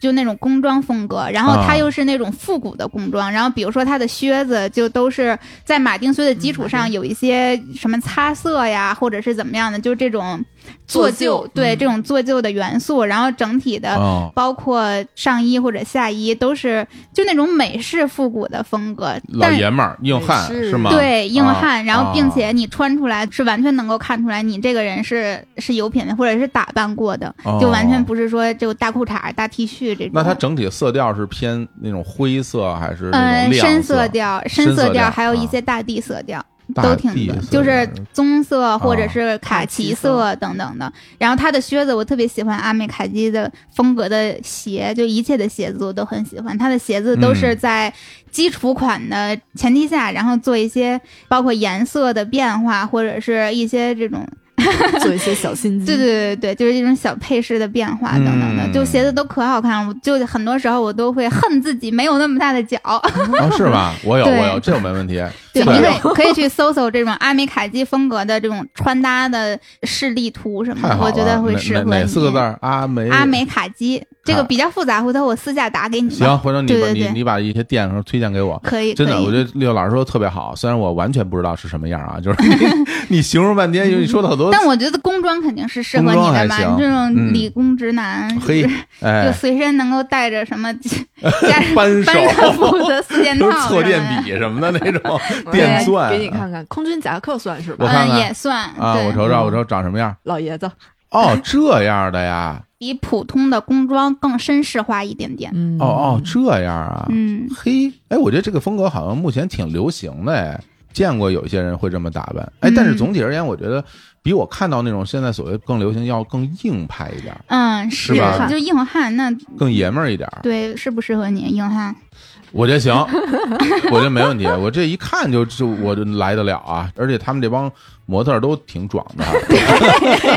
Speaker 2: 就那种工装风格，然后它又是那种复古的工装，然后比如说它的靴子就都是在马丁靴的基础上有一些什么擦色呀，或者是怎么样的，就是这种做旧，
Speaker 3: 做旧
Speaker 2: 对
Speaker 3: 嗯
Speaker 2: 这种做旧的元素，然后整体的
Speaker 1: 哦，
Speaker 2: 包括上衣或者下衣都是就那种美式复古的风格，
Speaker 1: 老
Speaker 2: 但
Speaker 1: 爷们儿硬汉
Speaker 3: 是
Speaker 1: 是吗？
Speaker 2: 对硬汉，
Speaker 1: 啊
Speaker 2: 然后并且
Speaker 1: 啊
Speaker 2: 你穿出来是完全能够看出来你这个人是是有品位或者是打扮过的，
Speaker 1: 哦
Speaker 2: 就完全不是说就大裤衩、大 T 恤这种。
Speaker 1: 那它整体色调是偏那种灰色还是那
Speaker 2: 嗯
Speaker 1: 种亮
Speaker 2: 深色调、
Speaker 1: 深
Speaker 2: 深
Speaker 1: 色
Speaker 2: 色
Speaker 1: 调
Speaker 2: 还有一
Speaker 1: 啊
Speaker 2: 些大地色调。
Speaker 1: 大
Speaker 2: 都
Speaker 1: 地
Speaker 2: 挺多
Speaker 1: 色
Speaker 2: 就是棕色或
Speaker 1: 啊
Speaker 2: 者是卡其色等等的。然后他的靴子，我特别喜欢阿美卡基的风格的鞋，就一切的鞋子我都很喜欢。他的鞋子都是
Speaker 1: 嗯
Speaker 2: 在基础款的前提下，然后做一些包括颜色的变化，或者是一些这种。
Speaker 3: 做一些小心机。
Speaker 2: 对对对对，就是这种小配饰的变化等等的，
Speaker 1: 嗯
Speaker 2: 就鞋子都可好看了。我就很多时候我都会恨自己没有那么大的脚。
Speaker 1: 哦，是吧？我有，
Speaker 2: 对
Speaker 1: 我有，这我没问题。
Speaker 2: 对，
Speaker 1: 对
Speaker 2: 你可以可以去搜搜这种阿美卡基风格的这种穿搭的示例图什么
Speaker 1: 太
Speaker 2: 的，
Speaker 1: 好了，
Speaker 2: 我觉得会适合
Speaker 1: 哪哪哪
Speaker 2: 你
Speaker 1: 四个字？儿？哎阿梅
Speaker 2: 阿美卡基，这个
Speaker 1: 啊
Speaker 2: 比较复杂，回头我私下打给你吧。
Speaker 1: 行，回头你把
Speaker 2: 对对
Speaker 1: 你
Speaker 2: 对
Speaker 1: 你把一些店什么推荐给我。
Speaker 2: 可以，
Speaker 1: 真的，
Speaker 2: 可以
Speaker 1: 我觉得六老师说的特别好，虽然我完全不知道是什么样啊，就是你你 形容半天，因为你说的好多，
Speaker 2: 但我觉得工装肯定是适合
Speaker 1: 工装
Speaker 2: 你的
Speaker 1: 还
Speaker 2: 嘛，
Speaker 1: 行
Speaker 2: 你这
Speaker 1: 嗯
Speaker 2: 种理工直男，
Speaker 1: 嘿，
Speaker 2: 就
Speaker 1: 哎，
Speaker 2: 随身能够带 着什么家
Speaker 1: 扳
Speaker 2: 班上服的四件
Speaker 1: 都
Speaker 2: 套
Speaker 1: 是
Speaker 2: 什
Speaker 1: 错
Speaker 2: 么
Speaker 1: 电
Speaker 2: 的，
Speaker 1: 笔什么的那种
Speaker 3: 对
Speaker 1: 电钻
Speaker 2: 哎
Speaker 3: 给你看看，空军夹克算是
Speaker 1: 我
Speaker 3: 吧？
Speaker 1: 看看
Speaker 2: 嗯，也算
Speaker 1: 啊，我
Speaker 2: 对，
Speaker 1: 瞅瞅，我瞅长什么样？
Speaker 3: 老爷子，
Speaker 1: 哦，这样的呀，
Speaker 2: 比普通的工装更绅士化一点点。
Speaker 3: 嗯
Speaker 1: 哦 哦，，这样啊，
Speaker 2: 嗯，
Speaker 1: 嘿，哎，我觉得这个风格好像目前挺流行的，哎，见过有些人会这么打扮，哎，但是
Speaker 2: 嗯
Speaker 1: 总体而言，我觉得比我看到那种现在所谓更流行要更硬派一点儿，
Speaker 2: 嗯，是
Speaker 1: 是吧
Speaker 2: 就硬汉，那
Speaker 1: 更爷们儿一点儿，
Speaker 2: 对适不适合你硬汉？
Speaker 1: 我觉得行，我觉得没问题，我这一看就就我就来得了啊，而且他们这帮模特儿都挺壮的啊，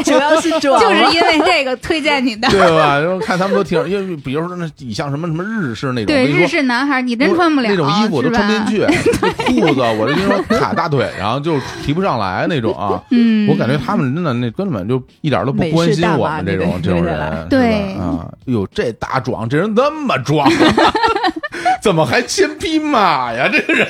Speaker 3: 主要是主要
Speaker 2: 就是因为这个推荐 你 的。
Speaker 1: 对吧？然后看他们都挺，因为比如说那你像什么什么日式那种，
Speaker 2: 对
Speaker 1: 我跟你
Speaker 2: 日
Speaker 1: 说。
Speaker 2: 式男孩，你真穿不了，啊
Speaker 1: 那种衣服我都
Speaker 2: 是吧
Speaker 1: 穿不进。去，那裤子我这跟你说卡大腿上就提不上来那种啊。
Speaker 2: 嗯，
Speaker 1: 我感觉他们真的那根本就一点都不关心我们这种
Speaker 3: 美式大妈
Speaker 1: 这种
Speaker 3: 你
Speaker 1: 人，
Speaker 2: 对
Speaker 1: 是吧啊，哟，这大壮，这人那么壮， 怎么还千匹马呀？ 这个人，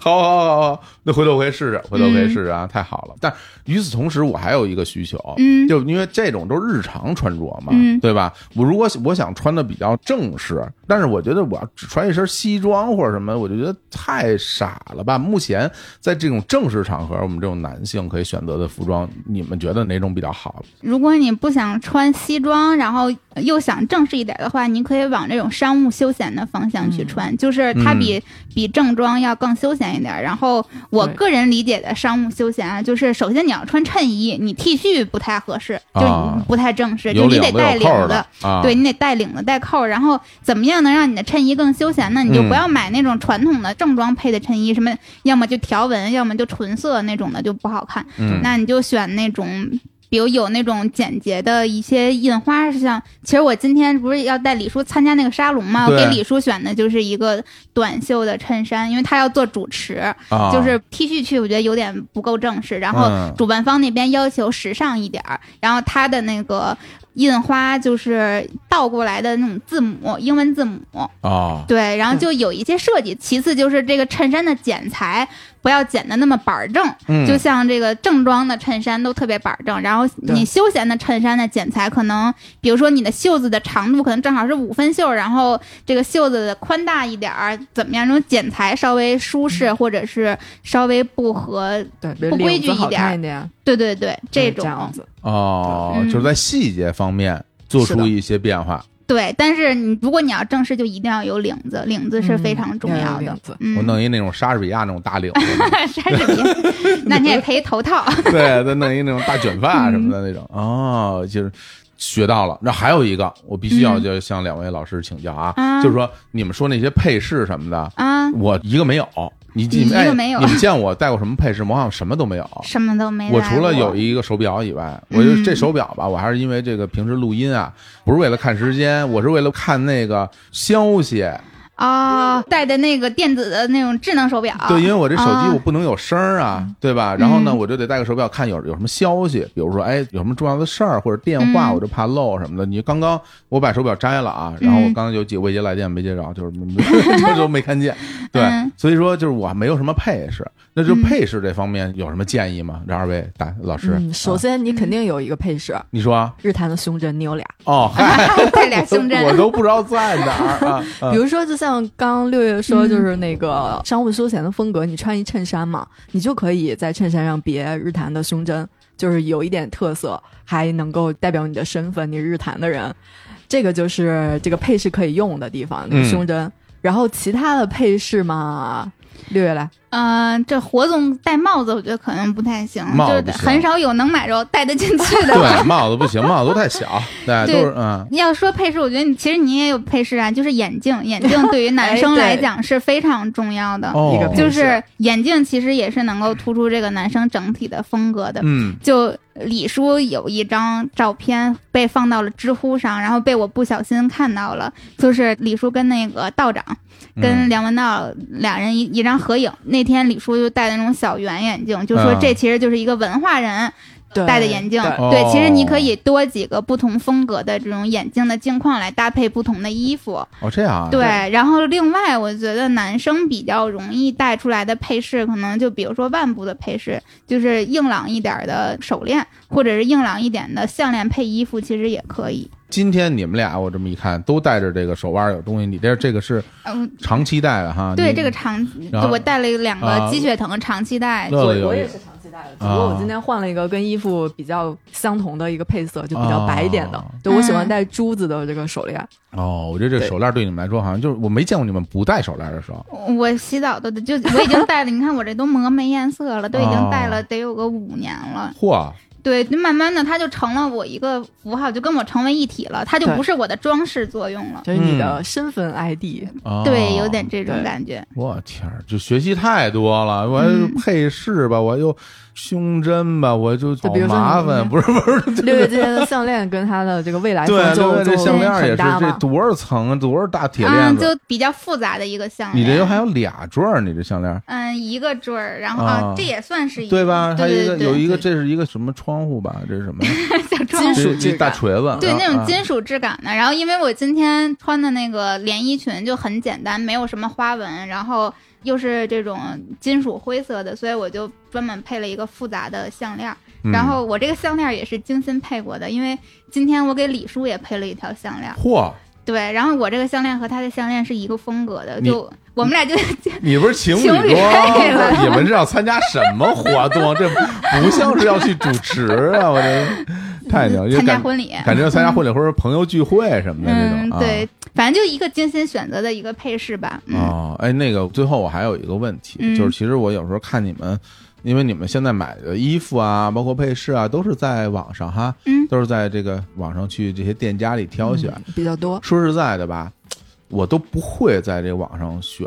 Speaker 1: 好好好好，那回头我可以试试，回头我可以试试啊，太好了。但与此同时，我还有一个需求，
Speaker 2: 嗯
Speaker 1: 就因为这种都是日常穿着嘛，
Speaker 2: 嗯
Speaker 1: 对吧？我如果我想穿的比较正式，但是我觉得我要只穿一身西装或者什么，我就觉得太傻了吧。目前在这种正式场合，我们这种男性可以选择的服装，你们觉得哪种比较好？
Speaker 2: 如果你不想穿西装，然后又想正式一点的话，你可以往这种商务休闲的方向去穿，就是它比、
Speaker 1: 嗯
Speaker 2: 比正装要更休闲一点。然后我
Speaker 3: 对
Speaker 2: 个人理解的商务休闲啊，就是首先你要穿衬衣，你 T 恤不太合适，就
Speaker 1: 啊
Speaker 2: 不太正式，
Speaker 1: 有
Speaker 2: 就你
Speaker 1: 领
Speaker 2: 得
Speaker 1: 子
Speaker 2: 带
Speaker 1: 有
Speaker 2: 领
Speaker 1: 扣
Speaker 2: 子
Speaker 1: 的。啊，
Speaker 2: 对你得带领子带扣儿，然后怎么样能让你的衬衣更休闲呢？你就
Speaker 1: 嗯
Speaker 2: 不要买那种传统的正装配的衬衣，什么要么就条纹，要么就纯色那种的就不好看。
Speaker 1: 嗯，
Speaker 2: 那你就选那种，比如有那种简洁的一些印花，像其实我今天不是要带李叔参加那个沙龙嘛，我
Speaker 1: 对
Speaker 2: 给李叔选的就是一个短袖的衬衫，因为他要做主持，
Speaker 1: 啊
Speaker 2: 就是 T 恤去我觉得有点不够正式，然后
Speaker 1: 嗯
Speaker 2: 主办方那边要求时尚一点儿，然后他的那个印花就是倒过来的那种字母，英文字母，
Speaker 1: 啊，
Speaker 2: 对，然后就有一些设计。其次就是这个衬衫的剪裁不要剪的那么板儿正，
Speaker 1: 嗯
Speaker 2: 就像这个正装的衬衫都特别板儿正，然后你
Speaker 3: 对
Speaker 2: 休闲的衬衫的剪裁可能，比如说你的袖子的长度可能正好是五分袖，然后这个袖子的宽大一点儿，怎么样？这种剪裁稍微舒
Speaker 1: 嗯
Speaker 2: 适，或者是稍微不合，
Speaker 3: 对比如
Speaker 2: 不规矩
Speaker 3: 领子好
Speaker 2: 一点儿
Speaker 3: 看一点，
Speaker 2: 对对对，这
Speaker 3: 嗯这样
Speaker 2: 种
Speaker 3: 子，
Speaker 1: 哦，
Speaker 2: 嗯
Speaker 1: 就是在细节方面做
Speaker 3: 是
Speaker 1: 出
Speaker 3: 的
Speaker 1: 一些变化。
Speaker 2: 对。但是你如果你要正式，就一定要有领子，领子是非常重
Speaker 3: 嗯
Speaker 2: 要
Speaker 3: 要有
Speaker 2: 的
Speaker 3: 领子。
Speaker 2: 嗯，
Speaker 1: 我弄一那种莎士比亚那种大领子，
Speaker 2: 莎士比亚， 那你也赔头套。
Speaker 1: 对，再弄一那种大卷
Speaker 2: 嗯
Speaker 1: 发什么的那种。哦，就是学到了。那还有一个，我必须要
Speaker 2: 嗯
Speaker 1: 就向两位老师请教啊，
Speaker 2: 啊
Speaker 1: 就是说你们说那些配饰什么的，
Speaker 2: 啊，
Speaker 1: 我一个没有。你
Speaker 2: 你
Speaker 1: 你们
Speaker 2: 一个
Speaker 1: 哎
Speaker 2: 没有
Speaker 1: 你们见我戴过什么配饰吗？我好像什么都没有。
Speaker 2: 什么都没来
Speaker 1: 我
Speaker 2: 过。
Speaker 1: 除了有一个手表以外，我就
Speaker 2: 嗯
Speaker 1: 这手表吧，我还是因为这个平时录音啊，不是为了看时间，我是为了看那个消息。
Speaker 2: 啊，戴的那个电子的那种智能手表。
Speaker 1: 对，因为我这手机
Speaker 2: 啊
Speaker 1: 我不能有声儿啊，对吧？然后呢，
Speaker 2: 嗯
Speaker 1: 我就得戴个手表看有有什么消息，比如说哎有什么重要的事儿或者电话，
Speaker 2: 嗯
Speaker 1: 我就怕漏什么的。你刚刚我把手表摘了啊，然后我
Speaker 2: 嗯
Speaker 1: 刚刚有几个未接来电没接着，就是没 这都没看见。对
Speaker 2: 嗯，
Speaker 1: 所以说就是我没有什么配饰，那就
Speaker 2: 嗯
Speaker 1: 配饰这方面有什么建议吗？这二位大老师，
Speaker 3: 嗯，首
Speaker 1: 啊
Speaker 3: 先你肯定有一个配饰，
Speaker 2: 嗯
Speaker 1: 你说啊
Speaker 3: 日坛的胸针，你有俩。
Speaker 1: 哦，嗨，。
Speaker 2: 戴啊俩胸针
Speaker 1: 我都不知道在哪儿 啊。啊
Speaker 3: 比如说，就像刚刚六月说，
Speaker 2: 嗯
Speaker 3: 就是那个商务休闲的风格，你穿一衬衫嘛，你就可以在衬衫上别日坛的胸针，就是有一点特色，还能够代表你的身份，你是日坛的人。这个就是这个配饰可以用的地方，那
Speaker 1: 嗯
Speaker 3: 个胸针。然后其他的配饰嘛，六月来，
Speaker 2: 嗯，这活总戴帽子，我觉得可能不太行，
Speaker 1: 帽子
Speaker 2: 就
Speaker 1: 不
Speaker 2: 是
Speaker 1: 行
Speaker 2: 很少有能买着戴得进去的。
Speaker 1: 对，帽子不行，帽子都太小，对，
Speaker 2: 对
Speaker 1: 都是嗯，
Speaker 2: 要说配饰，我觉得你其实你也有配饰啊，就是眼镜，眼镜 对于男
Speaker 3: 哎
Speaker 2: 生
Speaker 3: 对
Speaker 2: 来讲是非常重要的，
Speaker 1: 哦，
Speaker 3: 一个
Speaker 2: 就
Speaker 3: 配饰
Speaker 2: 是眼镜其实也是能够突出这个男生整体的风格的。
Speaker 1: 嗯，
Speaker 2: 就李叔有一张照片被放到了知乎上，然后被我不小心看到了，就是李叔跟那个道长
Speaker 1: 嗯
Speaker 2: 跟梁文道俩人一一张合影。那天李叔就戴那种小圆眼镜，就说
Speaker 1: 嗯
Speaker 2: 这其实就是一个文化人
Speaker 3: 对
Speaker 2: 戴的眼镜。
Speaker 3: 对
Speaker 1: 哦
Speaker 2: 对，其实你可以多几个不同风格的这种眼镜的镜框来搭配不同的衣服。
Speaker 1: 哦这样啊，
Speaker 2: 对，然后另外我觉得男生比较容易戴出来的配饰，可能就比如说腕部的配饰，就是硬朗一点的手链，或者是硬朗一点的项链配衣服，其实也可以。
Speaker 1: 今天你们俩我这么一看，都戴着这个手腕有东西，你这这个是
Speaker 2: 嗯，
Speaker 1: 长期戴的哈，
Speaker 2: 对，
Speaker 1: 啊你
Speaker 2: 这个长
Speaker 1: 然后，
Speaker 2: 我戴了两个
Speaker 1: 啊
Speaker 2: 鸡血藤长期戴，
Speaker 1: 乐乐有
Speaker 3: 我
Speaker 1: 一
Speaker 3: 也是长期戴的，只不过我今天换了一个跟衣服比较相同的一个配色，就比较白一点的
Speaker 1: 啊。
Speaker 3: 对我喜欢戴珠子的这个手链，
Speaker 1: 哦，我觉得这个
Speaker 3: 对
Speaker 1: 手链对你们来说好像就是我没见过你们不戴手链的时候，
Speaker 2: 我洗澡都就我已经戴了，你看我这都磨没颜色了，都已
Speaker 1: 哦
Speaker 2: 经戴了得有个五年了。
Speaker 1: 嚯，
Speaker 2: 对，就慢慢的它就成了我一个符号，就跟我成为一体了，它就
Speaker 3: 对
Speaker 2: 不是我的装饰作用了。
Speaker 3: 就是你的身份 ID。
Speaker 1: 哦
Speaker 2: 对，有点这种
Speaker 3: 对
Speaker 2: 感觉。
Speaker 1: 我天儿，就学习太多了，我
Speaker 2: 嗯
Speaker 1: 配饰吧，我又胸针吧，我就
Speaker 3: 就
Speaker 1: 好
Speaker 3: 比如说
Speaker 1: 麻
Speaker 3: 你
Speaker 1: 烦，不是不 是，
Speaker 3: 六月之前的项链跟它的这个未来
Speaker 1: 对，
Speaker 3: 风
Speaker 1: 另
Speaker 3: 就
Speaker 1: 外这
Speaker 3: 就
Speaker 1: 项链也
Speaker 3: 很
Speaker 1: 是，
Speaker 3: 搭
Speaker 1: 这
Speaker 3: 嘛。
Speaker 1: 多少层，多少大铁
Speaker 2: 嗯，
Speaker 1: 链子，
Speaker 2: 就比较复杂的一个项
Speaker 1: 你
Speaker 2: 链。
Speaker 1: 这又还有俩坠儿，你这项链。
Speaker 2: 嗯，一个坠儿，然后、
Speaker 1: 啊
Speaker 2: 这也算是一个
Speaker 1: 对吧？还有
Speaker 2: 对
Speaker 1: 一
Speaker 2: 对
Speaker 1: 个
Speaker 2: 对
Speaker 1: 有一个，
Speaker 3: 对
Speaker 1: 这是一个什么窗户吧？这是 什么？
Speaker 2: 小
Speaker 3: 金
Speaker 2: 装饰
Speaker 3: 属
Speaker 1: 这这
Speaker 3: 质
Speaker 1: 大
Speaker 3: 感
Speaker 1: 锤子，
Speaker 2: 对
Speaker 1: 然后
Speaker 2: 那种
Speaker 1: 啊
Speaker 2: 金属质感的。然后因为我今天穿的那个连衣裙就很简单，没有什么花纹，然后又是这种金属灰色的，所以我就专门配了一个复杂的项链儿。
Speaker 1: 嗯
Speaker 2: 然后我这个项链儿也是精心配过的，因为今天我给李叔也配了一条项链儿。
Speaker 1: 嚯，
Speaker 2: 对，然后我这个项链和他的项链是一个风格的，
Speaker 1: 你
Speaker 2: 就我们俩就
Speaker 1: 你不是情
Speaker 2: 情
Speaker 1: 装
Speaker 2: 侣配
Speaker 1: 吗？
Speaker 2: 了
Speaker 1: 你们是要参加什么活动？这不像是要去主持啊！我这太牛，就
Speaker 2: 嗯参加
Speaker 1: 感
Speaker 2: 婚礼。啊
Speaker 1: 感觉参加婚礼或者朋友聚会什么的那
Speaker 2: 嗯
Speaker 1: 种。，啊
Speaker 2: 对，反正就一个精心选择的一个配饰吧。嗯，
Speaker 1: 哦，哎，那个最后我还有一个问题，
Speaker 2: 嗯
Speaker 1: 就是其实我有时候看你们，因为你们现在买的衣服啊，包括配饰啊，都是在网上哈，
Speaker 2: 嗯
Speaker 1: 都是在这个网上去这些店家里挑选。
Speaker 3: 嗯比较多，
Speaker 1: 说实在的吧，我都不会在这网上选。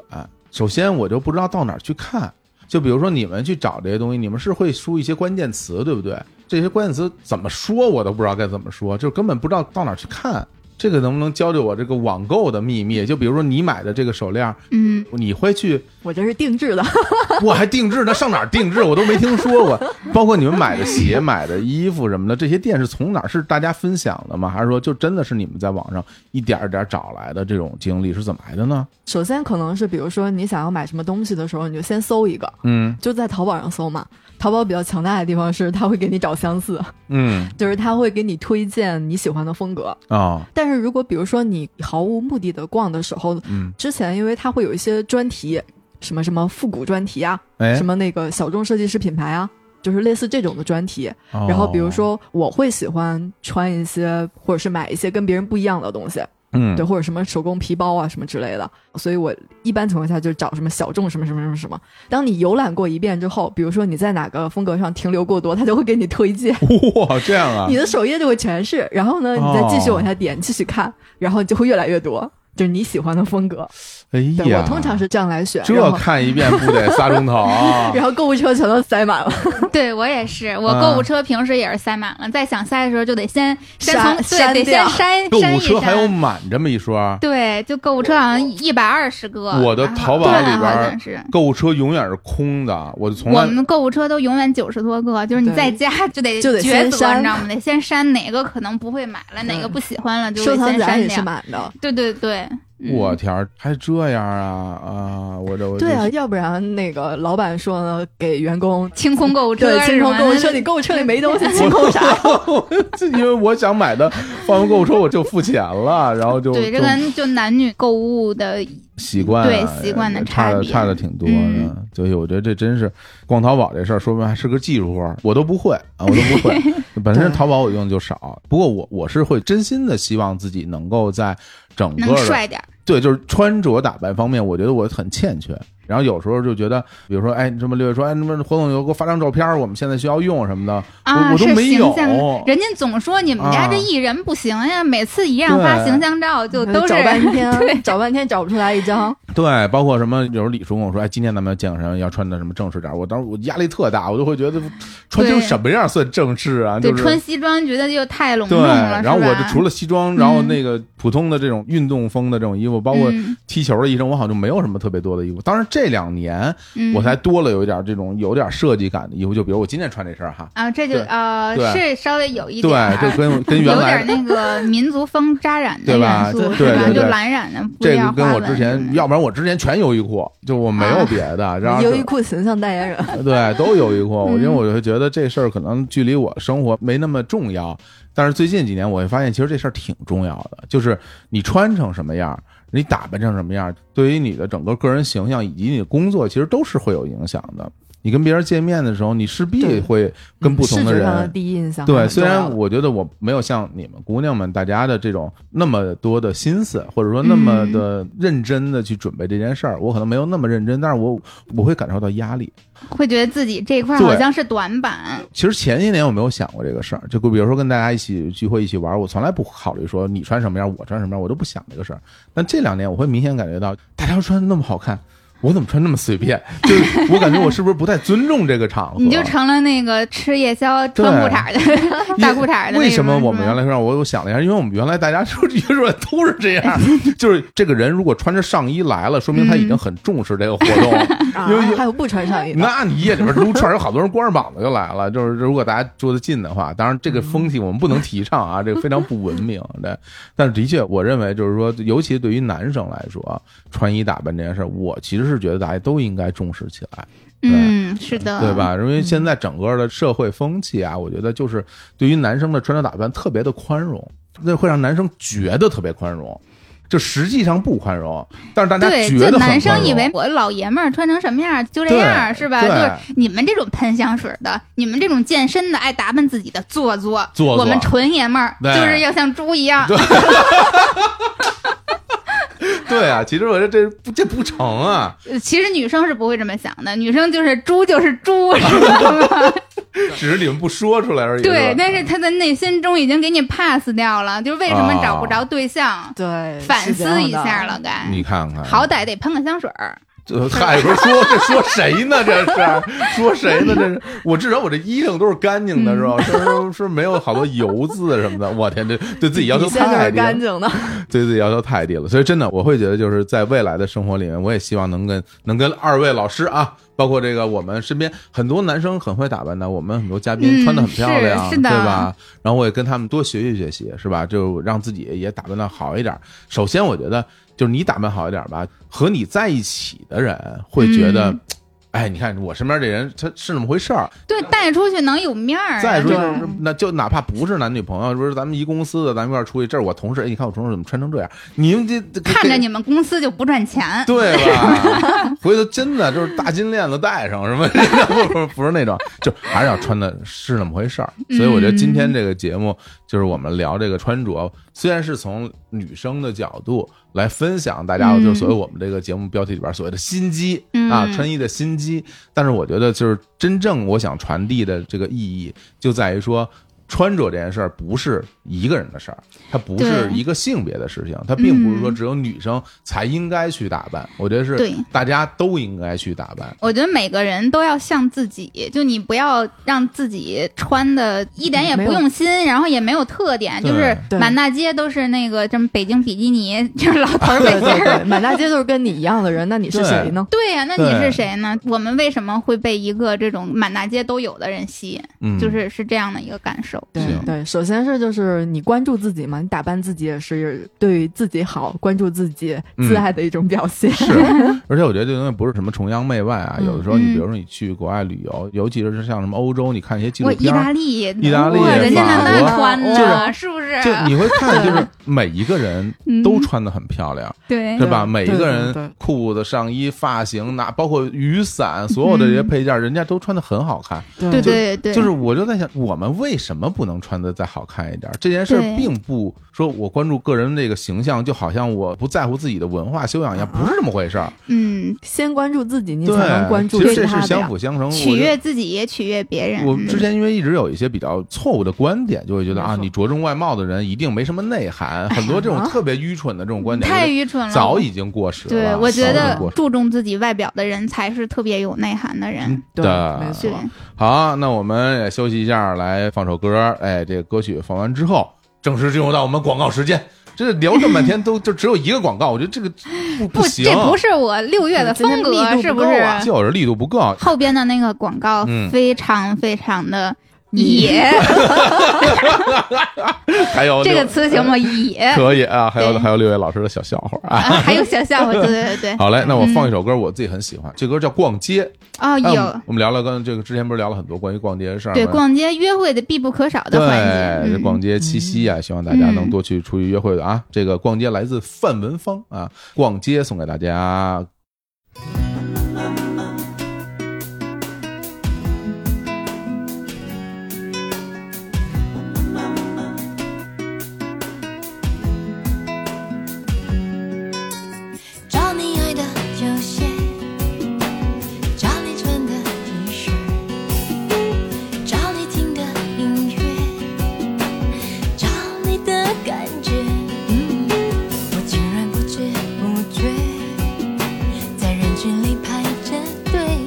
Speaker 1: 首先，我就不知道到哪儿去看。就比如说你们去找这些东西，你们是会输一些关键词，对不对？这些关键词怎么说，我都不知道该怎么说，就根本不知道到哪儿去看。这个能不能教教我这个网购的秘密？就比如说你买的这个手链，
Speaker 2: 嗯，
Speaker 1: 你会去
Speaker 3: 我这是定制的，
Speaker 1: 我还定制呢，上哪儿定制我都没听说 过。包括你们买的鞋、买的衣服什么的，这些店是从哪儿？是大家分享的吗？还是说就真的是你们在网上一点儿一点儿找来的这种经历是怎么来的呢？
Speaker 3: 首先可能是比如说你想要买什么东西的时候，你就先搜一个，
Speaker 1: 嗯
Speaker 3: 就在淘宝上搜嘛。淘宝比较强大的地方是它会给你找相似，
Speaker 1: 嗯
Speaker 3: 就是它会给你推荐你喜欢的风格。
Speaker 1: 哦
Speaker 3: 但是如果比如说你毫无目的的逛的时候，
Speaker 1: 嗯
Speaker 3: 之前因为它会有一些专题，什么什么复古专题啊，
Speaker 1: 哎
Speaker 3: 什么那个小众设计师品牌啊，就是类似这种的专题。
Speaker 1: 哦
Speaker 3: 然后比如说我会喜欢穿一些或者是买一些跟别人不一样的东西，
Speaker 1: 嗯
Speaker 3: 对，或者什么手工皮包啊什么之类的。所以我一般情况下就找什么小众什么什么什么什么。当你游览过一遍之后，比如说你在哪个风格上停留过多，它就会给你推荐。
Speaker 1: 哇这样啊
Speaker 3: 你的首页就会全是，然后呢，你再继续往下点，继续看，然后就会越来越多，就是你喜欢的风格。
Speaker 1: 哎
Speaker 3: 对
Speaker 1: 呀
Speaker 3: 我通常是这样来选，然
Speaker 1: 这
Speaker 3: 后
Speaker 1: 看一遍不得仨钟头啊
Speaker 3: 然后购物车全都塞满了，
Speaker 2: 对我也是，
Speaker 3: 嗯
Speaker 2: 我
Speaker 1: 啊
Speaker 2: 购物车平时也是塞满了，在想塞的时候就得先先
Speaker 3: 删
Speaker 2: 从
Speaker 3: 删
Speaker 2: 对得
Speaker 3: 掉
Speaker 2: 先删
Speaker 1: 购
Speaker 2: 删
Speaker 1: 物
Speaker 2: 一
Speaker 1: 车还有
Speaker 2: 删。
Speaker 1: 满这么一说。
Speaker 2: 对，就购物车好像一百二十个，
Speaker 1: 我的
Speaker 2: 然后
Speaker 1: 淘宝
Speaker 2: 对
Speaker 1: 里边
Speaker 2: 好像是。
Speaker 1: 购物车永远是空的，我就从
Speaker 2: 我
Speaker 1: 来
Speaker 2: 们购物车都永远九十多个，就是你
Speaker 3: 对
Speaker 2: 在家就得
Speaker 3: 就得
Speaker 2: 抉
Speaker 3: 先
Speaker 2: 择，
Speaker 3: 删
Speaker 2: 你知道吗？得先删哪个可能不会买了，哪个
Speaker 3: 嗯
Speaker 2: 不喜欢了，就
Speaker 3: 收
Speaker 2: 得
Speaker 3: 藏
Speaker 2: 先
Speaker 3: 夹
Speaker 2: 删
Speaker 3: 也是
Speaker 2: 掉。
Speaker 3: 满的。
Speaker 2: 对对对，嗯
Speaker 1: 我天儿还这样啊啊！我这我
Speaker 3: 对啊，
Speaker 1: 这
Speaker 3: 要不然那个老板说呢，给员工
Speaker 2: 清空购物车，
Speaker 3: 对清空
Speaker 2: 是吗
Speaker 3: 购物车，你购物车里没东 西，清空啥？
Speaker 1: 这因为我想买的，放完购物车我就付钱了，然后就
Speaker 2: 对，这
Speaker 1: 就
Speaker 2: 跟就男女购物的，
Speaker 1: 习惯啊
Speaker 2: 对习惯的
Speaker 1: 也差
Speaker 2: 差
Speaker 1: 的
Speaker 2: 别
Speaker 1: 差的挺多的
Speaker 2: 嗯。
Speaker 1: 所以我觉得这真是逛淘宝这事儿，说白了是个技术活儿，我都不会啊，我都不 会。本身
Speaker 3: 对
Speaker 1: 淘宝我用的就少，不过我我是会真心的希望自己能够在整个
Speaker 2: 能
Speaker 1: 的
Speaker 2: 帅点儿，
Speaker 1: 对，就是穿着打扮方面，我觉得我很欠缺。然后有时候就觉得，比如说，哎，什么六月说，哎，什么活动有给我发张照片，我们现在需要用什么的，
Speaker 2: 啊，
Speaker 1: 我我都
Speaker 2: 是
Speaker 1: 没
Speaker 2: 形
Speaker 1: 有。
Speaker 2: 象，人家总说你们家这
Speaker 1: 啊
Speaker 2: 艺人不行呀，每次一让发
Speaker 1: 对
Speaker 2: 形象照就都是
Speaker 3: 找半
Speaker 2: 对
Speaker 3: 天，找半天找不出来一张。
Speaker 1: 对，包括什么，有时候李叔跟我说，哎，今天咱们要见个人，要穿的什么正式点儿。我当时我压力特大，我就会觉得穿成
Speaker 2: 对
Speaker 1: 什么样算正式啊？
Speaker 2: 对
Speaker 1: 就是
Speaker 2: 穿西装觉得又太隆重
Speaker 1: 对，
Speaker 2: 了，
Speaker 1: 然后
Speaker 2: 是
Speaker 1: 我
Speaker 2: 吧
Speaker 1: 就除了西装，然后那个普通的这种运动风的这种衣服，包括
Speaker 2: 嗯
Speaker 1: 踢球的衣裳，我好像就没有什么特别多的衣服。当然这两年
Speaker 2: 嗯
Speaker 1: 我才多了有一点这种有点设计感的衣服，就比如我今天穿这身儿哈，
Speaker 2: 啊，这就
Speaker 1: 对
Speaker 2: 呃
Speaker 1: 对
Speaker 2: 是稍微有一
Speaker 1: 对
Speaker 2: 点啊，
Speaker 1: 这 跟跟原
Speaker 2: 有
Speaker 1: 来
Speaker 2: 点那个民族风扎染 的
Speaker 1: 对吧
Speaker 2: 元素
Speaker 1: 对
Speaker 2: 吧？
Speaker 1: 对对
Speaker 2: 就蓝染的，不
Speaker 1: 这
Speaker 2: 要
Speaker 1: 个跟
Speaker 2: 花
Speaker 1: 我
Speaker 2: 纹
Speaker 1: 之前，要不然我之前全优衣库，就我没有
Speaker 2: 啊
Speaker 1: 别的， 然后
Speaker 3: 优
Speaker 1: 就
Speaker 3: 衣库形象代言人，
Speaker 1: 对，都有一过。我
Speaker 3: 嗯
Speaker 1: 因为我就觉得这事儿可能距离我生活没那么重要，但是最近几年我会发现，其实这事儿挺重要的，就是你穿成什么样儿，你打扮成什么样儿，对于你的整个个人形象以及你的工作，其实都是会有影响的。你跟别人见面的时候，你势必
Speaker 3: 对
Speaker 1: 会 跟不同
Speaker 3: 视
Speaker 1: 的
Speaker 3: 觉
Speaker 1: 人。
Speaker 3: 上的第一印象还
Speaker 1: 对，
Speaker 3: 很
Speaker 1: 虽
Speaker 3: 重要的。
Speaker 1: 然我觉得我没有像你们姑娘们大家的这种那么多的心思，或者说那么的认真的去准备这件事儿，我可能没有那么认真，但是我我会感受到压力。
Speaker 2: 会觉得自己这一块
Speaker 1: 对
Speaker 2: 好像是短板，
Speaker 1: 其实前些年我没有想过这个事儿，就比如说跟大家一起聚会、一起玩，我从来不考虑说你穿什么样，我穿什么样，我都不想这个事儿。但这两年我会明显感觉到，大家都穿得那么好看，我怎么穿那么随便？就是我感觉我是不是不太尊重这个场合？
Speaker 2: 你就成了那个吃夜宵
Speaker 1: 对
Speaker 2: 穿裤衩儿的 大裤衩儿的那种。
Speaker 1: 为什么我们
Speaker 2: 是吧
Speaker 1: 原来让我我想了一下，因为我们原来大家说约出来都是这 样，就是这个人如果穿着上衣来了，说明他已经很重视这个活动了。
Speaker 3: 啊
Speaker 1: 因为有
Speaker 3: 还有不穿上衣的，
Speaker 1: 那你夜里边撸串儿有好多人光着膀子就来了，就是如果大家住得近的话，当然这个风气我们不能提倡啊，这个非常不文明。对，但是的确，我认为就是说，尤其对于男生来说，啊穿衣打扮这件事儿，我其实是觉得大家都应该重视起来，对
Speaker 2: 嗯，是的，
Speaker 1: 对？吧？因为现在整个的社会风气啊，我觉得就是对于男生的穿着打扮特别的宽容，那会让男生觉得特别宽容。就实际上不宽容，但是大家
Speaker 2: 对，
Speaker 1: 觉
Speaker 2: 就
Speaker 1: 得很
Speaker 2: 男
Speaker 1: 宽
Speaker 2: 生
Speaker 1: 容
Speaker 2: 以为我老爷们儿穿成什么样儿就这样儿
Speaker 1: 对
Speaker 2: 是吧？
Speaker 1: 对
Speaker 2: 就是你们这种喷香水的，你们这种健身的，爱打扮自己的，做作，
Speaker 1: 做作
Speaker 2: 我们纯爷们儿
Speaker 1: 对
Speaker 2: 就是要像猪一样
Speaker 1: 对。对啊，其实我觉得这不这不成啊，
Speaker 2: 呃其实女生是不会这么想的，女生就是猪就是 猪，知道吗？
Speaker 1: 只是你们不说出来而已。
Speaker 2: 对
Speaker 1: 吧，
Speaker 2: 但是她在内心中已经给你 pass 掉了，就是为什么找不着对象，
Speaker 3: 对，
Speaker 2: 反
Speaker 3: 是这样
Speaker 2: 思
Speaker 3: 的
Speaker 2: 一下。了该。
Speaker 1: 啊你看看，
Speaker 2: 好，歹得喷个香水儿，
Speaker 1: 这嗨，不是说这说谁呢？这是 说谁呢？这是我至少我这衣裳都是干净
Speaker 2: 嗯
Speaker 1: 的，是吧？是不是是没有好多油渍什么的。我天，这对自己要求
Speaker 3: 底线就
Speaker 1: 太
Speaker 3: 是
Speaker 1: 低了
Speaker 3: 干，净的，
Speaker 1: 对自己要求太低了。所以真的，我会觉得就是在未来的生活里面，我也希望能跟能跟二位老师啊。包括这个，我们身边很多男生很会打扮的，我们很多嘉宾
Speaker 2: 嗯
Speaker 1: 穿的很漂亮，
Speaker 2: 是是的
Speaker 1: 对吧？然后我也跟他们多学习学习，是吧？就让自己也打扮的好一点。首先，我觉得就是你打扮好一点吧，和你在一起的人会觉得，
Speaker 2: 嗯
Speaker 1: 哎，你看我身边这人，他是那么回事儿。
Speaker 2: 对，带出去能有面儿啊。
Speaker 1: 再说
Speaker 3: 对
Speaker 1: 就是，那就哪怕不是男女朋友，说是咱们一公司的，咱们一块儿出去，这是我同事，哎，你看我同事怎么穿成这样？你们这这
Speaker 2: 看着你们公司就不赚钱，
Speaker 1: 对 吧？回头真的就是大金链子戴上什么， 不不不是那种，就还是要穿的是那么回事儿。所以我觉得今天这个节目就是我们聊这个穿着，虽然是从女生的角度来分享大家
Speaker 2: 嗯
Speaker 1: 就是所谓我们这个节目标题里边所谓的心机
Speaker 2: 嗯
Speaker 1: 啊，穿衣的心机，但是我觉得就是真正我想传递的这个意义就在于说。穿着这件事儿不是一个人的事儿，它不是
Speaker 2: 对
Speaker 1: 一个性别的事情，它并不是说
Speaker 2: 嗯
Speaker 1: 只有女生才应该去打扮，我觉得是
Speaker 2: 对
Speaker 1: 大家都应该去打扮。
Speaker 2: 我觉得每个人都要像自己，就你不要让自己穿的一点也不用心，然后也没有特点，
Speaker 1: 对
Speaker 2: 就是
Speaker 3: 对
Speaker 2: 满大街都是那个什么北京比基尼， 就是老头儿背
Speaker 3: 对
Speaker 2: 心
Speaker 3: 对
Speaker 2: 儿。
Speaker 3: 对，满大街都是跟你一样的人，那你是谁呢？
Speaker 2: 对呀、那你
Speaker 1: 对
Speaker 2: 是谁呢？我们为什么会被一个这种满大街都有的人吸引？
Speaker 1: 嗯，
Speaker 2: 就是是这样的一个感受。
Speaker 3: 对
Speaker 1: 行
Speaker 3: 对，首先是就是你关注自己嘛，你打扮自己也是对于自己好，关注自己
Speaker 1: 嗯
Speaker 3: 自爱的一种表现。
Speaker 1: 是， 而且我觉得这东西不是什么崇洋媚外啊，
Speaker 3: 嗯
Speaker 1: 有的时候你
Speaker 2: 嗯
Speaker 1: 比如说你去国外旅游，尤其是像什么欧洲，你看一些纪录
Speaker 2: 我意
Speaker 1: 片儿，
Speaker 2: 大利，
Speaker 1: 意大利
Speaker 2: 哇人家
Speaker 1: 法
Speaker 2: 那
Speaker 1: 国
Speaker 2: 那穿
Speaker 3: 就是
Speaker 2: 的，是不是？是？
Speaker 1: 就你会看，就是每一个 人都穿的很漂亮，
Speaker 2: 嗯对
Speaker 1: 对吧？
Speaker 3: 对
Speaker 1: 每一个
Speaker 3: 对对对
Speaker 1: 人裤子、上衣、发型，那包括雨伞，所有的
Speaker 2: 嗯
Speaker 1: 这些配件，人家都穿的很好看。
Speaker 2: 对对对，
Speaker 1: 就是我就在想，我们为什么不能穿的再好看一点儿？这件事
Speaker 2: 对
Speaker 1: 儿并不说我关注个人这个形象，就好像我不在乎自己的文化修养一样，不是这么回事儿。
Speaker 2: 嗯，
Speaker 3: 先关注自己，你才
Speaker 1: 对，
Speaker 3: 能关注
Speaker 1: 其实
Speaker 3: 其
Speaker 1: 这
Speaker 3: 他
Speaker 1: 是
Speaker 3: 的
Speaker 1: 相
Speaker 3: 呀。
Speaker 1: 辅相成。我
Speaker 2: 取
Speaker 1: 觉得
Speaker 2: 悦自己也取悦别人。
Speaker 1: 我
Speaker 2: 嗯
Speaker 1: 之前因为一直有一些比较错误的观点，就会觉得啊，
Speaker 3: 没错
Speaker 1: 你着重外貌的人一定没什么内涵，很多这种特别愚蠢的这种观点，
Speaker 2: 啊太愚蠢了，
Speaker 1: 早已经过时了。
Speaker 2: 对，我觉
Speaker 1: 早已
Speaker 2: 得
Speaker 1: 经过时
Speaker 2: 注重自己外表的人才是特别有内涵的人。
Speaker 1: 嗯
Speaker 3: 对
Speaker 1: 的，
Speaker 3: 没
Speaker 2: 对
Speaker 3: 错，
Speaker 1: 好，那我们也休息一下，来放首歌。哎，这个歌曲放完之后，正式进入到我们广告时间。这聊这么半天都就只有一个广告，我觉得这个不
Speaker 2: 不，
Speaker 1: 行，
Speaker 2: 这不是我六月的
Speaker 3: 今天
Speaker 2: 风格，
Speaker 3: 力度
Speaker 2: 是
Speaker 3: 不
Speaker 2: 不
Speaker 3: 够
Speaker 2: 是？
Speaker 3: 啊
Speaker 1: 就是力度不 够。
Speaker 2: 后边的那个广告
Speaker 1: 嗯
Speaker 2: 非常非常的 野，
Speaker 1: 还有
Speaker 2: 这
Speaker 1: 六呃
Speaker 2: 个词行 吗？野，
Speaker 1: 可以啊，还有
Speaker 2: 对
Speaker 1: 还有六位老师的小笑话啊。
Speaker 2: 啊还有小笑话，对对对，
Speaker 1: 好嘞，那
Speaker 2: 嗯
Speaker 1: 我放一首歌，我自己很喜欢，这歌叫《逛街》。
Speaker 2: 哦，
Speaker 1: 哎
Speaker 2: 有。
Speaker 1: 我们聊了跟这个之前不是聊了很多关于逛街的事儿吗？
Speaker 2: 对，逛街约会的必不可少的环
Speaker 1: 对，
Speaker 2: 节，
Speaker 1: 这
Speaker 2: 嗯
Speaker 1: 逛街七夕啊，希望大家能多去出去约会的啊。这个逛街来自范文芳啊，逛街送给大家。
Speaker 5: 找你爱的球鞋，找你穿的 T 恤，找你听的音乐，找你的感觉。嗯，我竟然不知不觉在人群里排着队。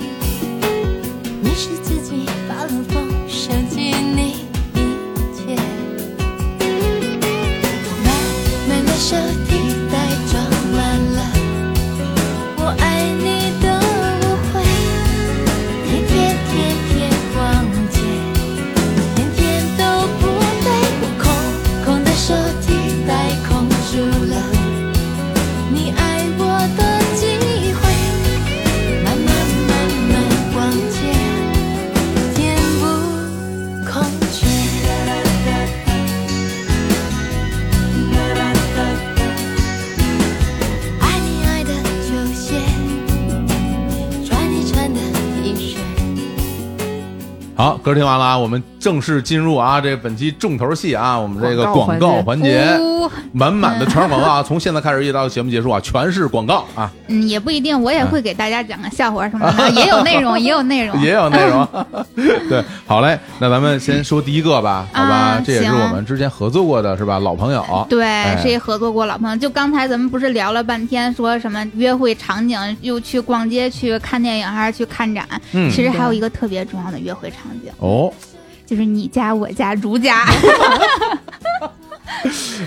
Speaker 5: 你是自己发了疯，想起你一切。慢慢的手提袋装满了我爱你的误会，一天天天逛街，天天都不对。空空的手提袋空出了你爱我的机会，慢慢慢慢逛街，填补空缺。爱你爱的球鞋，穿你穿的 T 恤。
Speaker 1: 好，歌听完了啊，我们正式进入啊，这本期重头戏啊，我们这个广
Speaker 3: 广告
Speaker 1: 告
Speaker 3: 环节
Speaker 1: 环节，
Speaker 2: 呜
Speaker 1: 满满的全是广告啊，从现在开始一直到节目结 束啊，全是广告啊，
Speaker 2: 嗯，也不一定，我也会给大家讲个笑话什么 的，也有内容，也有内容，
Speaker 1: 也有内容。 对，好嘞，那咱们先说第一个吧，好吧
Speaker 2: 啊，
Speaker 1: 这也是
Speaker 2: 行
Speaker 1: 我们之前合作过的是吧，老朋友。
Speaker 2: 对，
Speaker 1: 哎
Speaker 2: 是一合作过老朋友。就刚才咱们不是聊了半天，说什么约会场景，又去逛街、去看电影，还是去看展？
Speaker 1: 嗯
Speaker 2: 其实还有一个特别重要的约会场景，
Speaker 1: 哦，
Speaker 2: 就是你家、我家、如家。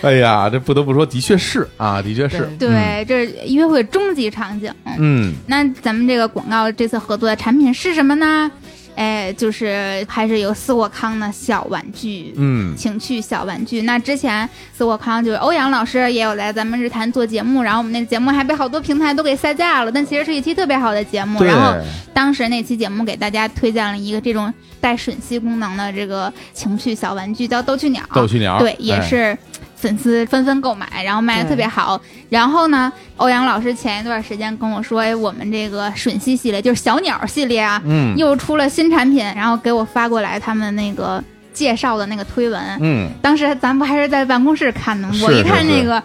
Speaker 1: 哎呀，这不得不说，的确是啊，的确是，
Speaker 2: 对，这是约会终极场景。
Speaker 1: 嗯，
Speaker 2: 那咱们这个广告这次合作的产品是什么呢？哎，就是还是有斯沃康的小玩具。
Speaker 1: 嗯，
Speaker 2: 情趣小玩具。那之前斯沃康就是欧阳老师也有来咱们日坛做节目，然后我们那节目还被好多平台都给下架了，但其实是一期特别好的节目。
Speaker 1: 对，
Speaker 2: 然后当时那期节目给大家推荐了一个这种带吮吸功能的这个情趣小玩具，叫逗趣鸟。
Speaker 1: 逗趣鸟，
Speaker 2: 啊对，也
Speaker 1: 哎
Speaker 2: 是粉丝纷纷购买，然后卖的特别好。然后呢，欧阳老师前一段时间跟我说，哎，我们这个吮吸系列就是小鸟系列啊，
Speaker 1: 嗯
Speaker 2: 又出了新产品，然后给我发过来他们那个介绍的那个推文。
Speaker 1: 嗯，
Speaker 2: 当时咱不还是在办公室看的吗？
Speaker 1: 是
Speaker 2: 我一看
Speaker 1: 是
Speaker 2: 那个。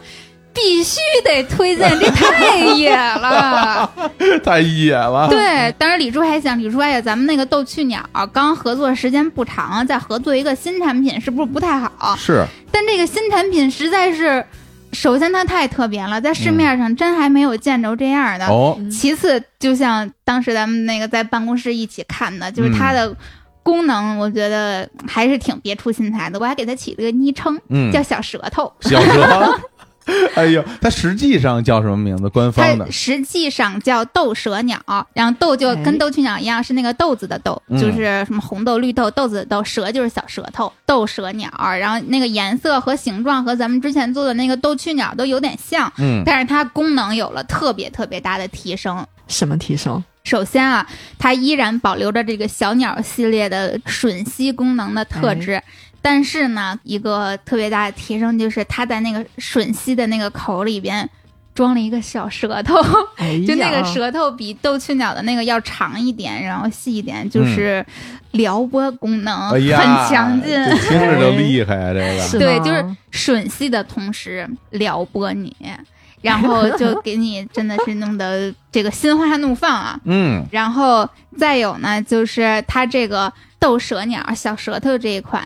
Speaker 2: 必须得推荐，这太 野了。
Speaker 1: 太野了，
Speaker 2: 对，当时李叔还想，李叔哎呀，咱们那个逗趣鸟刚合作时间不长，再合作一个新产品，是不是不太好？
Speaker 1: 是，
Speaker 2: 但这个新产品实在是，首先它太特别了，在市面上真还没有见着这样的。
Speaker 1: 嗯哦，
Speaker 2: 其次，就像当时咱们那个在办公室一起看的，
Speaker 1: 嗯
Speaker 2: 就是它的功能，我觉得还是挺别出心裁的。我还给它起了个昵称，
Speaker 1: 嗯，
Speaker 2: 叫小舌头。
Speaker 1: 小蛇， 哎呦，它实际上叫什么名字？官方
Speaker 2: 它
Speaker 1: 的，
Speaker 2: 实际上叫豆舌鸟，然后豆就跟
Speaker 3: 哎
Speaker 2: 逗趣鸟一样，是那个豆子的豆，
Speaker 1: 嗯
Speaker 2: 就是什么红豆、绿豆、豆子的豆，舌就是小舌头，豆舌鸟。然后那个颜色和形状和咱们之前做的那个逗趣鸟都有点像，
Speaker 1: 嗯，
Speaker 2: 但是它功能有了特别特别大的提升。
Speaker 3: 什么提升？
Speaker 2: 首先啊，它依然保留着这个小鸟系列的吮吸功能的特质，但是呢，一个特别大的提升就是他在那个吮吸的那个口里边装了一个小舌头，
Speaker 3: 哎呀
Speaker 2: 就那个舌头比斗雀鸟的那个要长一点，然后细一点，就是撩拨功能
Speaker 5: 哎
Speaker 2: 很
Speaker 5: 呀，
Speaker 2: 强劲。
Speaker 5: 这听着就厉害啊，这个
Speaker 3: 是
Speaker 2: 对，
Speaker 3: 吗
Speaker 2: 就是吮吸的同时撩拨你，然后就给你真的是弄得这个心花怒放啊。
Speaker 5: 嗯，
Speaker 2: 然后再有呢，就是它这个斗蛇鸟小舌头这一款，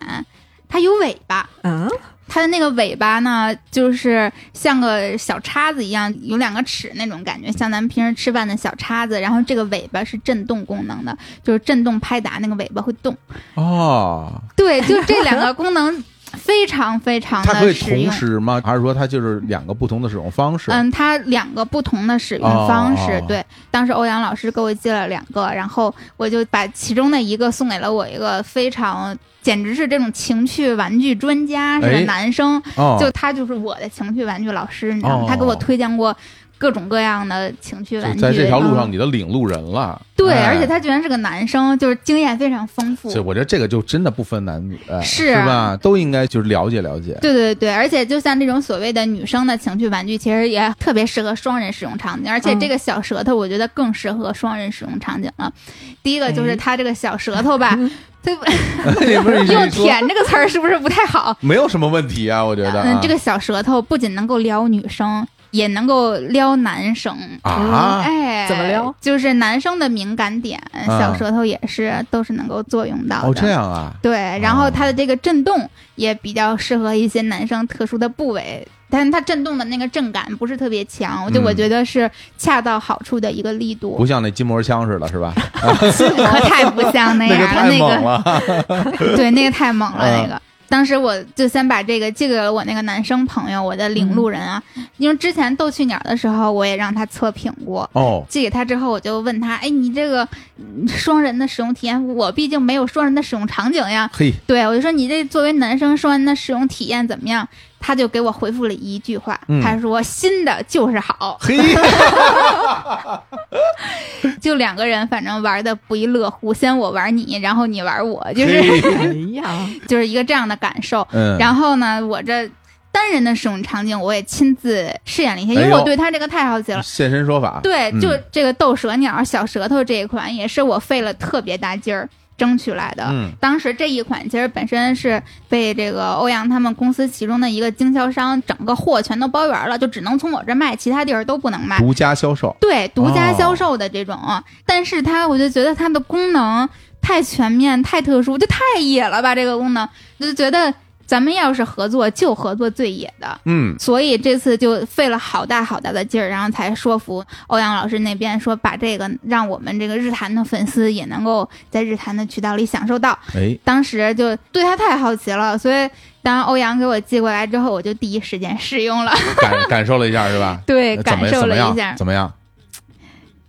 Speaker 2: 它有尾巴，
Speaker 3: 嗯，
Speaker 2: 它的那个尾巴呢，就是像个小叉子一样，有两个齿那种感觉，像咱们平时吃饭的小叉子。然后这个尾巴是震动功能的，就是震动拍打那个尾巴会动。
Speaker 5: 哦，
Speaker 2: 对，就这两个功能非常非常
Speaker 5: 它可
Speaker 2: 的
Speaker 5: 以
Speaker 2: 实
Speaker 5: 同
Speaker 2: 用。
Speaker 5: 时吗？还是说它就是两个不同的使用方式？
Speaker 2: 嗯，它两个不同的使用方式，
Speaker 5: 哦
Speaker 2: 对，当时欧阳老师给我借了两个，然后我就把其中的一个送给了我一个非常，简直是这种情趣玩具专家是个
Speaker 5: 哎
Speaker 2: 男生，
Speaker 5: 哦，
Speaker 2: 就他就是我的情趣玩具老师，你知道吗？他给我
Speaker 5: 哦
Speaker 2: 推荐过各种各样的情趣玩
Speaker 5: 就
Speaker 2: 具，
Speaker 5: 在这条路上
Speaker 2: 嗯
Speaker 5: 你的领路人了。
Speaker 2: 对，
Speaker 5: 哎
Speaker 2: 而且他居然是个男生，就是经验非常丰富，
Speaker 5: 所以我觉得这个就真的不分男女，哎
Speaker 2: 是啊
Speaker 5: 是吧？都应该就是了解 了解。
Speaker 2: 对对对，而且就像这种所谓的女生的情趣玩具，其实也特别适合双人使用场
Speaker 5: 嗯
Speaker 2: 景，而且这个小舌头，我觉得更适合双人使用场景了。第一个就是它这个小舌头吧，它
Speaker 5: 你不嗯 是你
Speaker 2: 用“
Speaker 5: 你说
Speaker 2: 舔”这个词儿是不是不太好？
Speaker 5: 没有什么问题啊，我觉得啊。
Speaker 2: 嗯，这个小舌头不仅能够撩女生，也能够撩男生。
Speaker 5: 啊
Speaker 2: 哎，
Speaker 3: 怎么撩？
Speaker 2: 就是男生的敏感点，小舌头也是、都是能够作用到的。
Speaker 5: 哦，这样啊，
Speaker 2: 对，然后它的这个震动也比较适合一些男生特殊的部位，但是它震动的那个震感不是特别强，就我
Speaker 5: 嗯
Speaker 2: 觉得是恰到好处的一个力
Speaker 5: 不
Speaker 2: 度，
Speaker 5: 像那筋膜枪似的，是吧？
Speaker 2: 可太不像那
Speaker 5: 个
Speaker 2: 样了，
Speaker 5: 太
Speaker 2: 哎那
Speaker 5: 猛
Speaker 2: 个
Speaker 5: 了，
Speaker 2: 对，那个太猛了，
Speaker 5: 嗯
Speaker 2: 那个。当时我就先把这个借给了我那个男生朋友，我的领路人啊，
Speaker 5: 嗯
Speaker 2: 因为之前斗去鸟的时候，我也让他测评过，
Speaker 5: 哦，
Speaker 2: 寄给他之后，我就问他，哎，你这个嗯双人的使用体验，我毕竟没有双人的使用场景呀，
Speaker 5: 嘿，
Speaker 2: 对，我就说你这作为男生说那使用体验怎么样？他就给我回复了一句话，
Speaker 5: 嗯
Speaker 2: 他说新的就是好，
Speaker 5: 嘿，
Speaker 2: 就两个人反正玩的不亦乐乎，先我玩你，然后你玩我，就是
Speaker 5: 嘿，
Speaker 3: 哎呀，
Speaker 2: 就是一个这样的感受。
Speaker 5: 嗯，
Speaker 2: 然后呢，我这单人的使用场景我也亲自试验了一下，因
Speaker 5: 哎
Speaker 2: 为
Speaker 5: 呦
Speaker 2: 我对他这个太好奇了。
Speaker 5: 嗯现身说法，
Speaker 2: 对，
Speaker 5: 嗯
Speaker 2: 就这个斗蛇鸟小舌头这一款，也是我费了特别大劲儿争取来的。
Speaker 5: 嗯
Speaker 2: 当时这一款其实本身是被这个欧阳他们公司其中的一个经销商整个货全都包圆了，就只能从我这儿卖，其他地儿都不能卖。
Speaker 5: 独家销售，
Speaker 2: 对，独家销售的这种，但是它我就觉得它的功能太全面、太特殊，就太野了吧？这个功能，就觉得咱们要是合作，就合作最野的。
Speaker 5: 嗯，
Speaker 2: 所以这次就费了好大好大的劲儿，然后才说服欧阳老师那边说把这个让我们这个日坛的粉丝也能够在日坛的渠道里享受到。
Speaker 5: 哎，
Speaker 2: 当时就对他太好奇了，所以当欧阳给我寄过来之后，我就第一时间试用了，
Speaker 5: 感感受了一下是吧？
Speaker 2: 对，
Speaker 5: 怎么
Speaker 2: 感受
Speaker 5: 怎
Speaker 2: 了
Speaker 5: 么
Speaker 2: 一
Speaker 5: 样？
Speaker 2: 下，
Speaker 5: 怎么样？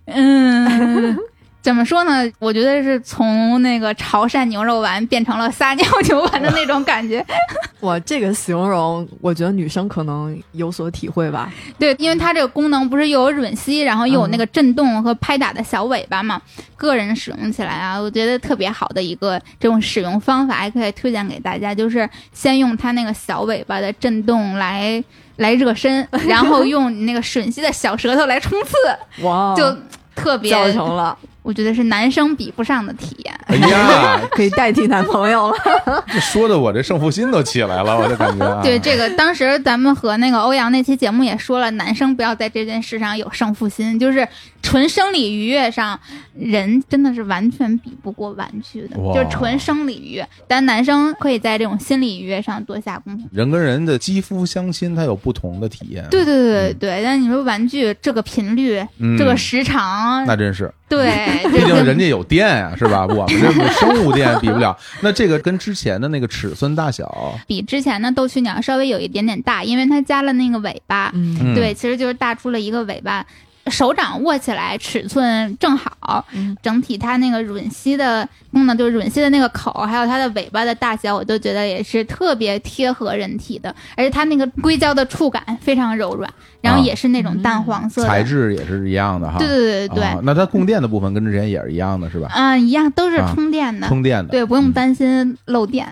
Speaker 2: 嗯。怎么说呢？我觉得是从那个潮汕牛肉丸变成了撒尿牛丸的那种感觉，
Speaker 3: 我这个形容，我觉得女生可能有所体会吧。
Speaker 2: 对，因为它这个功能不是又有吮吸，然后又有那个震动和拍打的小尾巴嘛，个人使用起来啊，我觉得特别好的一个这种使用方法，还可以推荐给大家，就是先用它那个小尾巴的震动来来热身，然后用你那个吮吸的小舌头来冲刺，
Speaker 3: 哇，
Speaker 2: 就特别，
Speaker 3: 哦教成 了，
Speaker 2: 我觉得是男生比不上的体验。
Speaker 5: 哎呀，
Speaker 3: 可以代替男朋友了。
Speaker 5: 这说的我这胜负心都起来了，我就感觉啊，
Speaker 2: 对这个，当时咱们和那个欧阳那期节目也说了，男生不要在这件事上有胜负心，就是纯生理愉悦上，人真的是完全比不过玩具的，
Speaker 5: 哇
Speaker 2: 就是纯生理愉悦。但男生可以在这种心理愉悦上多下功夫。
Speaker 5: 人跟人的肌肤相亲，它有不同的体验，
Speaker 2: 对对对对对，但你说玩具这个频率、
Speaker 5: 嗯
Speaker 2: 这个时长，
Speaker 5: 那 真是，
Speaker 2: 对，
Speaker 5: 毕
Speaker 2: 这
Speaker 5: 竟
Speaker 2: 个
Speaker 5: 人家有电呀、是吧？我们这个生物电比不了。那这个跟之前的那个尺寸大小，
Speaker 2: 比之前的斗雀鸟稍微有一点点大，因为它加了那个尾巴。
Speaker 3: 嗯
Speaker 5: 嗯
Speaker 2: 对，其实就是大出了一个尾巴。手掌握起来尺寸正好，
Speaker 3: 嗯
Speaker 2: 整体它那个吮吸的功能，就是吮吸的那个口，还有它的尾巴的大小，我都觉得也是特别贴合人体的，而且它那个硅胶的触感非常柔软，然后
Speaker 1: 啊
Speaker 2: 也是那种淡黄色的，
Speaker 1: 材质也是一样的哈。
Speaker 2: 对对对对对，
Speaker 5: 哦
Speaker 1: 啊那它供电的部分跟之前也是一样的，是吧？
Speaker 2: 嗯，一样都是
Speaker 1: 啊
Speaker 2: 充电的，
Speaker 1: 充电嗯的，
Speaker 2: 对，不用担心漏 电。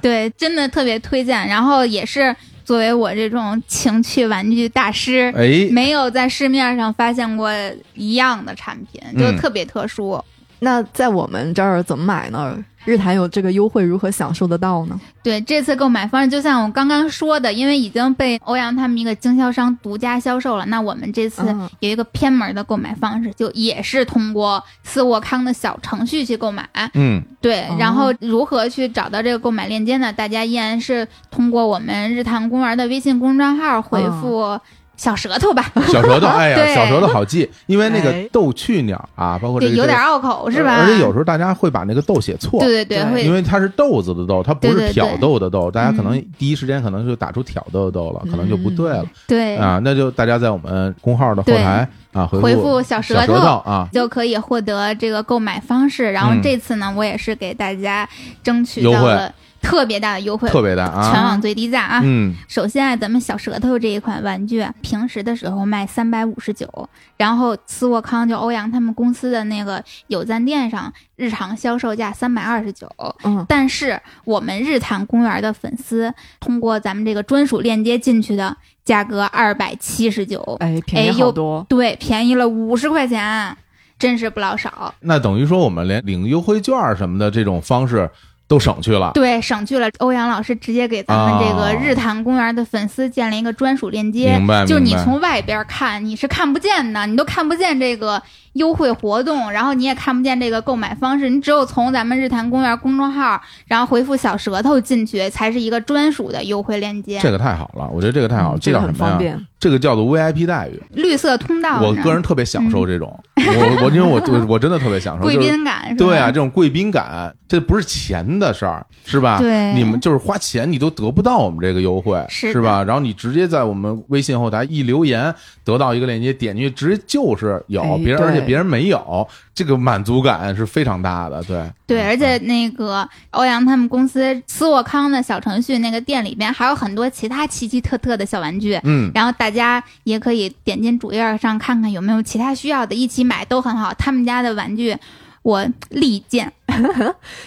Speaker 2: 对，真的特别推荐。然后也是作为我这种情趣玩具大师，
Speaker 1: 哎，
Speaker 2: 没有在市面上发现过一样的产品，就
Speaker 1: 嗯
Speaker 2: 特别特殊。
Speaker 3: 那在我们这儿怎么买呢？日坛有这个优惠，如何享受得到呢？
Speaker 2: 对，这次购买方式就像我刚刚说的，因为已经被欧阳他们一个经销商独家销售了，那我们这次
Speaker 3: 嗯
Speaker 2: 有一个偏门的购买方式，就也是通过思沃康的小程序去购买。
Speaker 1: 嗯，
Speaker 2: 对
Speaker 3: 哦，
Speaker 2: 然后如何去找到这个购买链接呢？大家依然是通过我们日坛公园的微信公众号回复“小舌头”吧，
Speaker 1: 小舌头，哎呀，
Speaker 2: 对
Speaker 1: 小舌头好记，因为那
Speaker 3: 哎
Speaker 1: 个斗去鸟啊，包括这
Speaker 2: 对，
Speaker 1: 个
Speaker 2: 有点拗口是吧？
Speaker 1: 而且有时候大家会把那个豆写错，
Speaker 2: 对对对，
Speaker 3: 对
Speaker 1: 因
Speaker 2: 会
Speaker 1: 为它是豆子的豆，它不
Speaker 2: 对嗯
Speaker 1: 是
Speaker 2: 对对
Speaker 1: 挑豆的豆，大家可能第一时间可能就打出挑豆的豆了，可能就不对了
Speaker 2: 嗯对
Speaker 1: 啊。那就大家在我们公号的后台啊
Speaker 2: 回
Speaker 1: 复
Speaker 2: 复小
Speaker 1: 小
Speaker 2: 舌
Speaker 1: 舌头啊，
Speaker 2: 就可以获得这个购买方式。然后
Speaker 1: 嗯
Speaker 2: 这次呢，我也是给大家争取
Speaker 1: 优
Speaker 2: 到
Speaker 1: 惠
Speaker 2: 了特别大的优惠，
Speaker 1: 特别大
Speaker 2: 全
Speaker 1: 啊，
Speaker 2: 网最低价啊！
Speaker 1: 嗯，
Speaker 2: 首先啊，咱们小舌头这一款玩具，啊平时的时候卖三百五十九，然后斯沃康就欧阳他们公司的那个有赞店上，日常销售价三百二十九。
Speaker 3: 嗯，
Speaker 2: 但是我们日坛公园的粉丝通过咱们这个专属链接进去的，价格二百七十九，
Speaker 3: 哎，便宜
Speaker 2: 哎又
Speaker 3: 好多，
Speaker 2: 对，便宜了五十块钱，真是不老少。
Speaker 1: 那等于说我们连领优惠券儿什么的这种方式都省去了，
Speaker 2: 对，省去了欧阳老师直接给咱们这个
Speaker 1: 哦
Speaker 2: 日坛公园的粉丝建了一个专属链接，
Speaker 1: 明白？
Speaker 2: 就是你
Speaker 1: 明白
Speaker 2: 从外边看，你是看不见的，你都看不见这个优惠活动，然后你也看不见这个购买方式，你只有从咱们日坛公园公众号，然后回复小舌头进去，才是一个专属的优惠链接，
Speaker 1: 这个太好了，我觉得这个太好，
Speaker 3: 嗯
Speaker 1: 这
Speaker 3: 个
Speaker 1: 叫
Speaker 3: 很
Speaker 1: 什么
Speaker 3: 方
Speaker 1: 呀？
Speaker 3: 便。
Speaker 1: 这个叫做 VIP 待遇。
Speaker 2: 绿色通道上，
Speaker 1: 我个人特别享受这种，我我因为我我我真的特别享受，
Speaker 2: 嗯贵
Speaker 1: 就是
Speaker 2: 宾感是吧？
Speaker 1: 对啊，这种贵宾感，这不是钱的事儿，是吧？
Speaker 2: 对
Speaker 1: 啊你们就是花钱，你都得不到我们这个优惠，
Speaker 2: 是
Speaker 1: 是
Speaker 2: 的
Speaker 1: 吧？然后你直接在我们微信后台一留言，得到一个链接，点进去直接就是有
Speaker 3: 哎
Speaker 1: 别人，而且
Speaker 3: 对
Speaker 1: 别人没有，这个满足感是非常大的，对
Speaker 2: 对，而且那个欧阳他们公司斯沃康的小程序那个店里边还有很多其他奇奇特特的小玩具，
Speaker 1: 嗯，
Speaker 2: 然后大家也可以点进主页上看看有没有其他需要的，一起买都很好。他们家的玩具我力荐，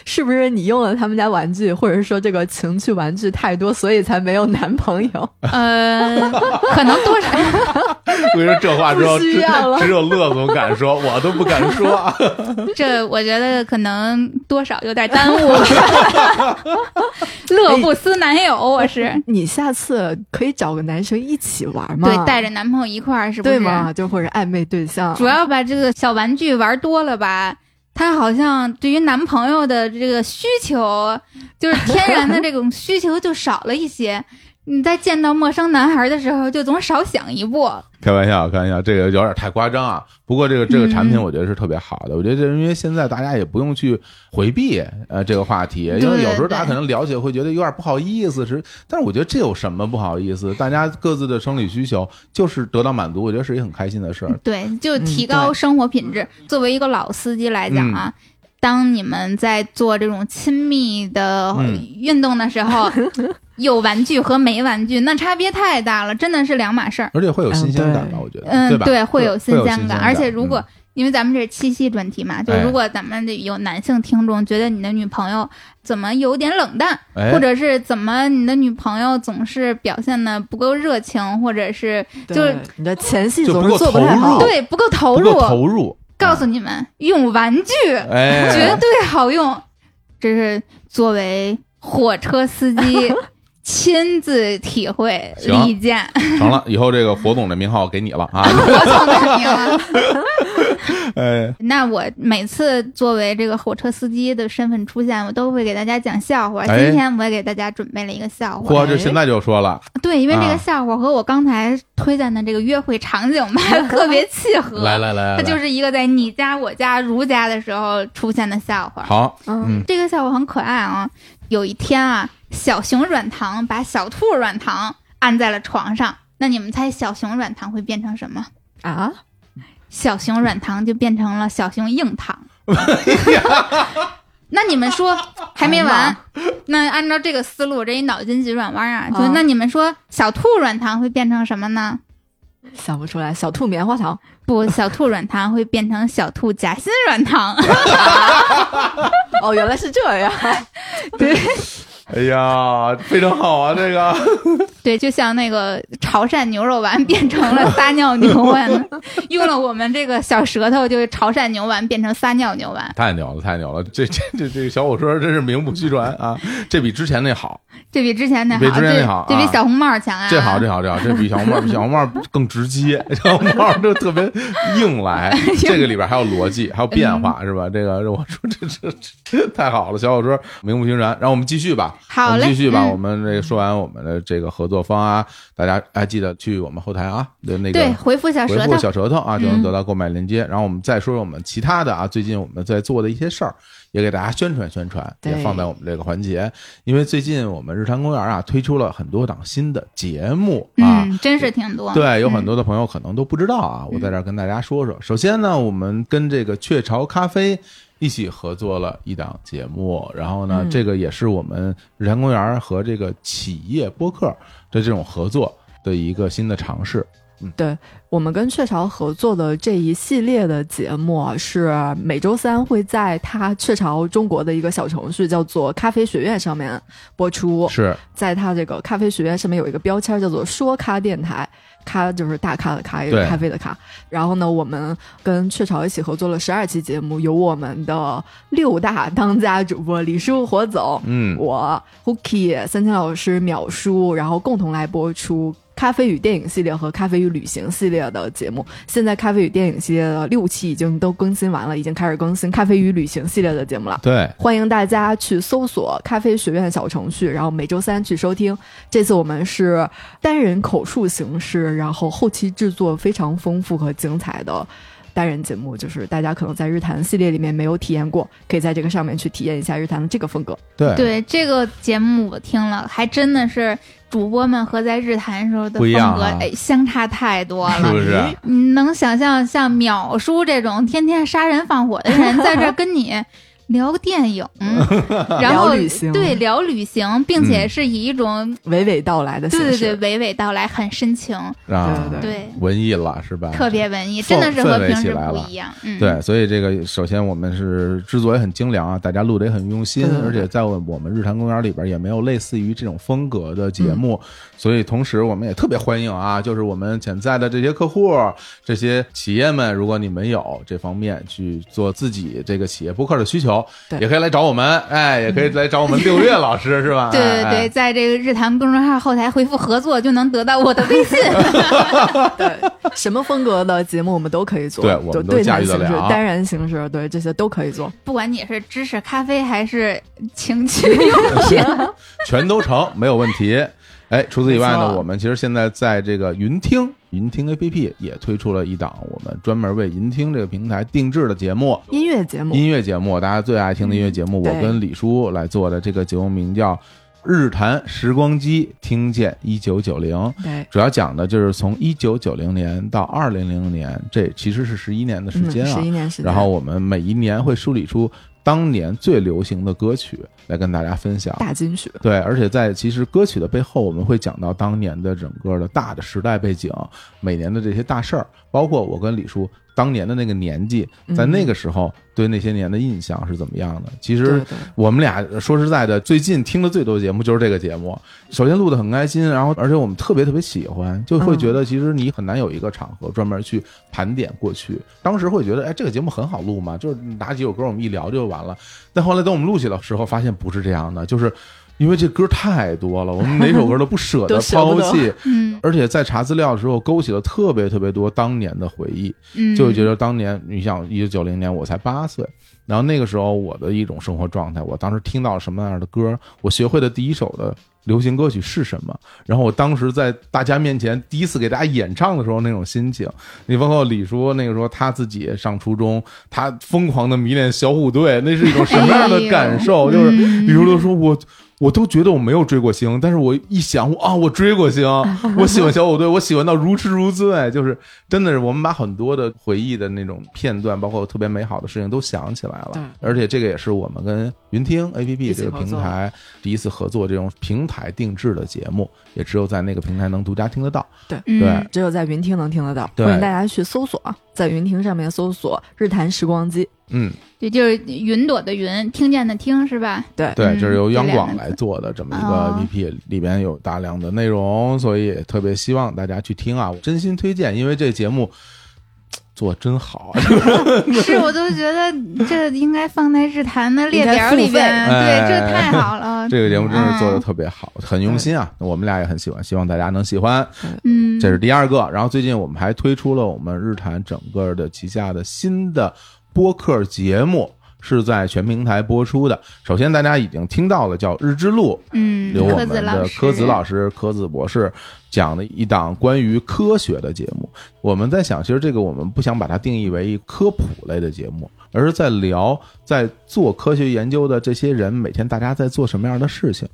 Speaker 3: 是不是你用了他们家玩具，或者说这个情趣玩具太多，所以才没有男朋友？
Speaker 2: 呃，可能多少
Speaker 1: 所以说这话之后，
Speaker 3: 不需
Speaker 1: 只
Speaker 3: 要了
Speaker 1: 只有乐总敢说，我都不敢说啊。
Speaker 2: 这我觉得可能多少有点耽误，乐不思男友，我是。
Speaker 3: 你下次可以找个男生一起玩嘛？
Speaker 2: 对，带着男朋友一块儿，是不是？
Speaker 3: 对嘛，就或者暧昧对象，
Speaker 2: 主要把这个小玩具玩多了吧，她好像对于男朋友的这个需求，就是天然的这种需求就少了一些。 你在见到陌生男孩的时候，就总少想一步。
Speaker 1: 开玩笑，开玩笑，这个有点太夸张啊。不过这个这个产品，
Speaker 2: 嗯
Speaker 1: 我觉得是特别好的。我觉得这因为现在大家也不用去回避呃这个话题，因为
Speaker 2: 对
Speaker 1: 有时候大家
Speaker 2: 对
Speaker 1: 可能了解会觉得有点不好意思，是，但是我觉得这有什么不好意思？大家各自的生理需求就是得到满足，我觉得是一个很开心的事儿。
Speaker 2: 对，就
Speaker 3: 嗯
Speaker 2: 提高
Speaker 3: 对
Speaker 2: 生活品质。作为一个老司机来讲啊。当你们在做这种亲密的
Speaker 1: 嗯
Speaker 2: 运动的时 候，有玩具和没玩具，那差别太大了，真的是两码事儿。
Speaker 1: 而且会有新鲜感吧，
Speaker 3: 嗯
Speaker 1: 我觉得，
Speaker 2: 嗯，
Speaker 1: 吧？
Speaker 2: 会有
Speaker 1: 新
Speaker 2: 鲜
Speaker 1: 感，
Speaker 2: 而且如果、
Speaker 1: 嗯
Speaker 2: 因为咱们这是七夕专题嘛，就
Speaker 1: 哎
Speaker 2: 如果咱们这有男性听众觉得你的女朋友怎么有点冷淡，
Speaker 1: 哎
Speaker 2: 或者是怎么你的女朋友总是表现的不够热情，或者是
Speaker 3: 对
Speaker 2: 就是
Speaker 3: 你的前戏
Speaker 1: 就不
Speaker 3: 总是
Speaker 1: 够
Speaker 3: 做
Speaker 1: 投
Speaker 3: 太
Speaker 1: 入
Speaker 3: 好。
Speaker 2: 对不够投
Speaker 1: 哦不
Speaker 2: 入，
Speaker 1: 够投入，
Speaker 2: 告诉你们，用玩具
Speaker 1: 哎，
Speaker 2: 绝对好用，这是作为火车 司机亲自体会
Speaker 1: 行
Speaker 2: 利剑，
Speaker 1: 成了，以后这个火总的名号给你了 啊！
Speaker 2: 我操大名啊！
Speaker 1: 哎，
Speaker 2: 那我每次作为这个火车司机的身份出现，我都会给大家讲笑话。
Speaker 1: 哎
Speaker 2: 今天我也给大家准备了一个笑话，
Speaker 1: 嚯，这现在就说了，
Speaker 2: 对，因为这
Speaker 1: 啊
Speaker 2: 个笑话和我刚才推荐的这个约会场景 吧，特别契合。
Speaker 1: 来来来，
Speaker 2: 它就
Speaker 1: 来
Speaker 2: 是一个在你家、我家、如家的时候出现的笑话。
Speaker 1: 好，
Speaker 3: 嗯，
Speaker 2: 这个笑话很可爱啊。有一天啊，小熊软糖把小兔软糖按在了床上，那你们猜小熊软糖会变成什么？
Speaker 3: 啊，
Speaker 2: 小熊软糖就变成了小熊硬 糖。那你们说还没
Speaker 1: 哎
Speaker 2: 完？那按照这个思路，这一脑筋急转弯啊，就
Speaker 3: 啊
Speaker 2: 那你们说小兔软糖会变成什么呢？
Speaker 3: 想不出来，小兔棉花糖，
Speaker 2: 不，小兔软糖会变成小兔夹心软 糖。
Speaker 3: 哦，原来是这 样，
Speaker 5: 哎呀，非常好啊，这个
Speaker 2: 对，就像那个潮汕牛肉丸变成了撒尿牛 丸，用了我们这个小舌头，就潮汕牛丸变成撒尿牛丸，
Speaker 1: 太牛了，太牛了！这这这这个小火车真是名不虚传啊！这比之前那好，
Speaker 2: 这比之前那
Speaker 1: 比
Speaker 2: 好，
Speaker 1: 之前
Speaker 2: 这
Speaker 1: 那好
Speaker 2: 这比
Speaker 1: 啊
Speaker 2: 小红帽强啊！
Speaker 1: 这好，这好，这好，这比小红帽比小红帽更直接，小红帽就特别硬 来。这个里边还有逻辑，还有变化，是吧？这个我说这这这太好了，小火车名不虚传。然后我们继续吧，
Speaker 2: 好
Speaker 1: 我
Speaker 2: 嘞
Speaker 1: 们继续吧。
Speaker 2: 嗯
Speaker 1: 我们这个说完我们的这个合作方啊，大家还记得去我们后台啊的那个
Speaker 2: 对，回复小
Speaker 1: 回
Speaker 2: 舌
Speaker 1: 复
Speaker 2: 头，
Speaker 1: 小舌头啊，就能
Speaker 2: 嗯
Speaker 1: 得到购买链接。然后我们再说说我们其他的啊，最近我们在做的一些事儿，也给大家宣传宣传，也
Speaker 3: 对
Speaker 1: 放在我们这个环节。因为最近我们日坛公园啊推出了很多档新的节目啊，
Speaker 2: 嗯，真是挺多。
Speaker 1: 对，有很
Speaker 2: 嗯
Speaker 1: 多的朋友可能都不知道啊，我在这儿跟大家说说。首先呢，我们跟这个雀巢咖啡一起合作了一档节目，然后呢，
Speaker 3: 嗯
Speaker 1: 这个也是我们日坛公园和这个企业播客的这种合作的一个新的尝试。
Speaker 3: 我们跟雀巢合作的这一系列的节目啊是每周三会在它雀巢中国的一个小程序叫做咖啡学院上面播出。
Speaker 1: 是，
Speaker 3: 在它这个咖啡学院上面有一个标签叫做“说咖电台”，咖就是大咖的咖，也
Speaker 1: 对
Speaker 3: 是咖啡的咖。然后呢，我们跟雀巢一起合作了十二期节目，有我们的六大当家主播李叔、火总、
Speaker 1: 嗯，
Speaker 3: 我 Hooky、三千老师、淼叔，然后共同来播出。咖啡与电影系列和咖啡与旅行系列的节目，现在咖啡与电影系列的六期已经都更新完了，已经开始更新咖啡与旅行系列的节目了。
Speaker 1: 对。
Speaker 3: 欢迎大家去搜索“咖啡学院”小程序，然后每周三去收听。这次我们是单人口述形式，然后后期制作非常丰富和精彩的单人节目，就是大家可能在日坛系列里面没有体验过，可以在这个上面去体验一下日坛的这个风格。
Speaker 1: 对
Speaker 2: 对这个节目我听了，还真的是主播们和在日坛时候的
Speaker 1: 不一
Speaker 2: 风格、
Speaker 1: 样啊
Speaker 2: 哎相差太多
Speaker 1: 是
Speaker 2: 了。
Speaker 1: 不是？
Speaker 2: 你能想象像淼叔这种天天杀人放火 的人，在这儿跟你聊电影，然后
Speaker 3: 聊旅行
Speaker 2: 对聊旅行，并且
Speaker 1: 嗯
Speaker 2: 是以一种、
Speaker 3: 娓娓道来的形
Speaker 2: 对对
Speaker 3: 式。
Speaker 2: 对娓娓道来，很深情，
Speaker 1: 啊，
Speaker 3: 对
Speaker 2: 对，
Speaker 1: 文艺了是吧？
Speaker 2: 特别文艺，
Speaker 1: 氛
Speaker 2: 真的是和
Speaker 1: 氛围
Speaker 2: 平
Speaker 1: 起
Speaker 2: 时
Speaker 1: 来
Speaker 2: 不
Speaker 1: 了
Speaker 2: 一样。嗯，
Speaker 1: 对，所以这个首先我们是制作也很精良啊，大家录的也很用心
Speaker 3: 对，对
Speaker 1: 而且在我我们日坛公园里边也没有类似于这种风格的节目，
Speaker 3: 嗯
Speaker 1: 所以同时我们也特别欢迎啊，就是我们潜在的这些客户、这些企业们，如果你们有这方面去做自己这个企业播客的需求，
Speaker 3: 对
Speaker 1: 也可以来找我们，哎，也可以来找 我们六月老师是吧？
Speaker 2: 对
Speaker 1: 哎
Speaker 2: 对对，，在这个日坛公众号后台回复“合作”就能得到我的微信。
Speaker 3: 对，什么风格的节目我们都可以做，
Speaker 1: 对我们
Speaker 3: 就
Speaker 1: 都
Speaker 3: 对
Speaker 1: 驾
Speaker 3: 谈
Speaker 1: 驭得
Speaker 3: 形式
Speaker 1: 了、
Speaker 3: 单人形式，对这些都可以 做。
Speaker 2: 不管你是芝士咖啡还是情趣用品，
Speaker 1: 全都成，没有问题。哎，除此以外
Speaker 3: 没
Speaker 1: 呢，
Speaker 3: 错
Speaker 1: 我们其实现在在这个云听云听 APP 也推出了一档我们专门为云听这个平台定制的节目，
Speaker 3: 音乐节目，
Speaker 1: 音乐节目，大家最爱听的音乐节目，
Speaker 3: 嗯
Speaker 1: 我跟李叔来做的这个节目名叫《日谈时光机》，听见一九九零。
Speaker 3: 对，
Speaker 1: 主要讲的就是从一九九零年到二零零年，这其实是十一年的时间啊
Speaker 3: 嗯十一、。年时间。
Speaker 1: 然后我们每一年会梳理出当年最流行的歌曲来跟大家分享。
Speaker 3: 大金曲，
Speaker 1: 对，而且在其实歌曲的背后，我们会讲到当年的整个的大的时代背景，每年的这些大事儿，包括我跟李叔当年的那个年纪，在那个时候对那些年的印象是怎么样的。其
Speaker 3: 对
Speaker 1: 实
Speaker 3: 对
Speaker 1: 我们俩说实在的，最近听的最多节目就是这个节目。首先录的很开心，然后而且我们特别特别喜欢，就会觉得其实你很难有一个场合专门去盘点过去。当时会觉得，哎，这个节目很好录嘛，就是拿几首歌我们一聊就完了。但后来等我们录起来的时候，发现不是这样的，就是因为这歌太多了，我们哪首歌都不舍得
Speaker 3: 都舍不
Speaker 1: 抛
Speaker 3: 得
Speaker 1: 弃，
Speaker 2: 嗯
Speaker 1: 而且在查资料的时候勾起了特别特别多当年的回忆。
Speaker 2: 嗯，
Speaker 1: 就觉得当年，你想一九九零年我才八岁，然后那个时候我的一种生活状态，我当时听到了什么样的歌，我学会的第一首的流行歌曲是什么，然后我当时在大家面前第一次给大家演唱的时候那种心情，你包括李叔那个时候他自己上初中，他疯狂的迷恋小虎队，那是一种什么样的感受？就是
Speaker 2: 哎嗯
Speaker 1: 李叔都说我。我都觉得我没有追过星，但是我一想，我啊，我追过 星，我喜欢小虎队，我喜欢到如痴如醉，就是真的是我们把很多的回忆的那种片段，包括特别美好的事情都想起来
Speaker 6: 对
Speaker 1: 了。而且这个也是我们跟云听 APP 这个平台第一次合作这种平台定制的节目，也只有在那个平台能独家听得到。对
Speaker 2: 嗯，
Speaker 3: 只有在云听能听得到。
Speaker 1: 对
Speaker 3: 欢迎大家去搜索，啊在云听上面搜索“日坛时光机
Speaker 1: 嗯，
Speaker 2: 对，就是云朵的云，听见的听 是吧？”。
Speaker 1: 对，
Speaker 2: 嗯
Speaker 1: 这是由央广
Speaker 2: 这两个
Speaker 1: 来做的这么一
Speaker 2: 哦
Speaker 1: 个 APP，里边有大量的内容，所以特别希望大家去听啊，我真心推荐，因为这节目嘖做得真好，啊
Speaker 2: 是，我都觉得这应该放在日坛的列表里
Speaker 3: 应该
Speaker 2: 边，
Speaker 3: 付
Speaker 1: 费
Speaker 2: 对，这
Speaker 1: 哎
Speaker 2: 太好了。
Speaker 1: 这个节目真是做的特别好，很用心啊，我们俩也很喜欢，希望大家能喜欢，
Speaker 2: 嗯，
Speaker 1: 这是第二个。然后最近我们还推出了我们日坛整个的旗下的新的播客节目。是在全平台播出的。首先，大家已经听到了叫《日之路》，
Speaker 2: 嗯，
Speaker 1: 由我
Speaker 2: 柯
Speaker 1: 们
Speaker 2: 子
Speaker 1: 的
Speaker 2: 老
Speaker 1: 科子老师、科子博士讲的一档关于科学的节目。我们在想，其实这个我们不想把它定义为一科普类的节目，而是在聊在做科学研究的这些人每天大家在做什么样的事情。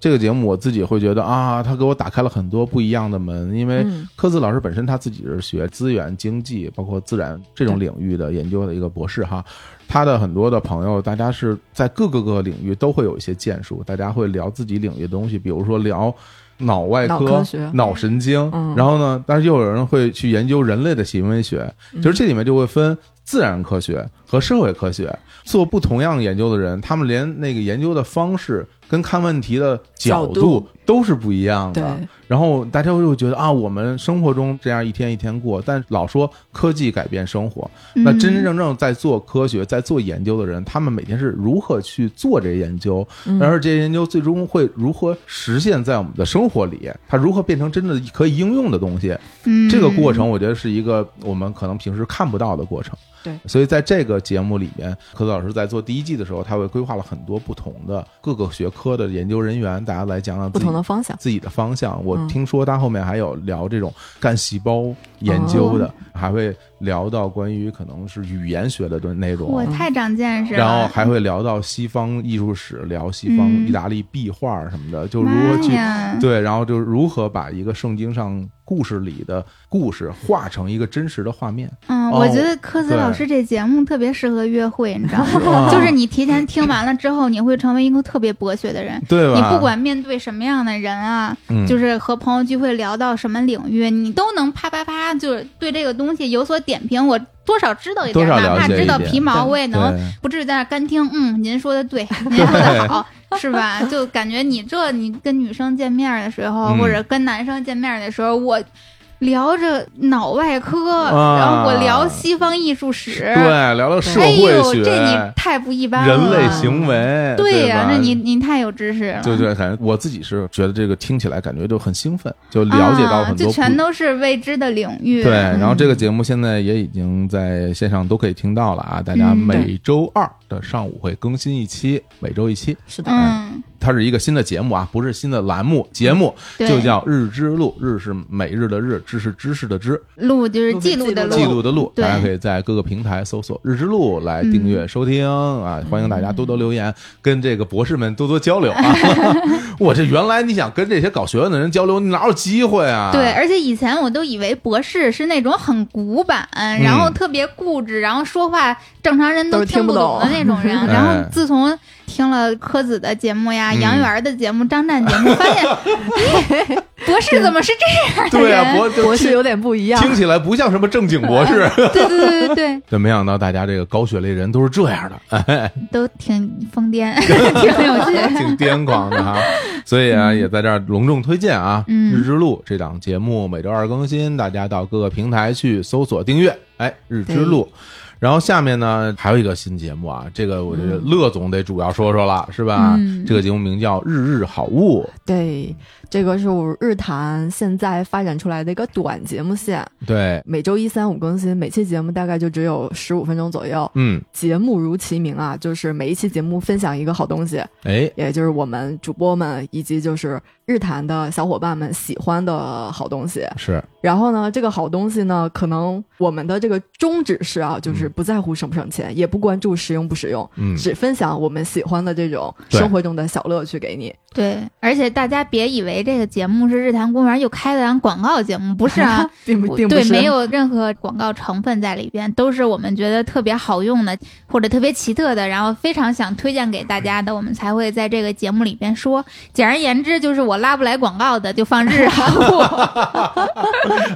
Speaker 1: 这个节目我自己会觉得啊，他给我打开了很多不一样的门，因为
Speaker 3: 嗯
Speaker 1: 科子老师本身他自己是学资源经济，包括自然这种领域的研究的一个博士哈。他的很多的朋友，大家是在各个各个领域都会有一些建树，大家会聊自己领域的东西，比如说聊脑外
Speaker 3: 脑
Speaker 1: 科
Speaker 3: 科、学
Speaker 1: 脑神经，
Speaker 3: 嗯
Speaker 1: 然后呢，但是又有人会去研究人类的行为学，
Speaker 3: 嗯
Speaker 1: 其实这里面就会分自然科学和社会科学。做不同样研究的人，他们连那个研究的方式跟看问题的角
Speaker 3: 角度
Speaker 1: 度都是不一样
Speaker 3: 对
Speaker 1: 的。然后大家就会觉得啊，我们生活中这样一天一天过，但老说科技改变生活，那
Speaker 3: 嗯
Speaker 1: 真真正正在做科学、在做研究的人，他们每天是如何去做这些研究，
Speaker 3: 嗯
Speaker 1: 然后这些研究最终会如何实现在我们的生活里，它如何变成真的可以应用的东西，
Speaker 2: 嗯
Speaker 1: 这个过程，我觉得是一个我们可能平时看不到的过程。
Speaker 3: 对，
Speaker 1: 所以在这个节目里面，科子老师在做第一季的时候，他会规划了很多不同的各个学科的研究人员，大家来讲讲
Speaker 3: 不
Speaker 1: 自己
Speaker 3: 同的方向。
Speaker 1: 自己的方向。我
Speaker 3: 嗯
Speaker 1: 听说他后面还有聊这种干细胞研究
Speaker 2: 哦
Speaker 1: 的，还会聊到关于可能是语言学的内
Speaker 2: 我
Speaker 1: 容。
Speaker 2: 太长见识了。
Speaker 1: 然后还会聊到西方艺术史，聊西方
Speaker 2: 嗯
Speaker 1: 意大利壁画什么的，就如何去
Speaker 2: 妈呀
Speaker 1: 对，然后就是如何把一个圣经上故事里的故事画成一个真实的画面。
Speaker 2: 嗯，
Speaker 1: 哦
Speaker 2: 我觉得科子
Speaker 1: 对
Speaker 2: 老师这节目特别适合约会，你知道
Speaker 1: 啊
Speaker 2: 吗？哦就是你提前听完了之后，你会成为一个特别博学的人。
Speaker 1: 对吧？
Speaker 2: 你不管面对什么样的人啊，
Speaker 1: 嗯
Speaker 2: 就是和朋友聚会聊到什么领域，你都能啪啪啪，就是对这个东西有所点评。我多少知道一点，
Speaker 1: 多少了
Speaker 2: 哪怕
Speaker 1: 解一
Speaker 2: 知道
Speaker 1: 点
Speaker 2: 皮毛，
Speaker 3: 对
Speaker 2: 我也能
Speaker 1: 对
Speaker 2: 不至于在那儿干听，嗯，您说的 对， 您说的好，是吧？就感觉你这你跟女生见面的时候，
Speaker 1: 嗯
Speaker 2: 或者跟男生见面的时候，我聊着脑外科，
Speaker 1: 啊
Speaker 2: 然后我聊西方艺术史，
Speaker 1: 对聊聊社
Speaker 2: 哎
Speaker 1: 会
Speaker 2: 呦，
Speaker 1: 学、
Speaker 2: 这你太不一般了，
Speaker 1: 人类行为，
Speaker 2: 对呀、
Speaker 1: 呀、
Speaker 2: 那你你太有知识了。
Speaker 1: 对对，反正我自己是觉得这个听起来感觉就很兴奋，就了解到很
Speaker 2: 啊，
Speaker 1: 多
Speaker 2: 这
Speaker 1: 不、
Speaker 2: 全都是未知的领域。
Speaker 1: 对。然后这个节目现在也已经在线上都可以听到了啊，大家
Speaker 2: 嗯
Speaker 1: 每周二的上午会更新一期，每周一期。
Speaker 3: 是的，
Speaker 2: 嗯，
Speaker 1: 它是一个新的节目啊，不是新的栏目，节目
Speaker 2: 对
Speaker 1: 哎就叫《日之路》，日是每日的日，知是知识的知，
Speaker 2: 录就是记录的
Speaker 3: 录
Speaker 1: 记录的录，
Speaker 2: 对
Speaker 1: 大家可以在各个平台搜索“日之路”来订阅收听啊！欢迎大家多多留言，跟这个博士们多多交流 啊！我这原来你想跟这些搞学问的人交流，你哪有机会啊？
Speaker 2: 对，而且以前我都以为博士是那种很古板，
Speaker 1: 嗯
Speaker 2: 然后特别固执，然后说话正常人
Speaker 3: 都是
Speaker 2: 听
Speaker 3: 听不
Speaker 2: 懂的
Speaker 3: 懂
Speaker 2: 那种人。
Speaker 1: 哎
Speaker 2: 然后自从听了柯子的节目呀、
Speaker 1: 嗯
Speaker 2: 杨元的节目、张湛节 目，发现 哎博士怎么是这样的
Speaker 1: 对啊，
Speaker 2: 人？
Speaker 1: 博
Speaker 3: 博
Speaker 1: 就
Speaker 3: 士
Speaker 1: 听
Speaker 3: 有点不一样。
Speaker 1: 听起来不像什么正经博 士，
Speaker 2: 对对对对对，
Speaker 1: 但没想到大家这个高学历人都是这样的，
Speaker 2: 都挺疯癫， 挺有趣。
Speaker 1: 挺癫狂的哈，所以啊，也在这儿隆重推荐啊，
Speaker 2: 嗯
Speaker 1: 日之路》这档节目每周二更新，大家到各个平台去搜索订阅，哎，《日之路》。然后下面呢，还有一个新节目啊，这个我觉得乐总得主要说说了，是吧？这个节目名叫《日日好物
Speaker 3: 对，这个是我日坛现在发展出来的一个短节目线，
Speaker 1: 对，
Speaker 3: 每周一、三、五更新，每期节目大概就只有十五分钟左右。
Speaker 1: 嗯，
Speaker 3: 节目如其名啊，就是每一期节目分享一个好东西，
Speaker 1: 哎，
Speaker 3: 也就是我们主播们以及就是日坛的小伙伴们喜欢的好东西。
Speaker 1: 是
Speaker 3: 然后呢，这个好东西呢，可能我们的这个宗旨是啊，就是
Speaker 1: 嗯
Speaker 3: 不在乎省不省钱，也不关注实用不实用，
Speaker 1: 嗯
Speaker 3: 只分享我们喜欢的这种
Speaker 1: 对
Speaker 3: 生活中的小乐趣给你。，
Speaker 2: 对，而且大家别以为这个节目是日坛公园又开了档广告节目，不是啊
Speaker 3: 并不并不
Speaker 2: 对
Speaker 3: 是，
Speaker 2: 没有任何广告成分在里边，都是我们觉得特别好用的或者特别奇特的，然后非常想推荐给大家的，我们才会在这个节目里边说。简而言之，就是我拉不来广告的，就放日韩 货。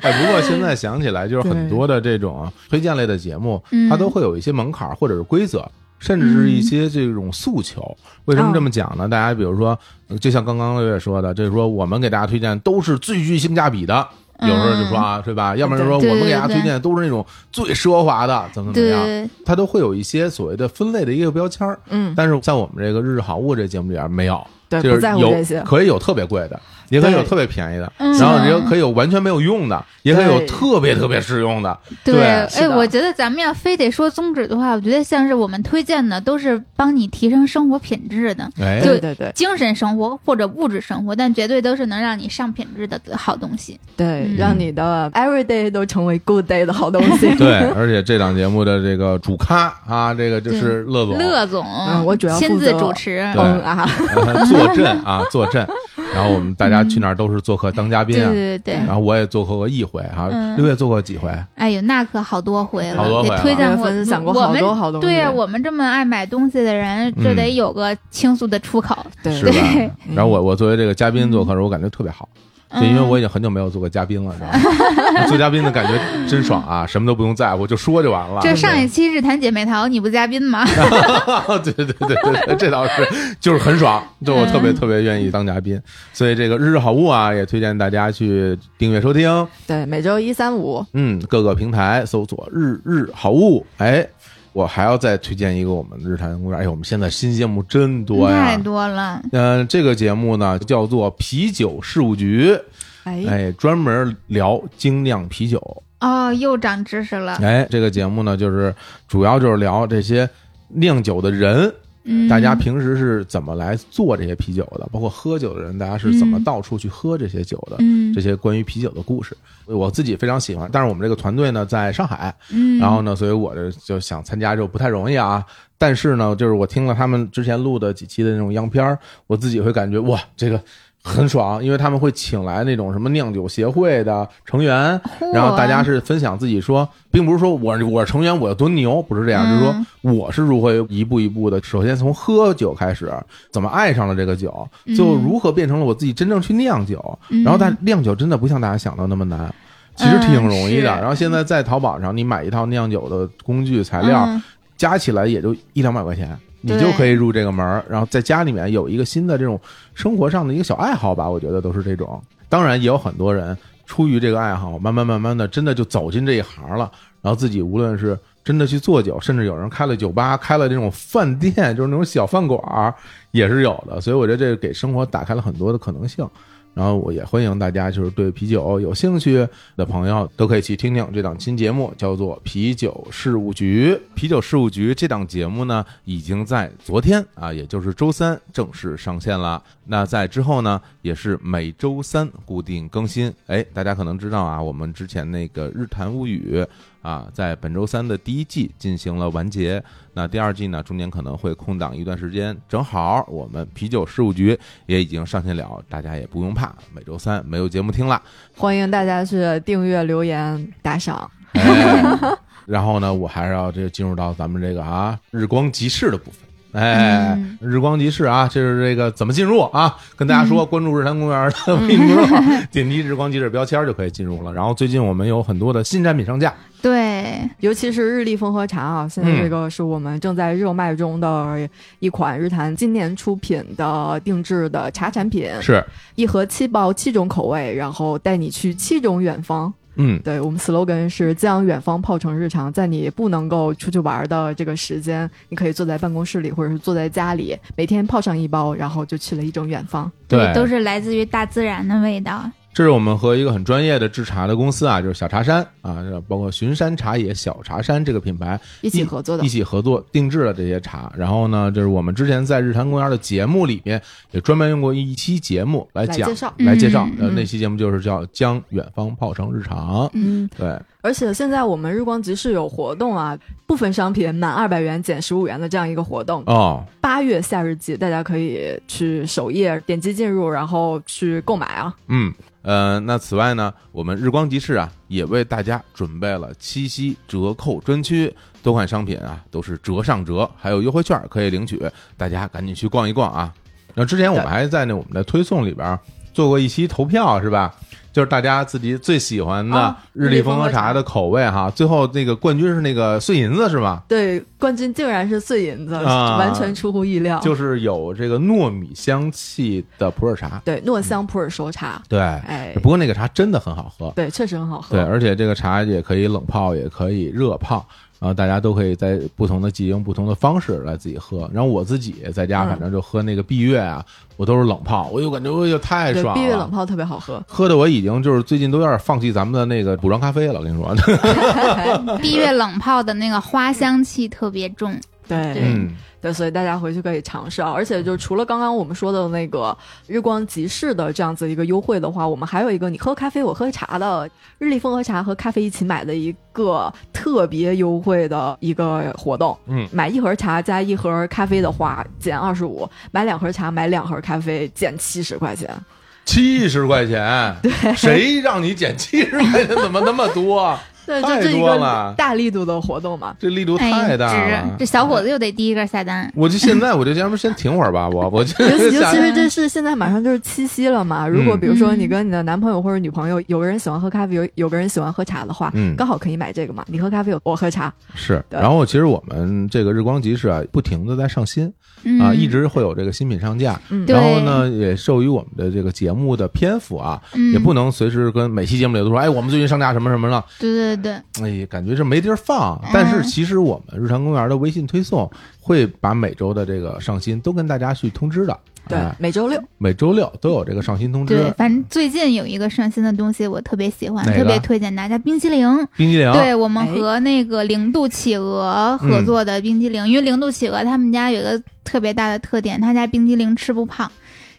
Speaker 1: 哎，不过现在想起来，就是很多的这种推荐类的节目，
Speaker 2: 嗯
Speaker 1: 它都会有一些门槛儿或者是规则。甚至是一些这种诉求，为什么
Speaker 2: 哦
Speaker 1: 这么讲呢？大家比如说，呃就像刚刚六月说的，就是说我们给大家推荐都是最具性价比的，有时候就说啊，对吧？要不然就说
Speaker 2: 嗯对
Speaker 1: 我们给大家
Speaker 2: 对
Speaker 1: 推
Speaker 2: 对
Speaker 1: 荐都是那种最奢华的，怎
Speaker 3: 嗯
Speaker 1: 么怎么样，
Speaker 3: 啊
Speaker 2: 对，
Speaker 1: 它都会有一些所谓的分类的一个标签儿。
Speaker 3: 嗯，
Speaker 1: 但是在我们这个日日好物这节目里边没有，
Speaker 3: 对，
Speaker 1: 就是
Speaker 3: 不在乎
Speaker 1: 有
Speaker 3: 这些。
Speaker 1: 可以有特别贵的，也可以有
Speaker 3: 对
Speaker 1: 特别便宜的，
Speaker 2: 嗯
Speaker 1: 然后也可以有完全没有用的，也可以有特别特别实用的。对
Speaker 2: 哎
Speaker 3: 是，的
Speaker 2: 我觉得咱们要非得说宗旨的话，我觉得像是我们推荐的都是帮你提升生活品质的。
Speaker 1: 哎，
Speaker 2: 就
Speaker 3: 对对对
Speaker 2: 精神生活或者物质生活，但绝对都是能让你上品质的好东西。
Speaker 3: 对
Speaker 2: 嗯，
Speaker 3: 让你的 every day 都成为 good day 的好东 西。
Speaker 1: 对，而且这档节目的这个主咖啊，这个就是乐总
Speaker 2: 乐总，
Speaker 3: 嗯我主要负责
Speaker 2: 亲自主持，
Speaker 1: 对
Speaker 3: 嗯啊，
Speaker 1: 呃坐镇啊，坐镇。然后我们大家去那儿都是做客当嘉宾
Speaker 2: 对
Speaker 3: 嗯
Speaker 1: 啊。
Speaker 2: 对对对，
Speaker 1: 然后我也做客过一回哈，
Speaker 2: 嗯
Speaker 1: 六月做过几回？
Speaker 2: 哎呦，那可好多回
Speaker 1: 好
Speaker 2: 了，
Speaker 1: 多回
Speaker 2: 给
Speaker 1: 了
Speaker 2: 推荐过，
Speaker 3: 分享过
Speaker 2: 我
Speaker 3: 好
Speaker 2: 们
Speaker 3: 多好东西。
Speaker 2: 对呀、我们这么爱买东西的人，
Speaker 1: 嗯
Speaker 2: 就得有个倾诉的出口。
Speaker 3: 对
Speaker 1: 是吧
Speaker 2: 对？
Speaker 1: 然后我我作为这个嘉宾做客的时候，我感觉特别好，
Speaker 3: 嗯
Speaker 1: 就因为我已经很久没有做过嘉宾了，知道 吗？做嘉宾的感觉真爽啊，什么都不用在乎，就说就完了。
Speaker 2: 这上一期日坛姐妹淘，你不嘉宾吗？
Speaker 1: 哦对对对对对，这倒是，就是很爽，就我
Speaker 2: 嗯
Speaker 1: 特别特别愿意当嘉宾，所以这个日日好物啊，也推荐大家去订阅收听，
Speaker 3: 对每周一三五，
Speaker 1: 嗯，各个平台搜索“日日好物”，哎。我还要再推荐一个我们日坛公园，哎呦，我们现在新节目真多
Speaker 2: 太
Speaker 1: 呀！
Speaker 2: 多了，
Speaker 1: 嗯、这个节目呢叫做啤酒事务局，
Speaker 3: 哎，
Speaker 1: 哎，专门聊精酿啤酒。
Speaker 2: 哦，又长知识了。
Speaker 1: 哎，这个节目呢，就是主要就是聊这些酿酒的人，
Speaker 2: 嗯，
Speaker 1: 大家平时是怎么来做这些啤酒的，包括喝酒的人，大家是怎么到处去喝这些酒的，
Speaker 2: 嗯
Speaker 1: 这些关于啤酒的故事，我自己非常喜欢。但是我们这个团队呢在上海，
Speaker 2: 嗯，
Speaker 1: 然后呢，所以我这就想参加就不太容易啊。但是呢，就是我听了他们之前录的几期的那种样片儿，我自己会感觉哇，这个。很爽，因为他们会请来那种什么酿酒协会的成员，
Speaker 2: 嚯
Speaker 1: 然后大家是分享自己说，并不是说我我是成员我有多牛，不是这样，就是说
Speaker 2: 嗯
Speaker 1: 我是如何一步一步的，首先从喝酒开始，怎么爱上了这个酒，
Speaker 2: 嗯
Speaker 1: 最后如何变成了我自己真正去酿酒。
Speaker 2: 嗯
Speaker 1: 然后但酿酒真的不像大家想的那么难，其实挺容易的。
Speaker 2: 嗯是
Speaker 1: 然后现在在淘宝上，你买一套酿酒的工具材料，
Speaker 2: 嗯
Speaker 1: 加起来也就一两百块钱。你
Speaker 2: 对
Speaker 1: 就可以入这个门儿，然后在家里面有一个新的这种生活上的一个小爱好吧，我觉得都是这种。当然也有很多人出于这个爱好，慢慢慢慢的真的就走进这一行了，然后自己无论是真的去做酒，甚至有人开了酒吧，开了这种饭店，就是那种小饭馆儿也是有的。所以我觉得这给生活打开了很多的可能性。然后我也欢迎大家，就是对啤酒有兴趣的朋友，都可以去听听这档新节目，叫做《啤酒事务局》。啤酒事务局这档节目呢，已经在昨天啊，也就是周三正式上线了。那在之后呢，也是每周三固定更新。哎，大家可能知道啊，我们之前那个《日谈物语》啊，在本周三的第一季进行了完结。那第二季呢，中间可能会空档一段时间，正好我们啤酒事务局也已经上线了，大家也不用怕，每周三没有节目听了。
Speaker 3: 欢迎大家去订阅、留言、打赏。
Speaker 1: 哎， 然后呢，我还是要这个进入到咱们这个啊日光集市的部分。哎，
Speaker 2: 嗯
Speaker 1: 日光集市啊，这是这个怎么进入啊？跟大家说，关注日坛公园的微信公众号，点击日光集市标签就可以进入了。然后最近我们有很多的新产品上架，
Speaker 2: 对，
Speaker 3: 尤其是日立风和茶啊，现在这个是我们正在热卖中的一款日坛今年出品的定制的茶产品，
Speaker 1: 是
Speaker 3: 一盒七包七种口味，然后带你去七种远方。
Speaker 1: 嗯，
Speaker 3: 对我们 slogan 是将远方泡成日常，在你不能够出去玩的这个时间，你可以坐在办公室里或者是坐在家里，每天泡上一包，然后就去了一种远方。
Speaker 1: 对，
Speaker 2: 都是来自于大自然的味 道。
Speaker 1: 这是我们和一个很专业的制茶的公司啊，就是小茶山啊，包括巡山茶野、小茶山这个品牌
Speaker 3: 一起合作的
Speaker 1: 一起合作定制了这些茶。然后呢，就是我们之前在日坛公园的节目里面也专门用过 一期节目来讲
Speaker 3: 来介绍
Speaker 1: 来介绍
Speaker 2: 嗯
Speaker 1: 呃，那期节目就是叫《将远方泡成日常》。
Speaker 3: 嗯，
Speaker 1: 对，
Speaker 3: 而且现在我们日光集市有活动啊，部分商品满二百元减十五元的这样一个活动。
Speaker 1: 哦，
Speaker 3: 八月夏日季，大家可以去首页点击进入，然后去购买啊。
Speaker 1: 嗯。呃，那此外呢，我们日光集市啊，也为大家准备了七夕折扣专区，多款商品啊都是折上折，还有优惠券可以领取，大家赶紧去逛一逛啊。那之前我们还在那我们的推送里边儿做过一期投票，是吧？就是大家自己最喜欢的
Speaker 3: 啊
Speaker 1: 日
Speaker 3: 日立
Speaker 1: 立风
Speaker 3: 风
Speaker 1: 和
Speaker 3: 和茶
Speaker 1: 茶的口味哈，最后那个冠军是那个碎银子是吧？
Speaker 3: 对，冠军竟然是碎银子，
Speaker 1: 啊
Speaker 3: 完全出乎意料。
Speaker 1: 就是有这个糯米香气的普洱茶，
Speaker 3: 对，糯香普洱熟茶，
Speaker 1: 对，
Speaker 3: 哎，
Speaker 1: 不过那个茶真的很好喝，
Speaker 3: 对，确实很好喝。
Speaker 1: 对，而且这个茶也可以冷泡，也可以热泡，然后大家都可以在不同的季节用不同的方式来自己喝。然后我自己在家，
Speaker 3: 嗯
Speaker 1: 反正就喝那个闭月啊，我都是冷泡，我就感觉我就太
Speaker 3: 对，
Speaker 1: 爽
Speaker 3: 闭月冷
Speaker 1: 了。
Speaker 3: 泡特别好喝。
Speaker 1: 喝的我已经就是最近都有点放弃咱们的那个补妆咖啡了，我跟你说，
Speaker 2: 闭月冷泡的那个花香气特别重，
Speaker 3: 对
Speaker 2: 对
Speaker 1: 嗯，
Speaker 3: 对，所以大家回去可以尝试啊。而且就除了刚刚我们说的那个日光集市的这样子一个优惠的话，我们还有一个你喝咖啡我喝茶的日立风和茶和咖啡一起买的一个特别优惠的一个活动。
Speaker 1: 嗯
Speaker 3: 买一盒茶加一盒咖啡的话减二十五，买两盒茶买两盒咖啡减七十块钱。
Speaker 1: 七十块钱，谁让你减七十块钱？怎么那么多？
Speaker 3: 对，
Speaker 1: 太
Speaker 3: 这是一
Speaker 1: 多
Speaker 3: 个
Speaker 1: 了
Speaker 3: 大力度的活动嘛。
Speaker 1: 这力度
Speaker 2: 哎
Speaker 1: 太，大
Speaker 2: 值
Speaker 1: 了！。
Speaker 2: 这小伙子又得第一个下单。
Speaker 1: 我就现在，我就要不先停会儿吧， 我我就
Speaker 3: 尤其尤
Speaker 1: 下
Speaker 3: 其是这是现在马上就是七夕了嘛，如果
Speaker 1: 嗯
Speaker 3: 比如说
Speaker 2: 嗯
Speaker 3: 你跟你的男朋友或者女朋友，有个人喜欢喝咖啡，有有个人喜欢喝茶的话，
Speaker 1: 嗯
Speaker 3: 刚好可以买这个嘛，你喝咖啡，我喝茶，
Speaker 1: 是。
Speaker 3: 对
Speaker 1: 然后其实我们这个日光集市啊，不停的在上新，
Speaker 2: 嗯
Speaker 1: 啊，一直会有这个新品上架。
Speaker 3: 嗯
Speaker 2: 对
Speaker 1: 然后呢，也受于我们的这个节目的篇幅啊，也不
Speaker 2: 能。
Speaker 1: 能随时跟每期节目里都说，哎，我们最近上架什么什么了，
Speaker 2: 对对对，
Speaker 1: 哎，感觉这没地儿放。但是其实我们日常公园的微信推送会把每周的这个上新都跟大家去通知的。
Speaker 3: 对
Speaker 1: 哎，
Speaker 3: 每周六
Speaker 1: 每周六都有这个上新通
Speaker 2: 对
Speaker 1: 知，。
Speaker 2: 反正最近有一个上新的东西，我特别喜欢，
Speaker 1: 哪个啊
Speaker 2: 特别推荐大家冰淇淋。
Speaker 1: 冰激凌，
Speaker 2: 对我们
Speaker 3: 哎
Speaker 2: 和那个零度企鹅
Speaker 1: 嗯
Speaker 2: 合作的冰激凌，因为零度企鹅他们家有一个特别大的特点，他家冰激凌吃不胖，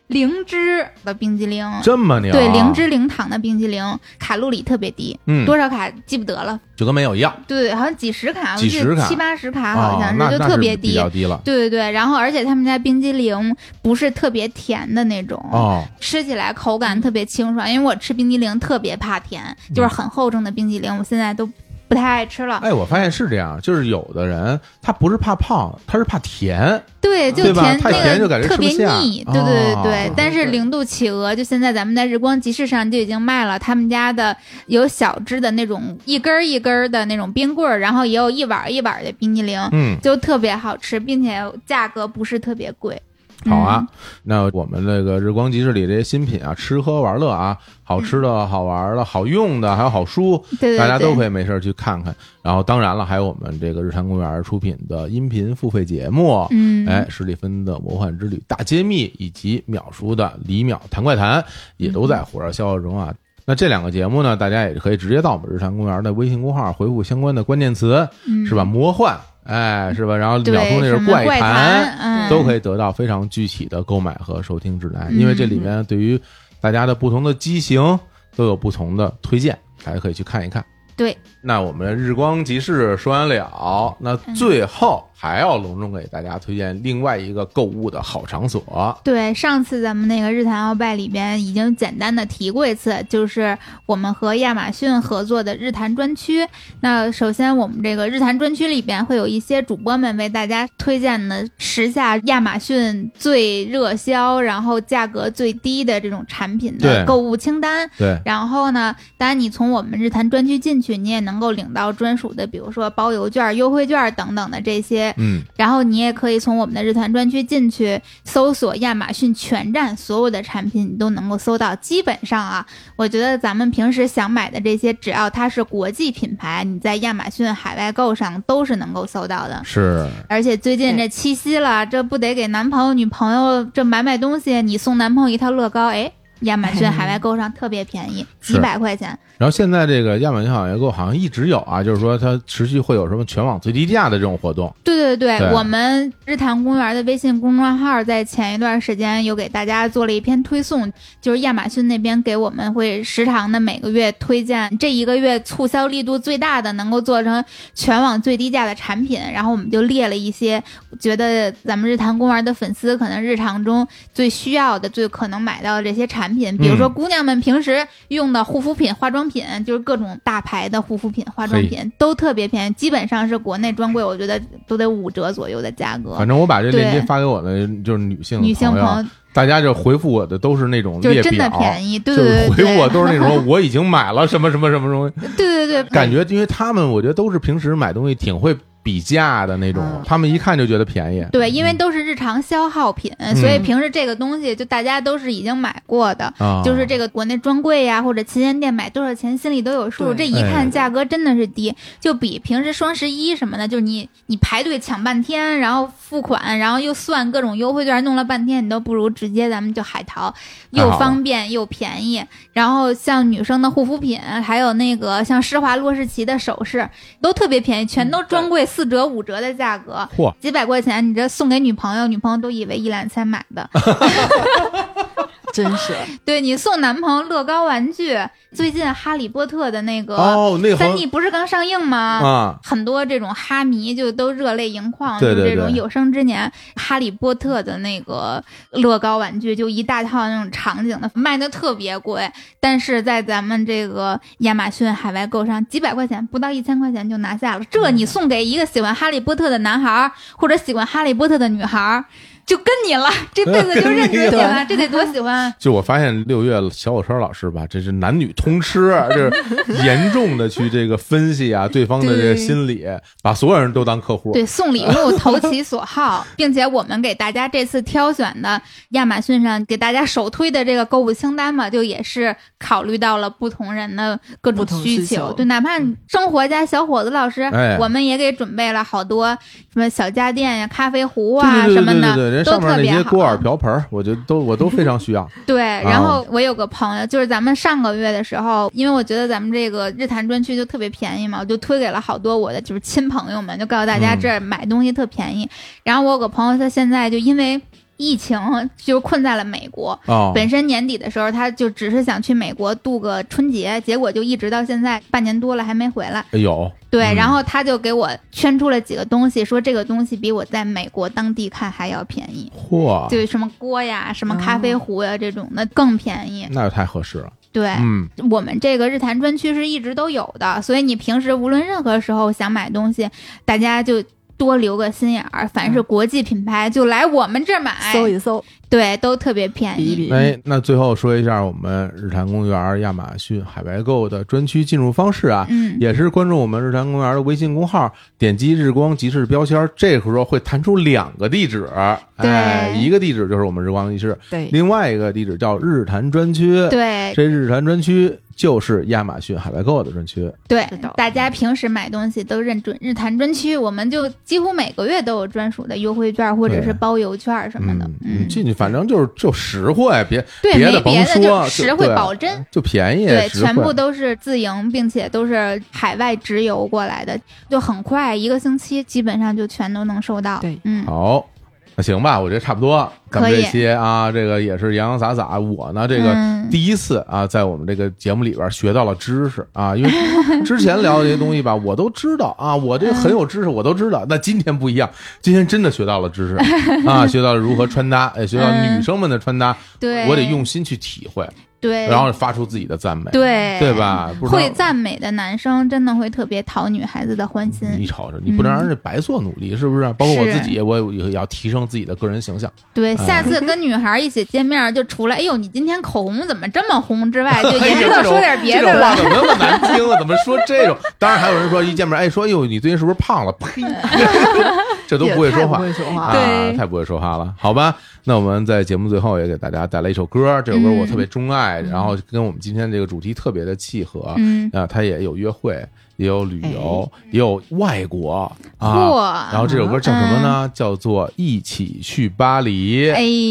Speaker 2: 灵芝的冰激凌，
Speaker 1: 这么牛啊，
Speaker 2: 对灵芝零糖的冰激凌，卡路里特别低，
Speaker 1: 嗯，
Speaker 2: 多少卡记不得了，
Speaker 1: 就跟没有一样
Speaker 2: 对，好像几十卡，我
Speaker 1: 几
Speaker 2: 记
Speaker 1: 十
Speaker 2: 得
Speaker 1: 卡
Speaker 2: 七八十卡
Speaker 1: 啊，
Speaker 2: 好像
Speaker 1: 那
Speaker 2: 是，就
Speaker 1: 那
Speaker 2: 特别
Speaker 1: 是比
Speaker 2: 低
Speaker 1: 较。低了
Speaker 2: 对对对，然后而且他们家冰激凌不是特别甜的那种，
Speaker 1: 哦，
Speaker 2: 吃起来口
Speaker 1: 嗯
Speaker 2: 感特别清爽。因为我吃冰激凌特别怕甜，就是很厚重的冰激凌，我现在都不太爱吃了。
Speaker 1: 哎，我发现是这样，就是有的人他不是怕胖，他是怕甜，
Speaker 2: 对，就
Speaker 1: 对吧
Speaker 2: 甜
Speaker 1: 太甜
Speaker 2: 那
Speaker 1: 就感
Speaker 2: 个
Speaker 1: 觉
Speaker 2: 特别
Speaker 1: 吃不下
Speaker 2: 腻，
Speaker 1: 哦
Speaker 2: 对对对对。
Speaker 1: 对
Speaker 2: 但是
Speaker 3: 对
Speaker 2: 零度企鹅就现在咱们在日光集市上就已经卖了，他们家的有小只的那种一根儿一根儿的那种冰棍儿，然后也有一碗儿一碗儿的冰激凌，
Speaker 1: 嗯，
Speaker 2: 就特别好吃，并且价格不是特别贵。
Speaker 1: 好
Speaker 2: 嗯
Speaker 1: 啊，那我们这个日光集市里这些新品啊，吃喝玩乐啊，好吃的、好玩的、好用的，还有好书，
Speaker 2: 嗯，对对对，
Speaker 1: 大家都可以没事儿去看看。然后，当然了，还有我们这个日坛公园出品的音频付费节目，
Speaker 2: 嗯，
Speaker 1: 哎，史蒂芬的魔幻之旅大揭秘以及淼叔的李淼谈快谈，也都
Speaker 2: 嗯
Speaker 1: 在火热销售中啊。那这两个节目呢，大家也可以直接到我们日坛公园的微信公号回复相关的关键词，
Speaker 2: 嗯，
Speaker 1: 是吧？魔幻，哎，是吧？然后
Speaker 2: 对，
Speaker 1: 淼叔那
Speaker 2: 什
Speaker 1: 是
Speaker 2: 么
Speaker 1: 怪
Speaker 2: 怪
Speaker 1: 谈。
Speaker 2: 嗯，
Speaker 1: 都可以得到非常具体的购买和收听指南，因为这里面对于大家的不同的机型都有不同的推荐，大家可以去看一看。
Speaker 2: 对，
Speaker 1: 那我们日光集市说完了，那最后还要隆重给大家推荐另外一个购物的好场所。
Speaker 2: 对，上次咱们那个日坛鳌拜里边已经简单的提过一次，就是我们和亚马逊合作的日坛专区。那首先，我们这个日坛专区里边会有一些主播们为大家推荐的时下亚马逊最热销，然后价格最低的这种产品的
Speaker 1: 对
Speaker 2: 购物清单。
Speaker 1: 对，
Speaker 2: 然后呢，当然你从我们日坛专区进去，你也能够领到专属的，比如说包邮券、优惠券等等的这些街。
Speaker 1: 嗯，
Speaker 2: 然后你也可以从我们的日团专区进去搜索亚马逊全站所有的产品，你都能够搜到。基本上啊，我觉得咱们平时想买的这些，只要它是国际品牌，你在亚马逊海外购上都是能够搜到的。
Speaker 1: 是，
Speaker 2: 而且最近这七夕了，这不得给男朋友、女朋友这买买东西，你送男朋友一套乐高，哎，亚马逊海外购上特别便宜，
Speaker 1: 是
Speaker 2: 几百块钱。
Speaker 1: 然后现在这个亚马逊好像购好像一直有啊，就是说它持续会有什么全网最低价的这种活动。
Speaker 2: 对对对，
Speaker 1: 对
Speaker 2: 我们日坛公园的微信公众号在前一段时间有给大家做了一篇推送，就是亚马逊那边给我们会时常的每个月推荐这一个月促销力度最大的，能够做成全网最低价的产品，然后我们就列了一些觉得咱们日坛公园的粉丝可能日常中最需要的、最可能买到的这些产品，比如说姑娘们平时用的护肤品、化妆品，就是各种大牌的护肤品、化妆品都特别便宜，基本上是国内专柜我觉得都得五折左右的价格
Speaker 1: 反。正我把这链接
Speaker 2: 对
Speaker 1: 发给我的就是女性
Speaker 2: 女性
Speaker 1: 朋
Speaker 2: 朋
Speaker 1: 友，
Speaker 2: 友
Speaker 1: 大家就回复我的都是那种
Speaker 2: 就
Speaker 1: 列
Speaker 2: 是
Speaker 1: 表，
Speaker 2: 真的便宜，对
Speaker 1: 就
Speaker 2: 对
Speaker 1: 是
Speaker 2: 对
Speaker 1: 回
Speaker 2: 对
Speaker 1: 复我都是那种我已经买了什么什么什么东西，
Speaker 2: 对对对，
Speaker 1: 感觉因为他们我觉得都是平时买东西挺会比价的那种，
Speaker 3: 嗯
Speaker 1: 他们一看就觉得便宜。
Speaker 2: 对，因为都是日常消耗品，所
Speaker 1: 嗯
Speaker 2: 以平时这个东西就大家都是已经买过的，
Speaker 1: 啊，
Speaker 2: 就是这个国内专柜呀、或者旗舰店买多少钱心里都有数，这
Speaker 3: 对
Speaker 2: 一
Speaker 1: 哎
Speaker 2: 看价格真的是低，就比平时双十一什么的，就是你你排队抢半天，然后付款，然后又算各种优惠券，弄了半天，你都不如直接咱们就海
Speaker 1: 太
Speaker 2: 淘，
Speaker 1: 好
Speaker 2: 又
Speaker 1: 了
Speaker 2: 方便又便宜。然后像女生的护肤品，还有那个像施华洛世奇的首饰，都特别便宜，全都专柜四折五折的价格，
Speaker 1: 嗯嚯
Speaker 2: 几百块钱，你这送给女朋友，女朋友都以为一两千买的。
Speaker 3: 真 是
Speaker 2: 对你送男朋友乐高玩具，最近《哈利波特》的那个
Speaker 1: 哦，那
Speaker 2: 三
Speaker 1: 回
Speaker 2: D 不是刚上映吗？
Speaker 1: 啊，
Speaker 2: 很多这种哈迷就都热泪盈眶，
Speaker 1: 对对
Speaker 2: 就是这种
Speaker 1: 对
Speaker 2: 有生之年，哈利波特的那个乐高玩具，就一大套那种场景的，卖的特别贵，但是在咱们这个亚马逊海外购上，几百块钱不到一千块钱就拿下了。
Speaker 1: 嗯
Speaker 2: 这你送给一个喜欢哈利波特的男孩儿或者喜欢哈利波特的女孩儿，就跟你了，这辈子就认准你了，这得多喜欢啊！
Speaker 1: 就我发现六月小火车老师吧，这是男女通吃，这 是严重的去这个分析啊对方的这个
Speaker 2: 对
Speaker 1: 心理，把所有人都当客户。
Speaker 2: 对，送礼物 投其所好，并且我们给大家这次挑选的亚马逊上给大家首推的这个购物清单嘛，就也是考虑到了不同人的各种
Speaker 3: 不同
Speaker 2: 需
Speaker 3: 需求嗯
Speaker 2: 对，哪怕你生活家小伙子老师，
Speaker 1: 哎
Speaker 2: 我们也给准备了好多什么小家电呀、咖啡壶啊
Speaker 1: 对对
Speaker 2: 什
Speaker 1: 对
Speaker 2: 么
Speaker 1: 对对对，
Speaker 2: 的，
Speaker 1: 人
Speaker 2: 都
Speaker 1: 上面
Speaker 2: 特
Speaker 1: 那
Speaker 2: 别
Speaker 1: 些
Speaker 2: 好。
Speaker 1: 锅碗瓢盆儿，我觉得都我都非常需要。
Speaker 2: 对，
Speaker 1: 啊
Speaker 2: 然后我有个朋友，就是咱们上个月的时候，因为我觉得咱们这个日坛专区就特别便宜嘛，我就推给了好多我的就是亲朋友们，就告诉大家
Speaker 1: 嗯
Speaker 2: 这儿买东西特便宜。然后我有个朋友，他现在就因为疫情就困在了美国。
Speaker 1: 哦，
Speaker 2: 本身年底的时候，他就只是想去美国度个春节，结果就一直到现在半年多了还没回来。
Speaker 1: 有
Speaker 2: 对，
Speaker 1: 嗯
Speaker 2: 然后他就给我圈出了几个东西，说这个东西比我在美国当地看还要便宜。
Speaker 1: 嚯，
Speaker 2: 就是什么锅呀、什么咖啡壶呀、这种的更便宜。
Speaker 1: 那就太合适了。
Speaker 2: 对、
Speaker 1: 嗯，
Speaker 2: 我们这个日坛专区是一直都有的，所以你平时无论任何时候想买东西，大家就。多留个心眼儿，凡是国际品牌就来我们这儿买，
Speaker 3: 搜一搜，
Speaker 2: 对，都特别便
Speaker 3: 嗯比一
Speaker 2: 宜。
Speaker 3: 比。
Speaker 1: 哎，那最后说一下我们日坛公园亚马逊海外购的专区进入方式啊，
Speaker 2: 嗯，
Speaker 1: 也是关注我们日坛公园的微信公号，点击日光集市标签，这个时候会弹出两个地址，哎，
Speaker 2: 对
Speaker 1: 一个地址就是我们日光集市，
Speaker 3: 对，
Speaker 1: 另外一个地址叫日坛专区，
Speaker 2: 对
Speaker 1: 这日坛专区就是亚马逊海外购的专区，
Speaker 2: 对
Speaker 3: 是的，
Speaker 2: 大家平时买东西都认准日坛专区，我们就几乎每个月都有专属的优惠券或者
Speaker 1: 对
Speaker 2: 是包邮券什么的。
Speaker 1: 嗯，
Speaker 2: 嗯
Speaker 1: 你，进去反正就是就实惠，别
Speaker 2: 对，
Speaker 1: 别的
Speaker 2: 没
Speaker 1: 甭
Speaker 2: 别的
Speaker 1: 说
Speaker 2: 就实惠
Speaker 1: 对
Speaker 2: 保真。
Speaker 1: 就便宜，
Speaker 2: 对，
Speaker 1: 实
Speaker 2: 全
Speaker 1: 惠
Speaker 2: 部都是自营，并且都是海外直邮过来的，就很快，一个星期基本上就全都能收到。
Speaker 3: 对
Speaker 2: 嗯，
Speaker 1: 好，那行吧，我觉得差不多。咱们
Speaker 2: 可
Speaker 1: 这
Speaker 2: 以
Speaker 1: 期啊，这个也是洋洋洒洒。我呢，这个
Speaker 2: 嗯
Speaker 1: 第一次啊，在我们这个节目里边学到了知识啊，因为 之前聊的这些东西吧，我都知道啊，我这个很有知识，我都知道。那今天不一样，今天真的学到了知 识啊，学到了如何穿搭，哎，学到
Speaker 2: 嗯
Speaker 1: 女生们的穿搭，
Speaker 2: 对，
Speaker 1: 我得用心去体会。
Speaker 2: 对，
Speaker 1: 然后发出自己的赞美，
Speaker 2: 对
Speaker 1: 对？吧？不知道
Speaker 2: 会赞美的男生真的会特别讨女孩子的欢心，
Speaker 1: 你瞅瞅，你不能让人家白做努力，是不是？包括我
Speaker 2: 是
Speaker 1: 自己，我也也要提升自己的个人形象。
Speaker 2: 对，
Speaker 1: 哎
Speaker 2: 下次跟女孩一起见面，就除了“哎呦，你今天口红怎么这么红”之 外，就也知道说点别
Speaker 1: 哎这
Speaker 2: 的
Speaker 1: 种话
Speaker 2: 了。
Speaker 1: 怎么那么难听啊？怎么说这种？当然还有人说一见面，哎，说哟，你最近是不是胖了？ 呸，这都不会说
Speaker 3: 也太
Speaker 1: 话
Speaker 3: 不。会说话
Speaker 1: 啊
Speaker 3: 了。
Speaker 2: 对，
Speaker 1: 太不会说话了，好吧？那我们在节目最后也给大家带来一首歌，这首
Speaker 2: 嗯
Speaker 1: 歌我特别钟爱，然后跟我们今天这个主题特别的契合。
Speaker 2: 嗯，哎
Speaker 1: 啊，它也有约会，也有旅游，也有外国啊。
Speaker 2: 嚯，嗯
Speaker 1: 然后这首歌叫什么呢？叫做《一起去巴黎》。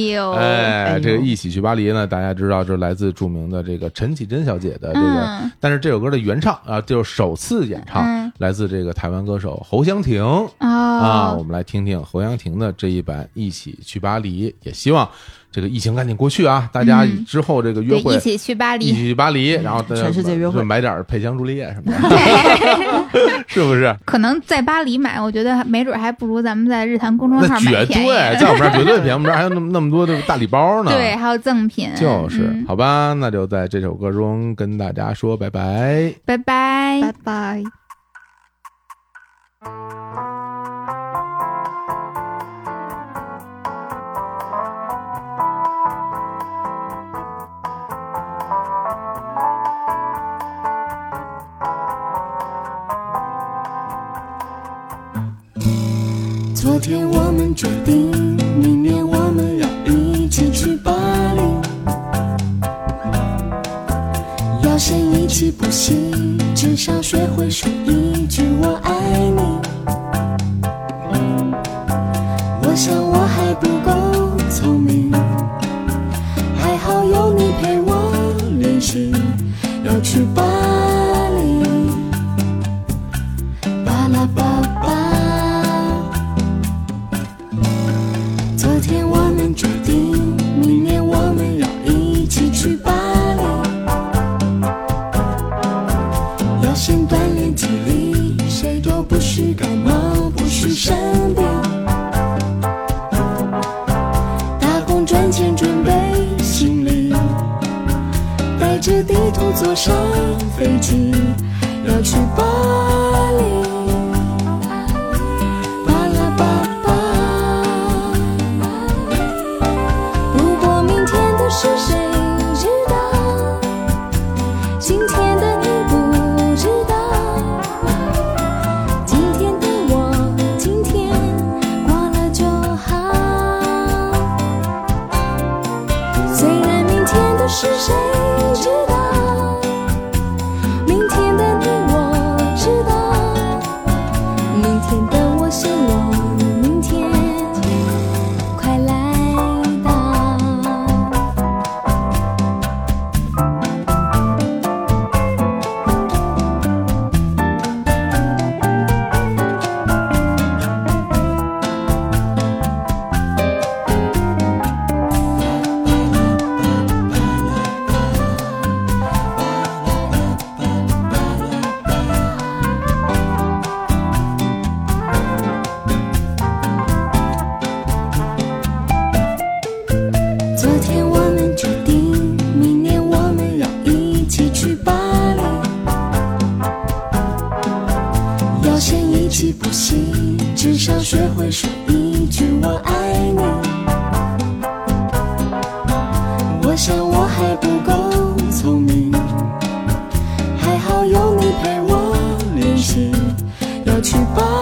Speaker 2: 哎呦，
Speaker 1: 哎，
Speaker 3: 哎
Speaker 1: 这个
Speaker 3: 呦
Speaker 1: 一起去巴黎呢，大家知道，就是来自著名的这个陈绮贞小姐的这个，
Speaker 2: 嗯
Speaker 1: 但是这首歌的原唱啊，就是首次演唱，
Speaker 2: 嗯
Speaker 1: 来自这个台湾歌手侯湘婷。啊，我
Speaker 2: 哦，
Speaker 1: 们来听听侯湘婷的这一版《一起去巴黎》，也希望这个疫情赶紧过去啊！大家
Speaker 2: 嗯
Speaker 1: 之后这个约
Speaker 2: 对，
Speaker 1: 会
Speaker 2: 一起去巴
Speaker 1: 一起
Speaker 2: 黎，嗯
Speaker 1: 去巴黎，然后大家
Speaker 3: 全世界约会
Speaker 1: 就买点配香朱丽叶什么 的，是不是？
Speaker 2: 可能在巴黎买，我觉得没准还不如咱们在日坛公众
Speaker 1: 那
Speaker 2: 号
Speaker 1: 绝
Speaker 2: 买便
Speaker 1: 对
Speaker 2: 宜。
Speaker 1: 在我们这儿绝对便宜，我们这儿还有那么那么多的大礼包呢。
Speaker 2: 对，还有赠品，
Speaker 1: 就是
Speaker 2: 嗯，
Speaker 1: 好吧，那就在这首歌中跟大家说拜拜。
Speaker 2: 拜拜，
Speaker 3: 拜拜。
Speaker 4: 昨天我们决定，明年我们要一起去巴黎。要先一起补习，至少学会说一句我爱你。我想我还不够聪明，还好有你陪我练习。要去巴黎，巴拉巴巴。昨天我们决定，明年我们要一起去巴黎。要先锻炼体力，谁都不许感冒，不许生病。打工赚钱，准备行李，带着地图坐上飞机，要去巴黎。巴拉巴巴。不过明天的是谁知道？今天的你不知道。今天的我，今天过了就好。虽然明天的是谁知道？明天的你我知道。明天的我希望明天快来到。昨天我们决定，明年我们要一起去巴黎。要先一起补习，至少学会说一句我爱你。我想我还不够聪明，还好有你陪我练习，要去巴